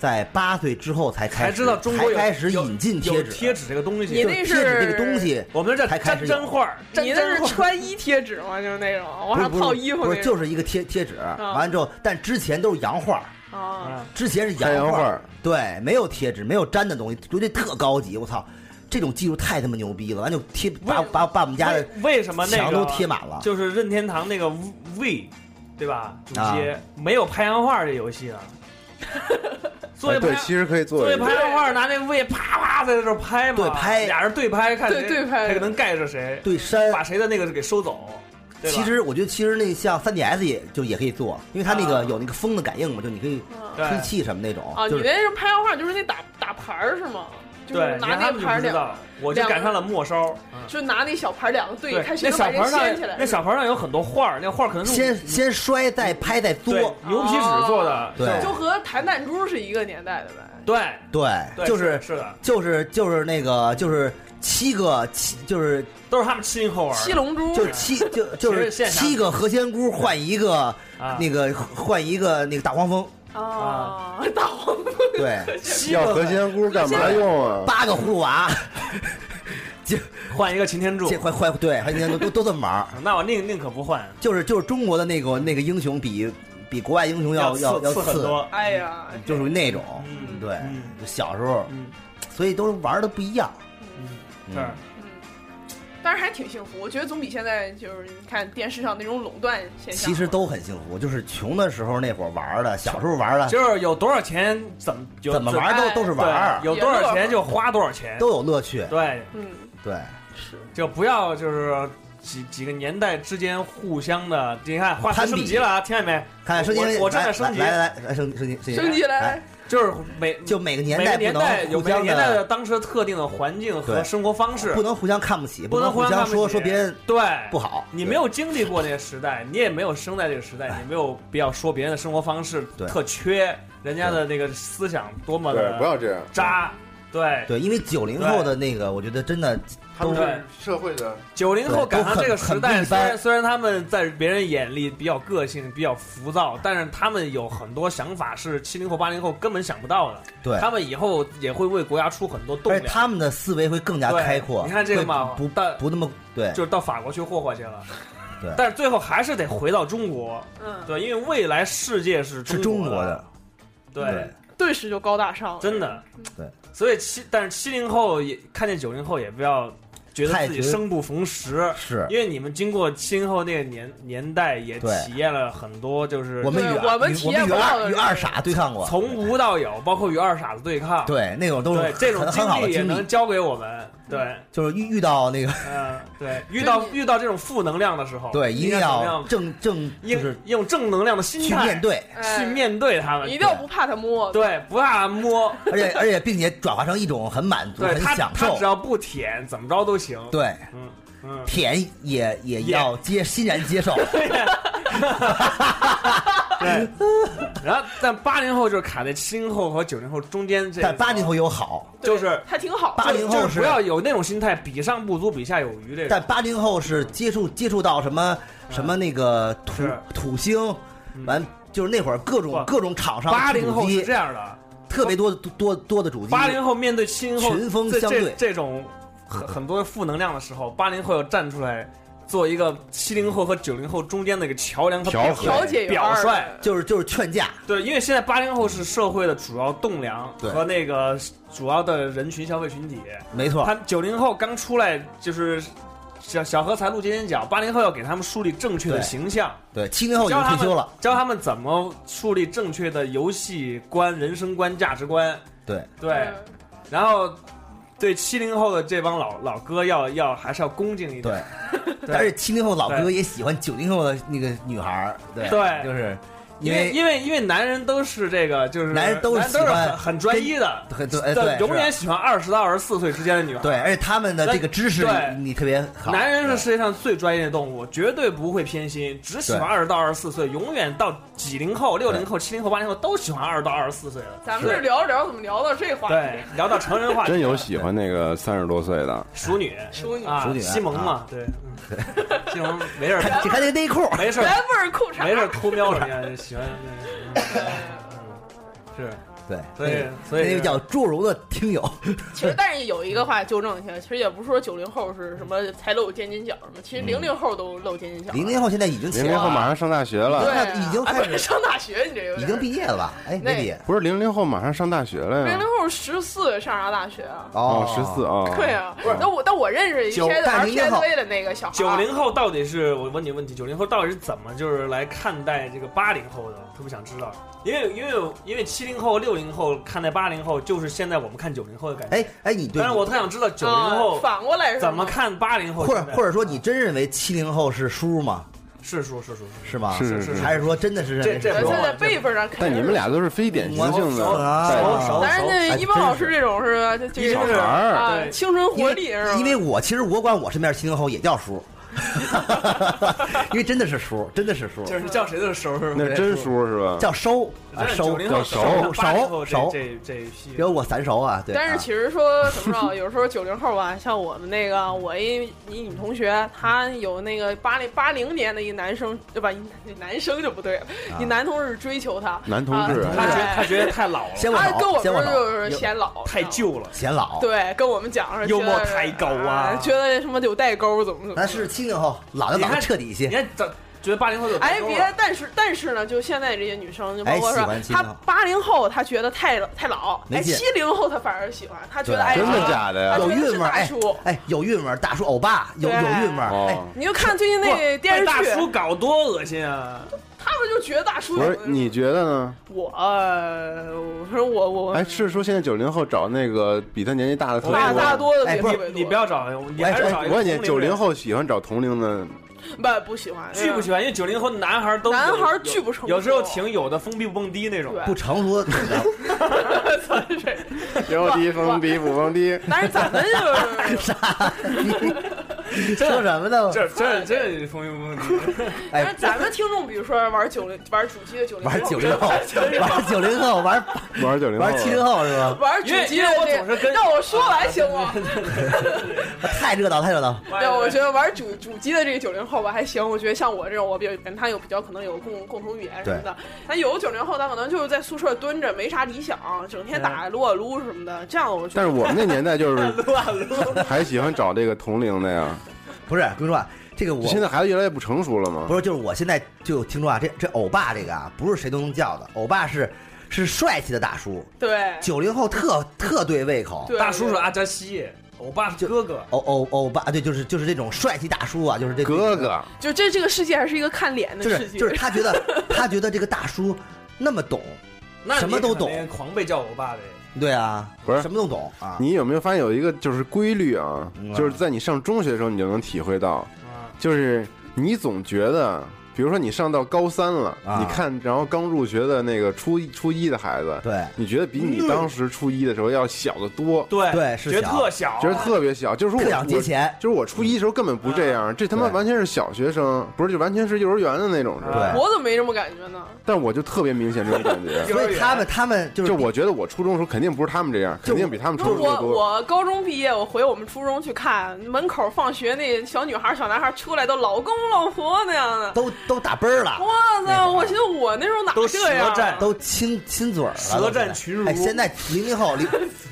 Speaker 5: 在八岁之后才开
Speaker 3: 才
Speaker 5: 始
Speaker 3: 知道中国
Speaker 5: 才
Speaker 3: 有
Speaker 5: 开始
Speaker 3: 有
Speaker 5: 引进
Speaker 3: 有
Speaker 5: 贴纸，
Speaker 3: 贴纸这个东
Speaker 5: 就
Speaker 6: 你
Speaker 5: 是
Speaker 3: 西，
Speaker 6: 那
Speaker 5: 贴纸
Speaker 6: 是
Speaker 5: 这个东西。
Speaker 3: 我们这
Speaker 5: 才
Speaker 3: 叫
Speaker 5: 开
Speaker 3: 粘
Speaker 5: 始
Speaker 3: 粘
Speaker 5: 有
Speaker 3: 画儿，
Speaker 6: 你
Speaker 3: 粘
Speaker 6: 那
Speaker 3: 粘
Speaker 6: 是
Speaker 3: 画儿。
Speaker 6: 穿衣贴纸吗？就是那种往
Speaker 5: 不
Speaker 6: 上
Speaker 5: 是不是
Speaker 6: 套衣服
Speaker 5: 不
Speaker 6: 那
Speaker 5: 是
Speaker 6: 种，
Speaker 5: 就是一个贴贴纸，
Speaker 6: 啊
Speaker 5: 完了之后，但之前都是洋画儿，
Speaker 6: 啊，
Speaker 3: 啊
Speaker 5: 之前是
Speaker 2: 山
Speaker 5: 洋
Speaker 2: 羊
Speaker 5: 画
Speaker 2: 画
Speaker 5: 儿
Speaker 2: 儿，
Speaker 5: 对，没有贴纸，没有粘的东西，觉得特高级，我操，这种技术太他妈牛逼了，完就贴把
Speaker 3: 为
Speaker 5: 把把我们家的
Speaker 3: 为为什么那
Speaker 5: 墙
Speaker 3: 个
Speaker 5: 都贴满了，
Speaker 3: 就是任天堂那个 V，对吧？主
Speaker 5: 啊
Speaker 3: 机没有拍洋画这游戏 了，作
Speaker 2: 哎
Speaker 3: 业拍
Speaker 2: 对，其实可以做
Speaker 3: 作业
Speaker 2: 一个
Speaker 3: 拍洋画，拿那 V 啪啪在这儿拍嘛，
Speaker 5: 对拍
Speaker 3: 俩人对拍，看
Speaker 6: 对
Speaker 3: 谁
Speaker 6: 对拍
Speaker 3: 谁能盖着谁，
Speaker 5: 对山。
Speaker 3: 把谁的那个给收走。对吧
Speaker 5: 其实我觉得，其实那像 3DS 也就也可以做，因为它那
Speaker 3: 啊
Speaker 5: 个有那个风的感应嘛，就你可以
Speaker 6: 啊
Speaker 3: 对
Speaker 5: 吹气什么那种，
Speaker 6: 啊，
Speaker 5: 就
Speaker 6: 你
Speaker 5: 是
Speaker 6: 那是拍画，就是那打打牌儿是吗？就是
Speaker 3: 对，
Speaker 6: 拿那
Speaker 3: 他
Speaker 6: 个
Speaker 3: 们
Speaker 6: 牌儿
Speaker 3: 就知
Speaker 6: 两个，
Speaker 3: 道，我就赶上了末梢。嗯
Speaker 6: 就拿那小牌儿两个对，
Speaker 3: 对
Speaker 6: 看，谁
Speaker 3: 那
Speaker 6: 能
Speaker 3: 小
Speaker 6: 把
Speaker 3: 盆
Speaker 6: 人掀
Speaker 3: 上
Speaker 6: 起来。
Speaker 3: 那小盆上有很多画儿，那画儿可能是
Speaker 5: 先先摔再拍再
Speaker 3: 对
Speaker 5: 作，
Speaker 3: 牛皮纸做的，
Speaker 5: 对
Speaker 6: 就和弹弹珠是一个年代的呗。
Speaker 3: 对
Speaker 5: 对，
Speaker 3: 对，
Speaker 5: 就是
Speaker 3: 是的，
Speaker 5: 就是就是那个就是七个七就是
Speaker 3: 都是他们七零后玩的。
Speaker 6: 七龙珠
Speaker 5: 就是七就 就是
Speaker 3: 现场
Speaker 5: 七个何仙姑换一个
Speaker 3: 啊，
Speaker 5: 那个换一个那个大黄 蜂，
Speaker 6: 啊，大黄
Speaker 5: 对，
Speaker 3: 七
Speaker 2: 要
Speaker 3: 个
Speaker 2: 何仙姑干嘛用啊？
Speaker 5: 八个葫 芦娃，
Speaker 3: 换一个擎天柱
Speaker 5: 这，坏坏对，还都都都这么玩儿，
Speaker 3: 那我宁宁可不换，
Speaker 5: 就是就是中国的那个那个英雄比比国外英雄要
Speaker 3: 刺
Speaker 5: 要要
Speaker 3: 刺很
Speaker 5: 次，
Speaker 3: 多。
Speaker 6: 哎呀，
Speaker 5: 就属于那种，
Speaker 3: 嗯
Speaker 5: 对
Speaker 3: 嗯，
Speaker 5: 就小时候，
Speaker 3: 嗯，
Speaker 5: 所以都是玩的不一样，
Speaker 3: 是
Speaker 5: 嗯
Speaker 6: 但是还挺幸福，我觉得总比现在就是你看电视上那种垄断现象。
Speaker 5: 其实都很幸福，就是穷的时候那会儿玩的，小时候玩的，
Speaker 3: 就是有多少钱怎么有
Speaker 5: 怎么玩
Speaker 6: 就
Speaker 5: 儿
Speaker 6: 哎
Speaker 5: 都都是
Speaker 3: 对
Speaker 5: 玩儿，
Speaker 3: 有多少钱就花多少钱，
Speaker 5: 都有乐趣，
Speaker 3: 对，
Speaker 6: 嗯
Speaker 5: 对，
Speaker 6: 是
Speaker 3: 就不要就是几几个年代之间互相的，你看话题
Speaker 5: 攀比
Speaker 3: 升级了啊，听见没？
Speaker 5: 看升级，
Speaker 3: 我我正在
Speaker 5: 来
Speaker 3: 升级
Speaker 5: 来来来来升升级升级
Speaker 6: 升级
Speaker 3: 哎
Speaker 6: 来，
Speaker 3: 就是每
Speaker 5: 就每个年
Speaker 3: 每个
Speaker 5: 代不
Speaker 3: 年代
Speaker 5: 能
Speaker 3: 有
Speaker 5: 互
Speaker 3: 每个
Speaker 5: 相
Speaker 3: 年代的当时当时特定的环境和
Speaker 5: 对
Speaker 3: 生活方式
Speaker 5: 不，能互相看不起，
Speaker 3: 不能
Speaker 5: 能
Speaker 3: 互
Speaker 5: 互
Speaker 3: 相看不
Speaker 5: 说
Speaker 3: 起
Speaker 5: 说别人
Speaker 3: 对，
Speaker 5: 不好。
Speaker 3: 你
Speaker 5: 对
Speaker 3: 没有经历过那个时代，你也没有生在这个时代，你没有必要说别人的生活方式
Speaker 5: 哎对
Speaker 3: 特缺，人家的那个思想多么
Speaker 2: 对，不
Speaker 3: 的
Speaker 2: 要这样，
Speaker 3: 渣。对，
Speaker 5: 对，因为九零
Speaker 3: 对
Speaker 5: 后的那个，我觉得真的
Speaker 2: 他
Speaker 5: 都
Speaker 2: 们
Speaker 3: 对
Speaker 2: 是社会的
Speaker 3: 九零后赶上这个时
Speaker 5: 对都很很不
Speaker 3: 代，
Speaker 5: 一般
Speaker 3: 虽然虽然他们在别人眼里比较个性、比较浮躁，但是他们有很多想法是七零后、八零后根本想不到的。
Speaker 5: 对，
Speaker 3: 他们以后也会为国家出很多动
Speaker 5: 而且
Speaker 3: 量。
Speaker 5: 他们的思维会更加
Speaker 3: 对
Speaker 5: 开阔。
Speaker 3: 你看这个
Speaker 5: 会
Speaker 3: 嘛
Speaker 5: 不
Speaker 3: 但
Speaker 5: 不那么对，
Speaker 3: 就是到法国去霍霍去了
Speaker 5: 对，
Speaker 3: 但是最后还是得回到中国。
Speaker 6: 嗯，
Speaker 3: 对，因为未来世界是
Speaker 5: 是中
Speaker 3: 国
Speaker 5: 国的，
Speaker 3: 对，
Speaker 6: 顿时就高大上了，
Speaker 3: 真的。
Speaker 5: 对，
Speaker 3: 所以七，但是七零后也看见九零后也不要觉
Speaker 5: 太
Speaker 3: 得自己
Speaker 5: 觉得
Speaker 3: 生不逢时，
Speaker 5: 是
Speaker 3: 因为你们经过七零后那个年年代，也
Speaker 5: 对
Speaker 3: 体验了很多，就是
Speaker 5: 我们与
Speaker 6: 对
Speaker 5: 二
Speaker 6: 我们
Speaker 5: 与
Speaker 6: 体
Speaker 5: 我
Speaker 6: 验
Speaker 5: 们与
Speaker 6: 不到
Speaker 5: 二
Speaker 6: 的
Speaker 5: 与
Speaker 6: 是
Speaker 5: 二傻对抗过，
Speaker 3: 从无到有，包括与二傻子对抗。
Speaker 5: 对那种都是
Speaker 3: 对，这种
Speaker 5: 很
Speaker 3: 经
Speaker 5: 很好的
Speaker 3: 历也
Speaker 5: 经
Speaker 3: 能
Speaker 5: 历。
Speaker 3: 教给我们。对，
Speaker 5: 就是遇遇到那个
Speaker 3: 嗯， 对，遇到遇到这种负能量的时候，
Speaker 5: 对，一定要正正就
Speaker 3: 应
Speaker 5: 是
Speaker 3: 用正能量的心
Speaker 5: 去
Speaker 3: 态
Speaker 5: 面对，
Speaker 6: 哎
Speaker 3: 去面对他们，
Speaker 6: 一定要不怕他摸。
Speaker 3: 对，不怕摸，
Speaker 5: 而且而且并且转化成一种很满足、
Speaker 3: 对
Speaker 5: 很
Speaker 3: 他
Speaker 5: 享
Speaker 3: 他
Speaker 5: 受
Speaker 3: 只，要不舔，怎么着都行。
Speaker 5: 对，
Speaker 3: 嗯嗯，
Speaker 5: 舔也也要接欣然接受，
Speaker 3: 对。 然后，但八零后就是卡在七零后和九零后中间这，
Speaker 5: 但八零后有好，
Speaker 6: 对
Speaker 3: 就是
Speaker 6: 还挺好的。
Speaker 5: 八零后
Speaker 3: 就是
Speaker 5: 是
Speaker 3: 不要有那种心态，比上不足，比下有余这种。
Speaker 5: 但八零后是接触接触到什么什么那个土
Speaker 3: 嗯是
Speaker 5: 土星，完就是那会儿各种
Speaker 3: 不
Speaker 5: 各种厂商
Speaker 3: 八
Speaker 5: 出
Speaker 3: 零
Speaker 5: 主
Speaker 3: 后
Speaker 5: 机
Speaker 3: 是这样的，
Speaker 5: 特别多多多的主机，
Speaker 3: 八零后面对七零后
Speaker 5: 群峰
Speaker 3: 这
Speaker 5: 相
Speaker 3: 这
Speaker 5: 对
Speaker 3: 这种很很多负能量的时候，八零后要站出来做一个七零后和九零后中间的一个桥梁和
Speaker 2: 调
Speaker 3: 表
Speaker 2: 和
Speaker 6: 调解员
Speaker 3: 表率。
Speaker 5: 就是就是劝架，
Speaker 3: 对，因为现在八零后是社会的主要栋梁
Speaker 5: 对
Speaker 3: 和那个主要的人群消费群体。
Speaker 5: 没错，
Speaker 3: 他九零后刚出来就是小小荷才露尖尖角，八零后要给他们树立正确的
Speaker 5: 对
Speaker 3: 形象，
Speaker 5: 对，七零后已
Speaker 3: 教
Speaker 5: 经
Speaker 3: 他
Speaker 5: 退
Speaker 3: 们
Speaker 5: 休了，
Speaker 3: 教他们怎么树立正确的游戏观、人生观、价值观。
Speaker 5: 对
Speaker 3: 对，
Speaker 6: 嗯
Speaker 3: 然后对七零后的这帮老老哥要要还是要恭敬一
Speaker 5: 对
Speaker 3: 点。。
Speaker 5: 但是七零后老哥
Speaker 3: 对
Speaker 5: 也喜欢九零后的那个女孩儿，对，
Speaker 3: 对
Speaker 5: 就是
Speaker 3: 因
Speaker 5: 因
Speaker 3: 为
Speaker 5: 为
Speaker 3: 因为因为男人都是这个，就是
Speaker 5: 男人都是
Speaker 3: 男都
Speaker 5: 喜
Speaker 3: 是
Speaker 5: 欢
Speaker 3: 很很专一的，
Speaker 5: 很对，哎对，
Speaker 3: 永远
Speaker 5: 是
Speaker 3: 喜欢二十到二十四岁之间的女孩。
Speaker 5: 对，而且他们的
Speaker 3: 但
Speaker 5: 这个知识
Speaker 3: 对
Speaker 5: 你你特别好，
Speaker 3: 男人是
Speaker 5: 对
Speaker 3: 世界上最专业的动物，绝对不会偏心，只喜欢
Speaker 5: 对
Speaker 3: 二十到二十四岁，永远到几零后、六零后、七零后、八零后都喜欢二十到二十四岁的。
Speaker 6: 咱们这聊着聊着，怎么聊到这话
Speaker 3: 对
Speaker 6: 题？，
Speaker 3: 聊到成人 话题，
Speaker 2: 真有喜欢那个三十多岁的，
Speaker 3: 熟女
Speaker 6: 淑女，
Speaker 3: 啊
Speaker 5: 熟，女
Speaker 3: 西蒙嘛，对，嗯西蒙没事儿，
Speaker 5: 看，看那个内裤，
Speaker 3: 没事儿，
Speaker 6: 原味儿裤衩，
Speaker 3: 没事儿偷瞄人家就喜欢，嗯是，
Speaker 5: 对，
Speaker 3: 所以所
Speaker 5: 那
Speaker 3: 以
Speaker 5: 个叫侏儒的 听友，
Speaker 6: 其实，但是有一个话纠正一下，其实也不是说九零后是什么才露尖尖角什么，其实零零后都露尖尖角了。
Speaker 5: 零零后现在已经起
Speaker 3: 啊
Speaker 2: 零
Speaker 5: 来
Speaker 2: 零
Speaker 5: 了
Speaker 2: 后马上上大学
Speaker 6: 对
Speaker 2: 了，
Speaker 6: 啊，
Speaker 5: 已经
Speaker 6: 哎
Speaker 5: 开始
Speaker 6: 不是上大学，你这有
Speaker 5: 已
Speaker 6: 点
Speaker 5: 经毕业了吧？哎，没
Speaker 6: 那
Speaker 5: 毕业
Speaker 2: 不是零零后马上上大学了
Speaker 6: 零
Speaker 2: 呀
Speaker 6: 零？后十四上啥大学啊？
Speaker 5: 哦，
Speaker 2: 十四啊，
Speaker 6: 对啊，那我但我认识一
Speaker 5: 九
Speaker 6: 些
Speaker 5: 但
Speaker 6: 玩
Speaker 5: 是零零后
Speaker 6: PSV 的那个小孩，啊
Speaker 3: 九零后到底是我问你问题，九零后到底是怎么就是来看待这个八零后的？特别想知道，因为因为因为七零后、六零后看待八零后，就是现在我们看九零后的感觉。
Speaker 5: 哎哎，你对
Speaker 3: 但，是我特想知道九零
Speaker 6: 啊
Speaker 3: 后
Speaker 6: 反过来是吗
Speaker 3: 怎么？看八零后
Speaker 5: 或
Speaker 3: 现
Speaker 5: 者
Speaker 3: 在，
Speaker 5: 或者说你真认为七零后是叔吗？
Speaker 3: 是叔是叔是
Speaker 5: 是吗？
Speaker 2: 是是是
Speaker 5: 还是说真的是认为
Speaker 3: 这
Speaker 6: 咱
Speaker 3: 这
Speaker 5: 叔
Speaker 3: 不
Speaker 6: 现在辈分上肯定
Speaker 2: 但
Speaker 6: 是，
Speaker 2: 你们俩都是非典型性
Speaker 3: 熟
Speaker 2: 的，
Speaker 3: 熟熟
Speaker 5: 啊？
Speaker 3: 熟
Speaker 6: 但是那
Speaker 5: 哎
Speaker 6: 一般
Speaker 5: 真
Speaker 6: 老
Speaker 5: 是
Speaker 6: 师这种是吧？就
Speaker 3: 一
Speaker 6: 就
Speaker 3: 定
Speaker 6: 是
Speaker 3: 是
Speaker 2: 小孩儿
Speaker 6: 啊，
Speaker 3: 对
Speaker 6: 青春
Speaker 5: 因
Speaker 6: 活
Speaker 5: 为
Speaker 6: 力是吧？
Speaker 5: 因为我其实我管我身边七零后也叫叔， 因为真的是叔，真的是叔，
Speaker 3: 就是叫谁的熟是吧？
Speaker 2: 那真叔是吧？
Speaker 5: 叫收啊收
Speaker 3: 九零后
Speaker 5: 熟
Speaker 3: 熟
Speaker 5: 熟
Speaker 3: 熟
Speaker 5: 熟，
Speaker 3: 这这一批
Speaker 5: 比如我三熟啊，对。
Speaker 6: 但是
Speaker 5: 啊
Speaker 6: 其实说怎么着，有时候九零后吧，像我们那个我一一女同学，她有那个八零八零年的一男生，对吧？一男生就不对了，一男同事追求她，
Speaker 2: 男同志
Speaker 6: 啊
Speaker 3: 他觉得他
Speaker 6: 对
Speaker 3: 觉得太老了，
Speaker 5: 先握
Speaker 6: 她啊跟我
Speaker 5: 手，先握
Speaker 6: 们就
Speaker 5: 手，有
Speaker 6: 是显老，
Speaker 3: 太
Speaker 6: 你知道吗。
Speaker 3: 旧了，
Speaker 5: 显老。
Speaker 6: 对，跟我们讲是
Speaker 3: 幽默
Speaker 6: 觉得
Speaker 3: 太高啊
Speaker 6: 觉得什么有代沟，怎么怎么。
Speaker 5: 但是七零后老就
Speaker 3: 你
Speaker 5: 老
Speaker 3: 看
Speaker 5: 的彻底一
Speaker 3: 你
Speaker 5: 些，
Speaker 3: 看怎觉得八零后有啊代
Speaker 6: 哎，
Speaker 3: 沟
Speaker 6: 别
Speaker 3: 了，
Speaker 6: 但是但是呢，就现在这些女生，就包括
Speaker 5: 哎
Speaker 6: 说
Speaker 5: 喜欢70
Speaker 6: 她
Speaker 5: 后
Speaker 6: 八零后，她觉得太太老；
Speaker 5: 没
Speaker 6: 哎，
Speaker 5: 劲
Speaker 6: 七零后她反而喜欢，她觉得
Speaker 5: 对
Speaker 6: 哎，
Speaker 2: 真
Speaker 6: 这
Speaker 2: 的
Speaker 6: 个
Speaker 2: 假的呀
Speaker 6: 她？
Speaker 5: 有
Speaker 6: 觉得是
Speaker 5: 韵味儿，
Speaker 6: 大
Speaker 5: 哎
Speaker 6: 叔。
Speaker 5: 哎，有韵味儿，大叔欧巴有有
Speaker 6: 对
Speaker 5: 韵味儿，哎，
Speaker 2: 哦，
Speaker 6: 你就看最近
Speaker 3: 不
Speaker 6: 那电视
Speaker 3: 被大
Speaker 6: 剧，
Speaker 3: 叔搞多恶心啊！
Speaker 6: 他们就觉得大叔
Speaker 2: 不是，你觉得呢？
Speaker 6: 我，呃我说我我
Speaker 2: 哎，是说现在九零后找那个比他年纪大的特别
Speaker 6: 大
Speaker 2: 多
Speaker 6: 大多的
Speaker 5: 哎
Speaker 6: 比
Speaker 5: 不是
Speaker 6: 例为多
Speaker 3: 你不要找，你
Speaker 5: 哎
Speaker 3: 还是找一
Speaker 2: 我
Speaker 3: 个
Speaker 2: 问你
Speaker 3: 同，龄
Speaker 2: 九零
Speaker 3: 人
Speaker 2: 后喜欢找同龄的，
Speaker 6: 不不喜欢，嗯
Speaker 3: 巨不喜欢，因为九零后男孩都
Speaker 6: 男孩
Speaker 3: 有
Speaker 6: 巨不成熟
Speaker 3: 有时候挺有的疯逼不蹦迪那种。
Speaker 6: 对
Speaker 5: 不成熟的
Speaker 6: 欢是。
Speaker 5: 哎
Speaker 2: 有低峰比普峰低，
Speaker 6: 但是咱们就是，
Speaker 5: 说什么呢？
Speaker 3: 这这这疯逼不蹦迪，
Speaker 6: 但
Speaker 5: 哎
Speaker 6: 是，咱们听众，比如说玩九零玩主机的九零
Speaker 5: 玩九零后，玩九零后，玩
Speaker 2: 玩九零后，
Speaker 5: 玩七零后是吧？
Speaker 6: 玩主
Speaker 3: 因为
Speaker 6: 机
Speaker 3: 因
Speaker 6: 的
Speaker 3: 为我
Speaker 6: 这
Speaker 3: 总是跟啊
Speaker 6: 让我说完行吗？
Speaker 5: 太热闹，太热闹。
Speaker 6: 对，我觉得玩主主机的这个九零后吧还行，我觉得像我这种，我比较跟他有比较可能有共共同语言什么的。但有的九零后，他可能就是在宿舍蹲着，没啥理想，整天打撸啊撸什么的，这样我觉
Speaker 2: 但
Speaker 6: 得
Speaker 2: 是我们那年代 就是还喜欢找这个同龄的呀。
Speaker 5: 不是，跟你说啊，这个我
Speaker 2: 现在孩子越来越不成熟了嘛
Speaker 5: 不。是，就是我现在就听说啊，这这欧巴这个啊，不是谁都能叫的，欧巴是是帅气的大叔，
Speaker 6: 对
Speaker 5: 九零后特特对胃口。
Speaker 6: 对
Speaker 3: 大叔是啊阿扎西，欧巴是哥哥。
Speaker 5: 欧欧欧巴，啊对，就是就是这种帅气大叔啊，就是这
Speaker 2: 哥，哥，
Speaker 6: 就这这个世界还是一个看脸的
Speaker 5: 就是
Speaker 6: 世界，
Speaker 5: 就是他觉得他觉得这个大叔那么懂，
Speaker 3: 那你
Speaker 5: 什么都懂
Speaker 3: 肯定狂被叫欧巴的。
Speaker 5: 对啊，
Speaker 2: 不是
Speaker 5: 什么都懂啊。
Speaker 2: 你有没有发现有一个就是规律啊
Speaker 5: 嗯？
Speaker 2: 就是在你上中学的时候，你就能体会到，
Speaker 3: 啊，
Speaker 2: 就是你总觉得，比如说你上到高三了，
Speaker 5: 啊
Speaker 2: 你看，然后刚入学的那个初一初一的孩子，
Speaker 5: 对
Speaker 2: 你觉得比你当时初一的时候要小得多，
Speaker 3: 对
Speaker 5: 对是
Speaker 3: 觉得
Speaker 5: 小
Speaker 3: 特小，
Speaker 2: 觉得特别小，就是说
Speaker 5: 特
Speaker 2: 我
Speaker 5: 想节
Speaker 2: 我
Speaker 5: 前，
Speaker 2: 就是我初一的时候根本不这样，这他妈
Speaker 5: 对
Speaker 2: 完全是小学生，不是就完全是幼儿园的那种，是吧？
Speaker 3: 啊
Speaker 5: 对
Speaker 6: 我怎么没这么感觉呢？
Speaker 2: 但我就特别明显这种感 觉，
Speaker 3: 幼
Speaker 5: 所
Speaker 3: 儿
Speaker 5: 以
Speaker 3: 园
Speaker 5: 他们他们就是
Speaker 2: 就我觉得我初中的时候肯定不是他们这样，
Speaker 5: 就
Speaker 2: 肯定比他们
Speaker 6: 那
Speaker 2: 成熟得
Speaker 6: 我
Speaker 2: 多。
Speaker 6: 我高中毕业，我回我们初中去看，门口放学那小女孩、小男孩出来都老公老婆那样的，
Speaker 5: 都都打啵儿了，
Speaker 6: 我
Speaker 5: 那会
Speaker 6: 操！
Speaker 5: 儿
Speaker 6: 我寻思我那时候哪
Speaker 3: 都
Speaker 6: 这
Speaker 3: 舌战
Speaker 6: 样？
Speaker 5: 都亲亲嘴儿了，
Speaker 3: 舌战群儒
Speaker 5: 哎，现在零零后零，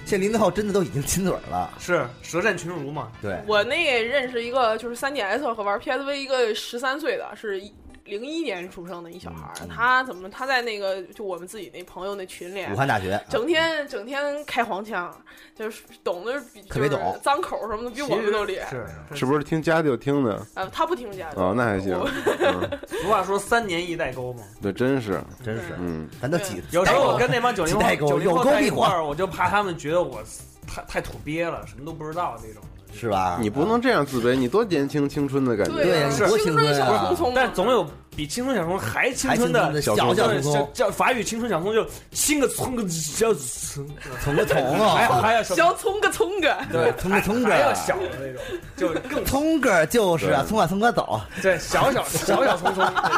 Speaker 5: 现在零零后真的都已经亲嘴儿了，
Speaker 3: 是舌战群儒嘛？
Speaker 5: 对，
Speaker 6: 我那个认识一个就是 3DS 和玩 PSV 一个十三岁的，是零一年出生的一小孩儿
Speaker 5: 嗯，
Speaker 6: 他怎么他在那个就我们自己那朋友那群里。
Speaker 5: 武汉大学，
Speaker 6: 整天整天开黄腔，就是懂的比
Speaker 5: 特别懂
Speaker 6: 就是脏口什么的比我们都厉害。
Speaker 3: 是，
Speaker 2: 是不是听家就听的
Speaker 6: 呃，他不听家教
Speaker 2: 啊？那还行
Speaker 6: 我，
Speaker 2: 嗯，
Speaker 3: 俗话说三年一代沟嘛。
Speaker 2: 对，真
Speaker 3: 哎
Speaker 2: 是，
Speaker 5: 真是，
Speaker 2: 嗯，
Speaker 5: 咱都几
Speaker 3: 有时候我跟那帮九零
Speaker 5: 几代
Speaker 3: 后
Speaker 5: 沟
Speaker 3: 九零
Speaker 5: 有
Speaker 3: 后
Speaker 5: 沟
Speaker 3: 在一
Speaker 5: 必
Speaker 3: 块儿，我就怕他们觉得我太太土鳖了，什么都不知道那种。
Speaker 5: 是吧？
Speaker 2: 你不能这样自卑，你多年轻青春的感觉。
Speaker 6: 对呀、
Speaker 5: 对
Speaker 3: 是
Speaker 5: 多
Speaker 6: 青
Speaker 5: 青
Speaker 6: 春
Speaker 5: 春
Speaker 6: 小
Speaker 5: 啊
Speaker 6: 匆匆嘛，
Speaker 3: 但总有比青春小虫还青
Speaker 5: 还
Speaker 3: 春
Speaker 5: 青春
Speaker 3: 的
Speaker 5: 的
Speaker 2: 小青
Speaker 5: 小小
Speaker 2: 春
Speaker 5: 匆
Speaker 3: 叫
Speaker 5: 匆，
Speaker 3: 叫法语青春小虫，就亲个葱个小 葱，
Speaker 5: 捅个捅
Speaker 3: 还
Speaker 5: 啊，
Speaker 3: 还要什么？
Speaker 6: 小葱个葱个，
Speaker 3: 对，
Speaker 5: 葱个葱个
Speaker 3: 还要小的那种，就更
Speaker 5: 聪哥就是啊，
Speaker 2: 对
Speaker 5: 聪哥聪哥走，
Speaker 3: 对小小小小葱葱那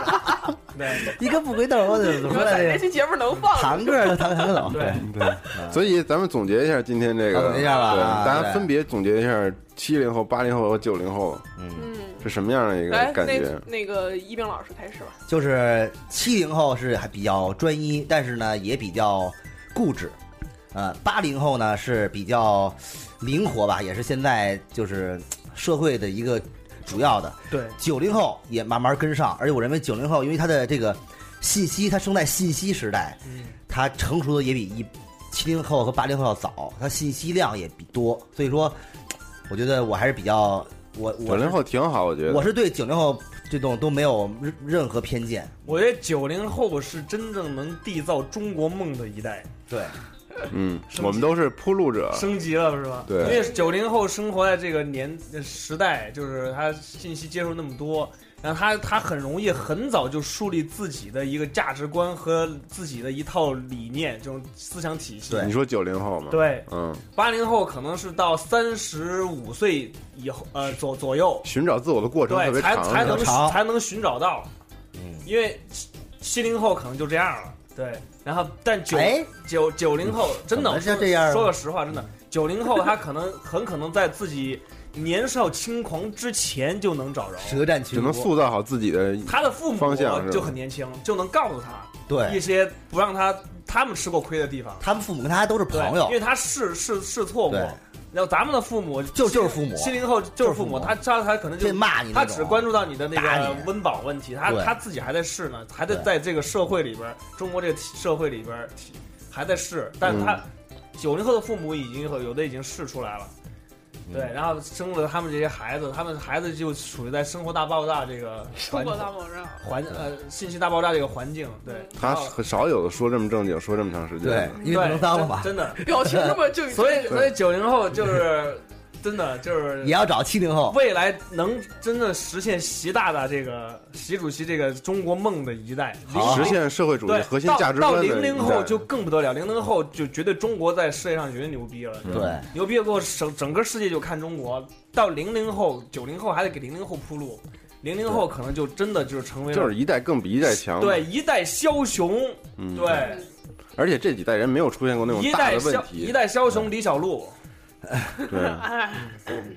Speaker 3: 种。对
Speaker 5: 一个不归豆，怎
Speaker 6: 你
Speaker 5: 么
Speaker 6: 说
Speaker 5: 说
Speaker 6: 咱这
Speaker 5: 来着？
Speaker 6: 期节目能放吗？
Speaker 5: 堂哥的堂堂哥走，
Speaker 3: 对，
Speaker 6: 啊
Speaker 2: 对，所以咱们总结一下今天这个，
Speaker 5: 总结一下吧
Speaker 2: 对，
Speaker 5: 啊
Speaker 2: 大家
Speaker 5: 对
Speaker 2: 分别总结一下七零后、八零后和九零后
Speaker 5: 嗯，
Speaker 6: 嗯，
Speaker 2: 是什么样的一个
Speaker 6: 来，
Speaker 2: 感
Speaker 6: 那
Speaker 2: 觉。
Speaker 6: 那个一冰老师开始吧。
Speaker 5: 就是七零后是还比较专一，但是呢也比较固执，呃，八零后呢是比较灵活吧，也是现在就是社会的一个主要的。
Speaker 3: 对，
Speaker 5: 九零后也慢慢跟上，而且我认为九零后，因为他的这个信息，他生在信息时代，
Speaker 3: 嗯
Speaker 5: 他成熟的也比一七零后和八零后要早，他信息量也比多，所以说，我觉得我还是比较我
Speaker 2: 九
Speaker 5: 我
Speaker 2: 零后挺好，我觉
Speaker 5: 我
Speaker 2: 得。
Speaker 5: 是对九零后这种都没有任任何偏见，
Speaker 3: 我觉得九零后是真正能缔造中国梦的一代，
Speaker 5: 对
Speaker 2: 嗯，
Speaker 3: 升级
Speaker 2: 我们都是铺路者。
Speaker 3: 升级了是吧？
Speaker 2: 啊对
Speaker 3: 因为九零后生活在这个年呃时代，就是他信息接触那么多，然后他他很容易很早就树立自己的一个价值观和自己的一套理念，这种思想体系。
Speaker 2: 你说九零后吗？，
Speaker 3: 对，
Speaker 2: 嗯，
Speaker 3: 八零后可能是到三十五岁以后，呃左左右，
Speaker 2: 寻找自我的过程特
Speaker 3: 对，
Speaker 2: 别
Speaker 3: 才
Speaker 2: 长，
Speaker 3: 才能
Speaker 5: 比较长
Speaker 3: 才能寻找到，
Speaker 5: 嗯，
Speaker 3: 因为七七零后可能就这样了，对。然后，但九
Speaker 5: 哎，
Speaker 3: 九九零后真的
Speaker 5: 嗯怎么
Speaker 3: 说
Speaker 5: 就这样啊嗯
Speaker 3: 说个实话，真的，九零后他可能很可能在自己年少轻狂之前就能找着，
Speaker 5: 舌战群
Speaker 2: 只
Speaker 5: 儒，
Speaker 2: 能塑造好自己的。
Speaker 3: 他的父母
Speaker 2: 方向是吧
Speaker 3: 就很年轻，就能告诉他一
Speaker 5: 对，
Speaker 3: 些不让他他们吃过亏的地方。
Speaker 5: 他们父母跟他都是
Speaker 3: 对
Speaker 5: 朋友
Speaker 3: 因为，他试试试错过
Speaker 5: 对。
Speaker 3: 然后咱们的父母
Speaker 5: 就就是父母啊
Speaker 3: 七零后就是父母，
Speaker 5: 就是父母啊
Speaker 3: 他他他可能就
Speaker 5: 这骂你那
Speaker 3: 他
Speaker 5: 种
Speaker 3: 只关注到你的那
Speaker 5: 打
Speaker 3: 个
Speaker 5: 你
Speaker 3: 温饱问题，他
Speaker 5: 对
Speaker 3: 他自己还在试呢，还得
Speaker 5: 对
Speaker 3: 在这个社会里边儿，中国这个体社会里边儿体还在试，但他
Speaker 5: 嗯
Speaker 3: 九零后的父母已经有有的已经试出来了。
Speaker 5: 嗯
Speaker 3: 对，然后生了他们这些孩子，他们孩子就属于在生活大爆炸这 个
Speaker 6: 生
Speaker 3: 环
Speaker 6: 活大爆炸，
Speaker 3: 环呃信息大爆炸这个环境，对，
Speaker 2: 他
Speaker 3: 然后
Speaker 2: 很少有的说这么正经，说这么长时间。
Speaker 5: 对，
Speaker 3: 对
Speaker 5: 因为不能脏了吧，
Speaker 3: 真真的，
Speaker 6: 表情这么 正，
Speaker 3: 所以所以九零后就是真的就是
Speaker 5: 也要找七零后，
Speaker 3: 未来能真的实现习大大这个习主席这个中国梦的一代，
Speaker 5: 好
Speaker 2: 实现社会主义
Speaker 3: 对
Speaker 2: 核心
Speaker 3: 到
Speaker 2: 价值观
Speaker 3: 到
Speaker 2: 的
Speaker 3: 零零后
Speaker 2: 一代
Speaker 3: 就更不得了，零零后就绝对中国在世界上绝对牛逼了，
Speaker 2: 嗯
Speaker 5: 对，
Speaker 3: 牛逼了过后整整个世界就看中国。到零零后、九零后还得给零零后铺路，零零后可能就真的就是成为了
Speaker 2: 就是一代更比一代强。
Speaker 3: 对，一代枭雄，
Speaker 2: 嗯，
Speaker 3: 对
Speaker 2: 而且这几代人没有出现过那种
Speaker 3: 一
Speaker 2: 大
Speaker 3: 代
Speaker 2: 的问
Speaker 3: 枭一
Speaker 2: 题。嗯
Speaker 3: 代枭雄李小璐，
Speaker 2: 对，
Speaker 6: 哎。
Speaker 3: 嗯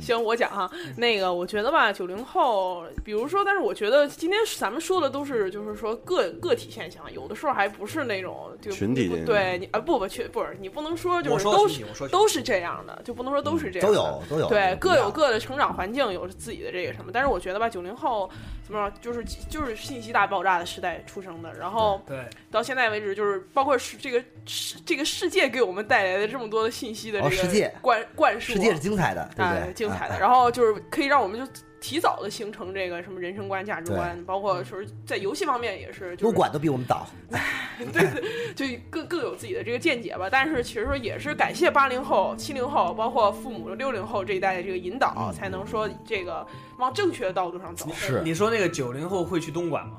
Speaker 6: 行，我讲哈，那个我觉得吧，九零后，比如说，但是我觉得今天咱们说的都是，就是说个个体现象，有的时候还不是那种就
Speaker 2: 群体现象
Speaker 6: 对，你啊不不群不是，你不能说就
Speaker 3: 我
Speaker 6: 是
Speaker 3: 说嗯
Speaker 6: 都
Speaker 3: 群
Speaker 6: 是
Speaker 3: 体我说群体
Speaker 6: 都是这样的，就不能说都是这样
Speaker 5: 都
Speaker 6: 的，
Speaker 5: 有都有，
Speaker 6: 对，各有
Speaker 5: 各。
Speaker 6: 各的成长环境，有自己的这个什么。但是我觉得吧，九零后怎么说，就是就是信息大爆炸的时代出生的，然后
Speaker 3: 对
Speaker 6: 到现在为止，就是包括是这个世这个世界给我们带来的这么多的信息的
Speaker 5: 哦
Speaker 6: 这
Speaker 5: 世
Speaker 6: 个
Speaker 5: 界
Speaker 6: 灌灌输啊，
Speaker 5: 世界是精彩的，对不
Speaker 6: 啊
Speaker 5: 对？，
Speaker 6: 精彩的。
Speaker 5: 啊
Speaker 6: 然后就是可以让我们就提早的形
Speaker 5: 嗯
Speaker 6: 成这个什么人生观、价值观，包括说是在游戏方面也是，就
Speaker 5: 撸
Speaker 6: 是
Speaker 5: 管都比我们早，
Speaker 6: 就更更有自己的这个见解吧。但是其实说也是感谢八零后、七零后，包括父母六零后这一代的这个引
Speaker 3: 啊
Speaker 6: 导，才能说这个往正确的道路上走。
Speaker 5: 是，
Speaker 3: 你说那个九零后会去东莞吗？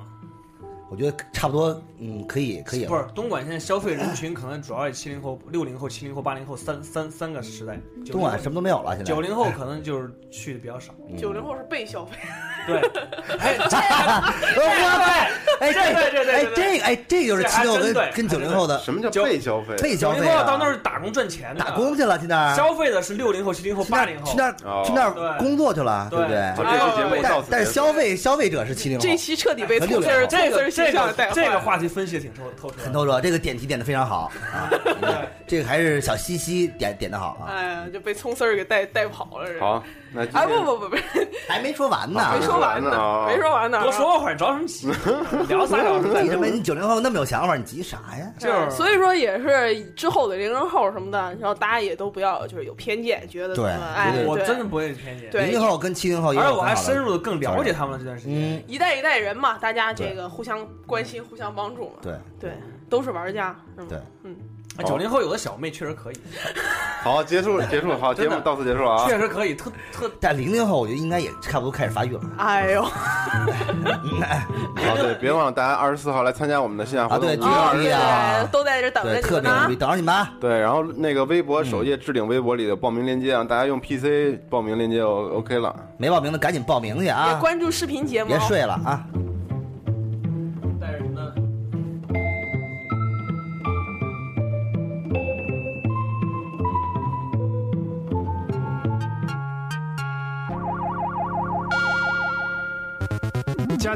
Speaker 5: 我觉得差不多，嗯，可以，可以
Speaker 3: 不
Speaker 5: 了。
Speaker 3: 是，东莞现在消费人群可能主要是七零后、 六零后、七零后、八零后三三三个时代。
Speaker 5: 东莞什么都没有了，现在
Speaker 3: 九零后可能就是去的比较 少。
Speaker 6: 九零后是被消费，
Speaker 3: 对， 哎，
Speaker 5: 哎哇哎，
Speaker 3: 这对对对
Speaker 5: 哎
Speaker 3: 对对
Speaker 5: 这个哎这就是七零后
Speaker 3: 这还真对
Speaker 5: 跟跟九零后 的
Speaker 2: 什么叫
Speaker 3: 就
Speaker 2: 被消费？
Speaker 5: 被
Speaker 3: 九
Speaker 5: 消
Speaker 3: 零
Speaker 5: 费
Speaker 3: 后
Speaker 5: 啊，
Speaker 3: 到那儿打工赚钱的，
Speaker 5: 打工去了，去那儿
Speaker 3: 消费的是六零后、七零后、
Speaker 5: 去那
Speaker 3: 八
Speaker 5: 儿
Speaker 3: 零后。
Speaker 5: 去那
Speaker 2: 哦
Speaker 5: 儿去那儿
Speaker 3: 对
Speaker 5: 工作去了，
Speaker 3: 对啊
Speaker 5: 对不对？
Speaker 2: 啊好，这期节目到
Speaker 5: 但
Speaker 2: 此
Speaker 5: 但
Speaker 2: 结
Speaker 5: 是
Speaker 2: 束。
Speaker 5: 消费消费者是七零后
Speaker 6: 这一，期彻
Speaker 3: 哎
Speaker 6: 底被
Speaker 5: 很
Speaker 6: 从
Speaker 5: 有
Speaker 6: 这儿
Speaker 5: 料
Speaker 3: 这
Speaker 6: 从
Speaker 3: 个
Speaker 6: 这
Speaker 3: 这
Speaker 6: 形象带
Speaker 3: 个
Speaker 6: 坏
Speaker 3: 这个
Speaker 6: 了
Speaker 3: 话题分析挺透透彻
Speaker 5: 很
Speaker 3: 的，
Speaker 5: 透彻，这个点题点的非常好 啊，这个还是小西西点点的好啊，
Speaker 6: 哎呀，就被葱丝儿给带带跑了。这，
Speaker 2: 好，那今
Speaker 6: 哎不
Speaker 2: 天
Speaker 6: 不不不，
Speaker 5: 还没说完呢，
Speaker 6: 没说
Speaker 2: 说
Speaker 6: 完
Speaker 2: 完呢
Speaker 6: 呢
Speaker 2: 啊，
Speaker 6: 没说完呢。哎
Speaker 3: 多说会儿，着什么 急？聊仨小时再
Speaker 5: 你
Speaker 3: 说
Speaker 5: 他妈你九零后那么有想法，你急啥呀？
Speaker 3: 就是
Speaker 6: 所以说也是之后的零零后什么的，然后大家也都不要就是有偏见，觉得
Speaker 5: 对
Speaker 6: 怎么哎，
Speaker 5: 对
Speaker 3: 我
Speaker 6: 对
Speaker 3: 真的不会偏见。
Speaker 6: 对
Speaker 5: 零零后跟七零后也有
Speaker 3: 而且
Speaker 5: 很
Speaker 3: 我
Speaker 5: 好的，
Speaker 3: 还深入的更了解他们了这段时间。
Speaker 5: 嗯，
Speaker 6: 一代一代人嘛，大家这个互相关心、互相帮助嘛，
Speaker 5: 对，
Speaker 6: 对，都是玩家，是吗？
Speaker 5: 对
Speaker 6: 嗯，
Speaker 2: 好
Speaker 3: 哎九零后有的小妹确实可以，
Speaker 2: 好，结束结束，好，节
Speaker 3: 真的
Speaker 2: 目到此结束了啊。
Speaker 3: 确实可以，特特
Speaker 5: 但零零后我觉得应该也差不多开始发育了
Speaker 6: 哎呦，
Speaker 3: 哎
Speaker 2: 好，对，别忘了大家二十四号来参加我们的线下活
Speaker 5: 啊，
Speaker 2: 动
Speaker 5: 对，。
Speaker 6: 啊
Speaker 5: 巨牛逼啊
Speaker 6: 对，，都在这等着
Speaker 5: 对，
Speaker 6: 你
Speaker 5: 特
Speaker 6: 们
Speaker 5: 别
Speaker 6: 呢
Speaker 5: 牛
Speaker 6: 啊
Speaker 5: 逼，！等着你们啊，
Speaker 2: 对，然后那个微
Speaker 5: 嗯
Speaker 2: 博首页置顶微博里的报名链接啊，大家用 PC 报名链接就 OK 了。
Speaker 5: 没报名的赶紧报名去
Speaker 6: 也
Speaker 5: 啊，
Speaker 6: 关注视频节目
Speaker 5: 别，睡了啊。
Speaker 3: 带着什么？
Speaker 1: 家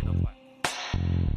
Speaker 1: 的快乐。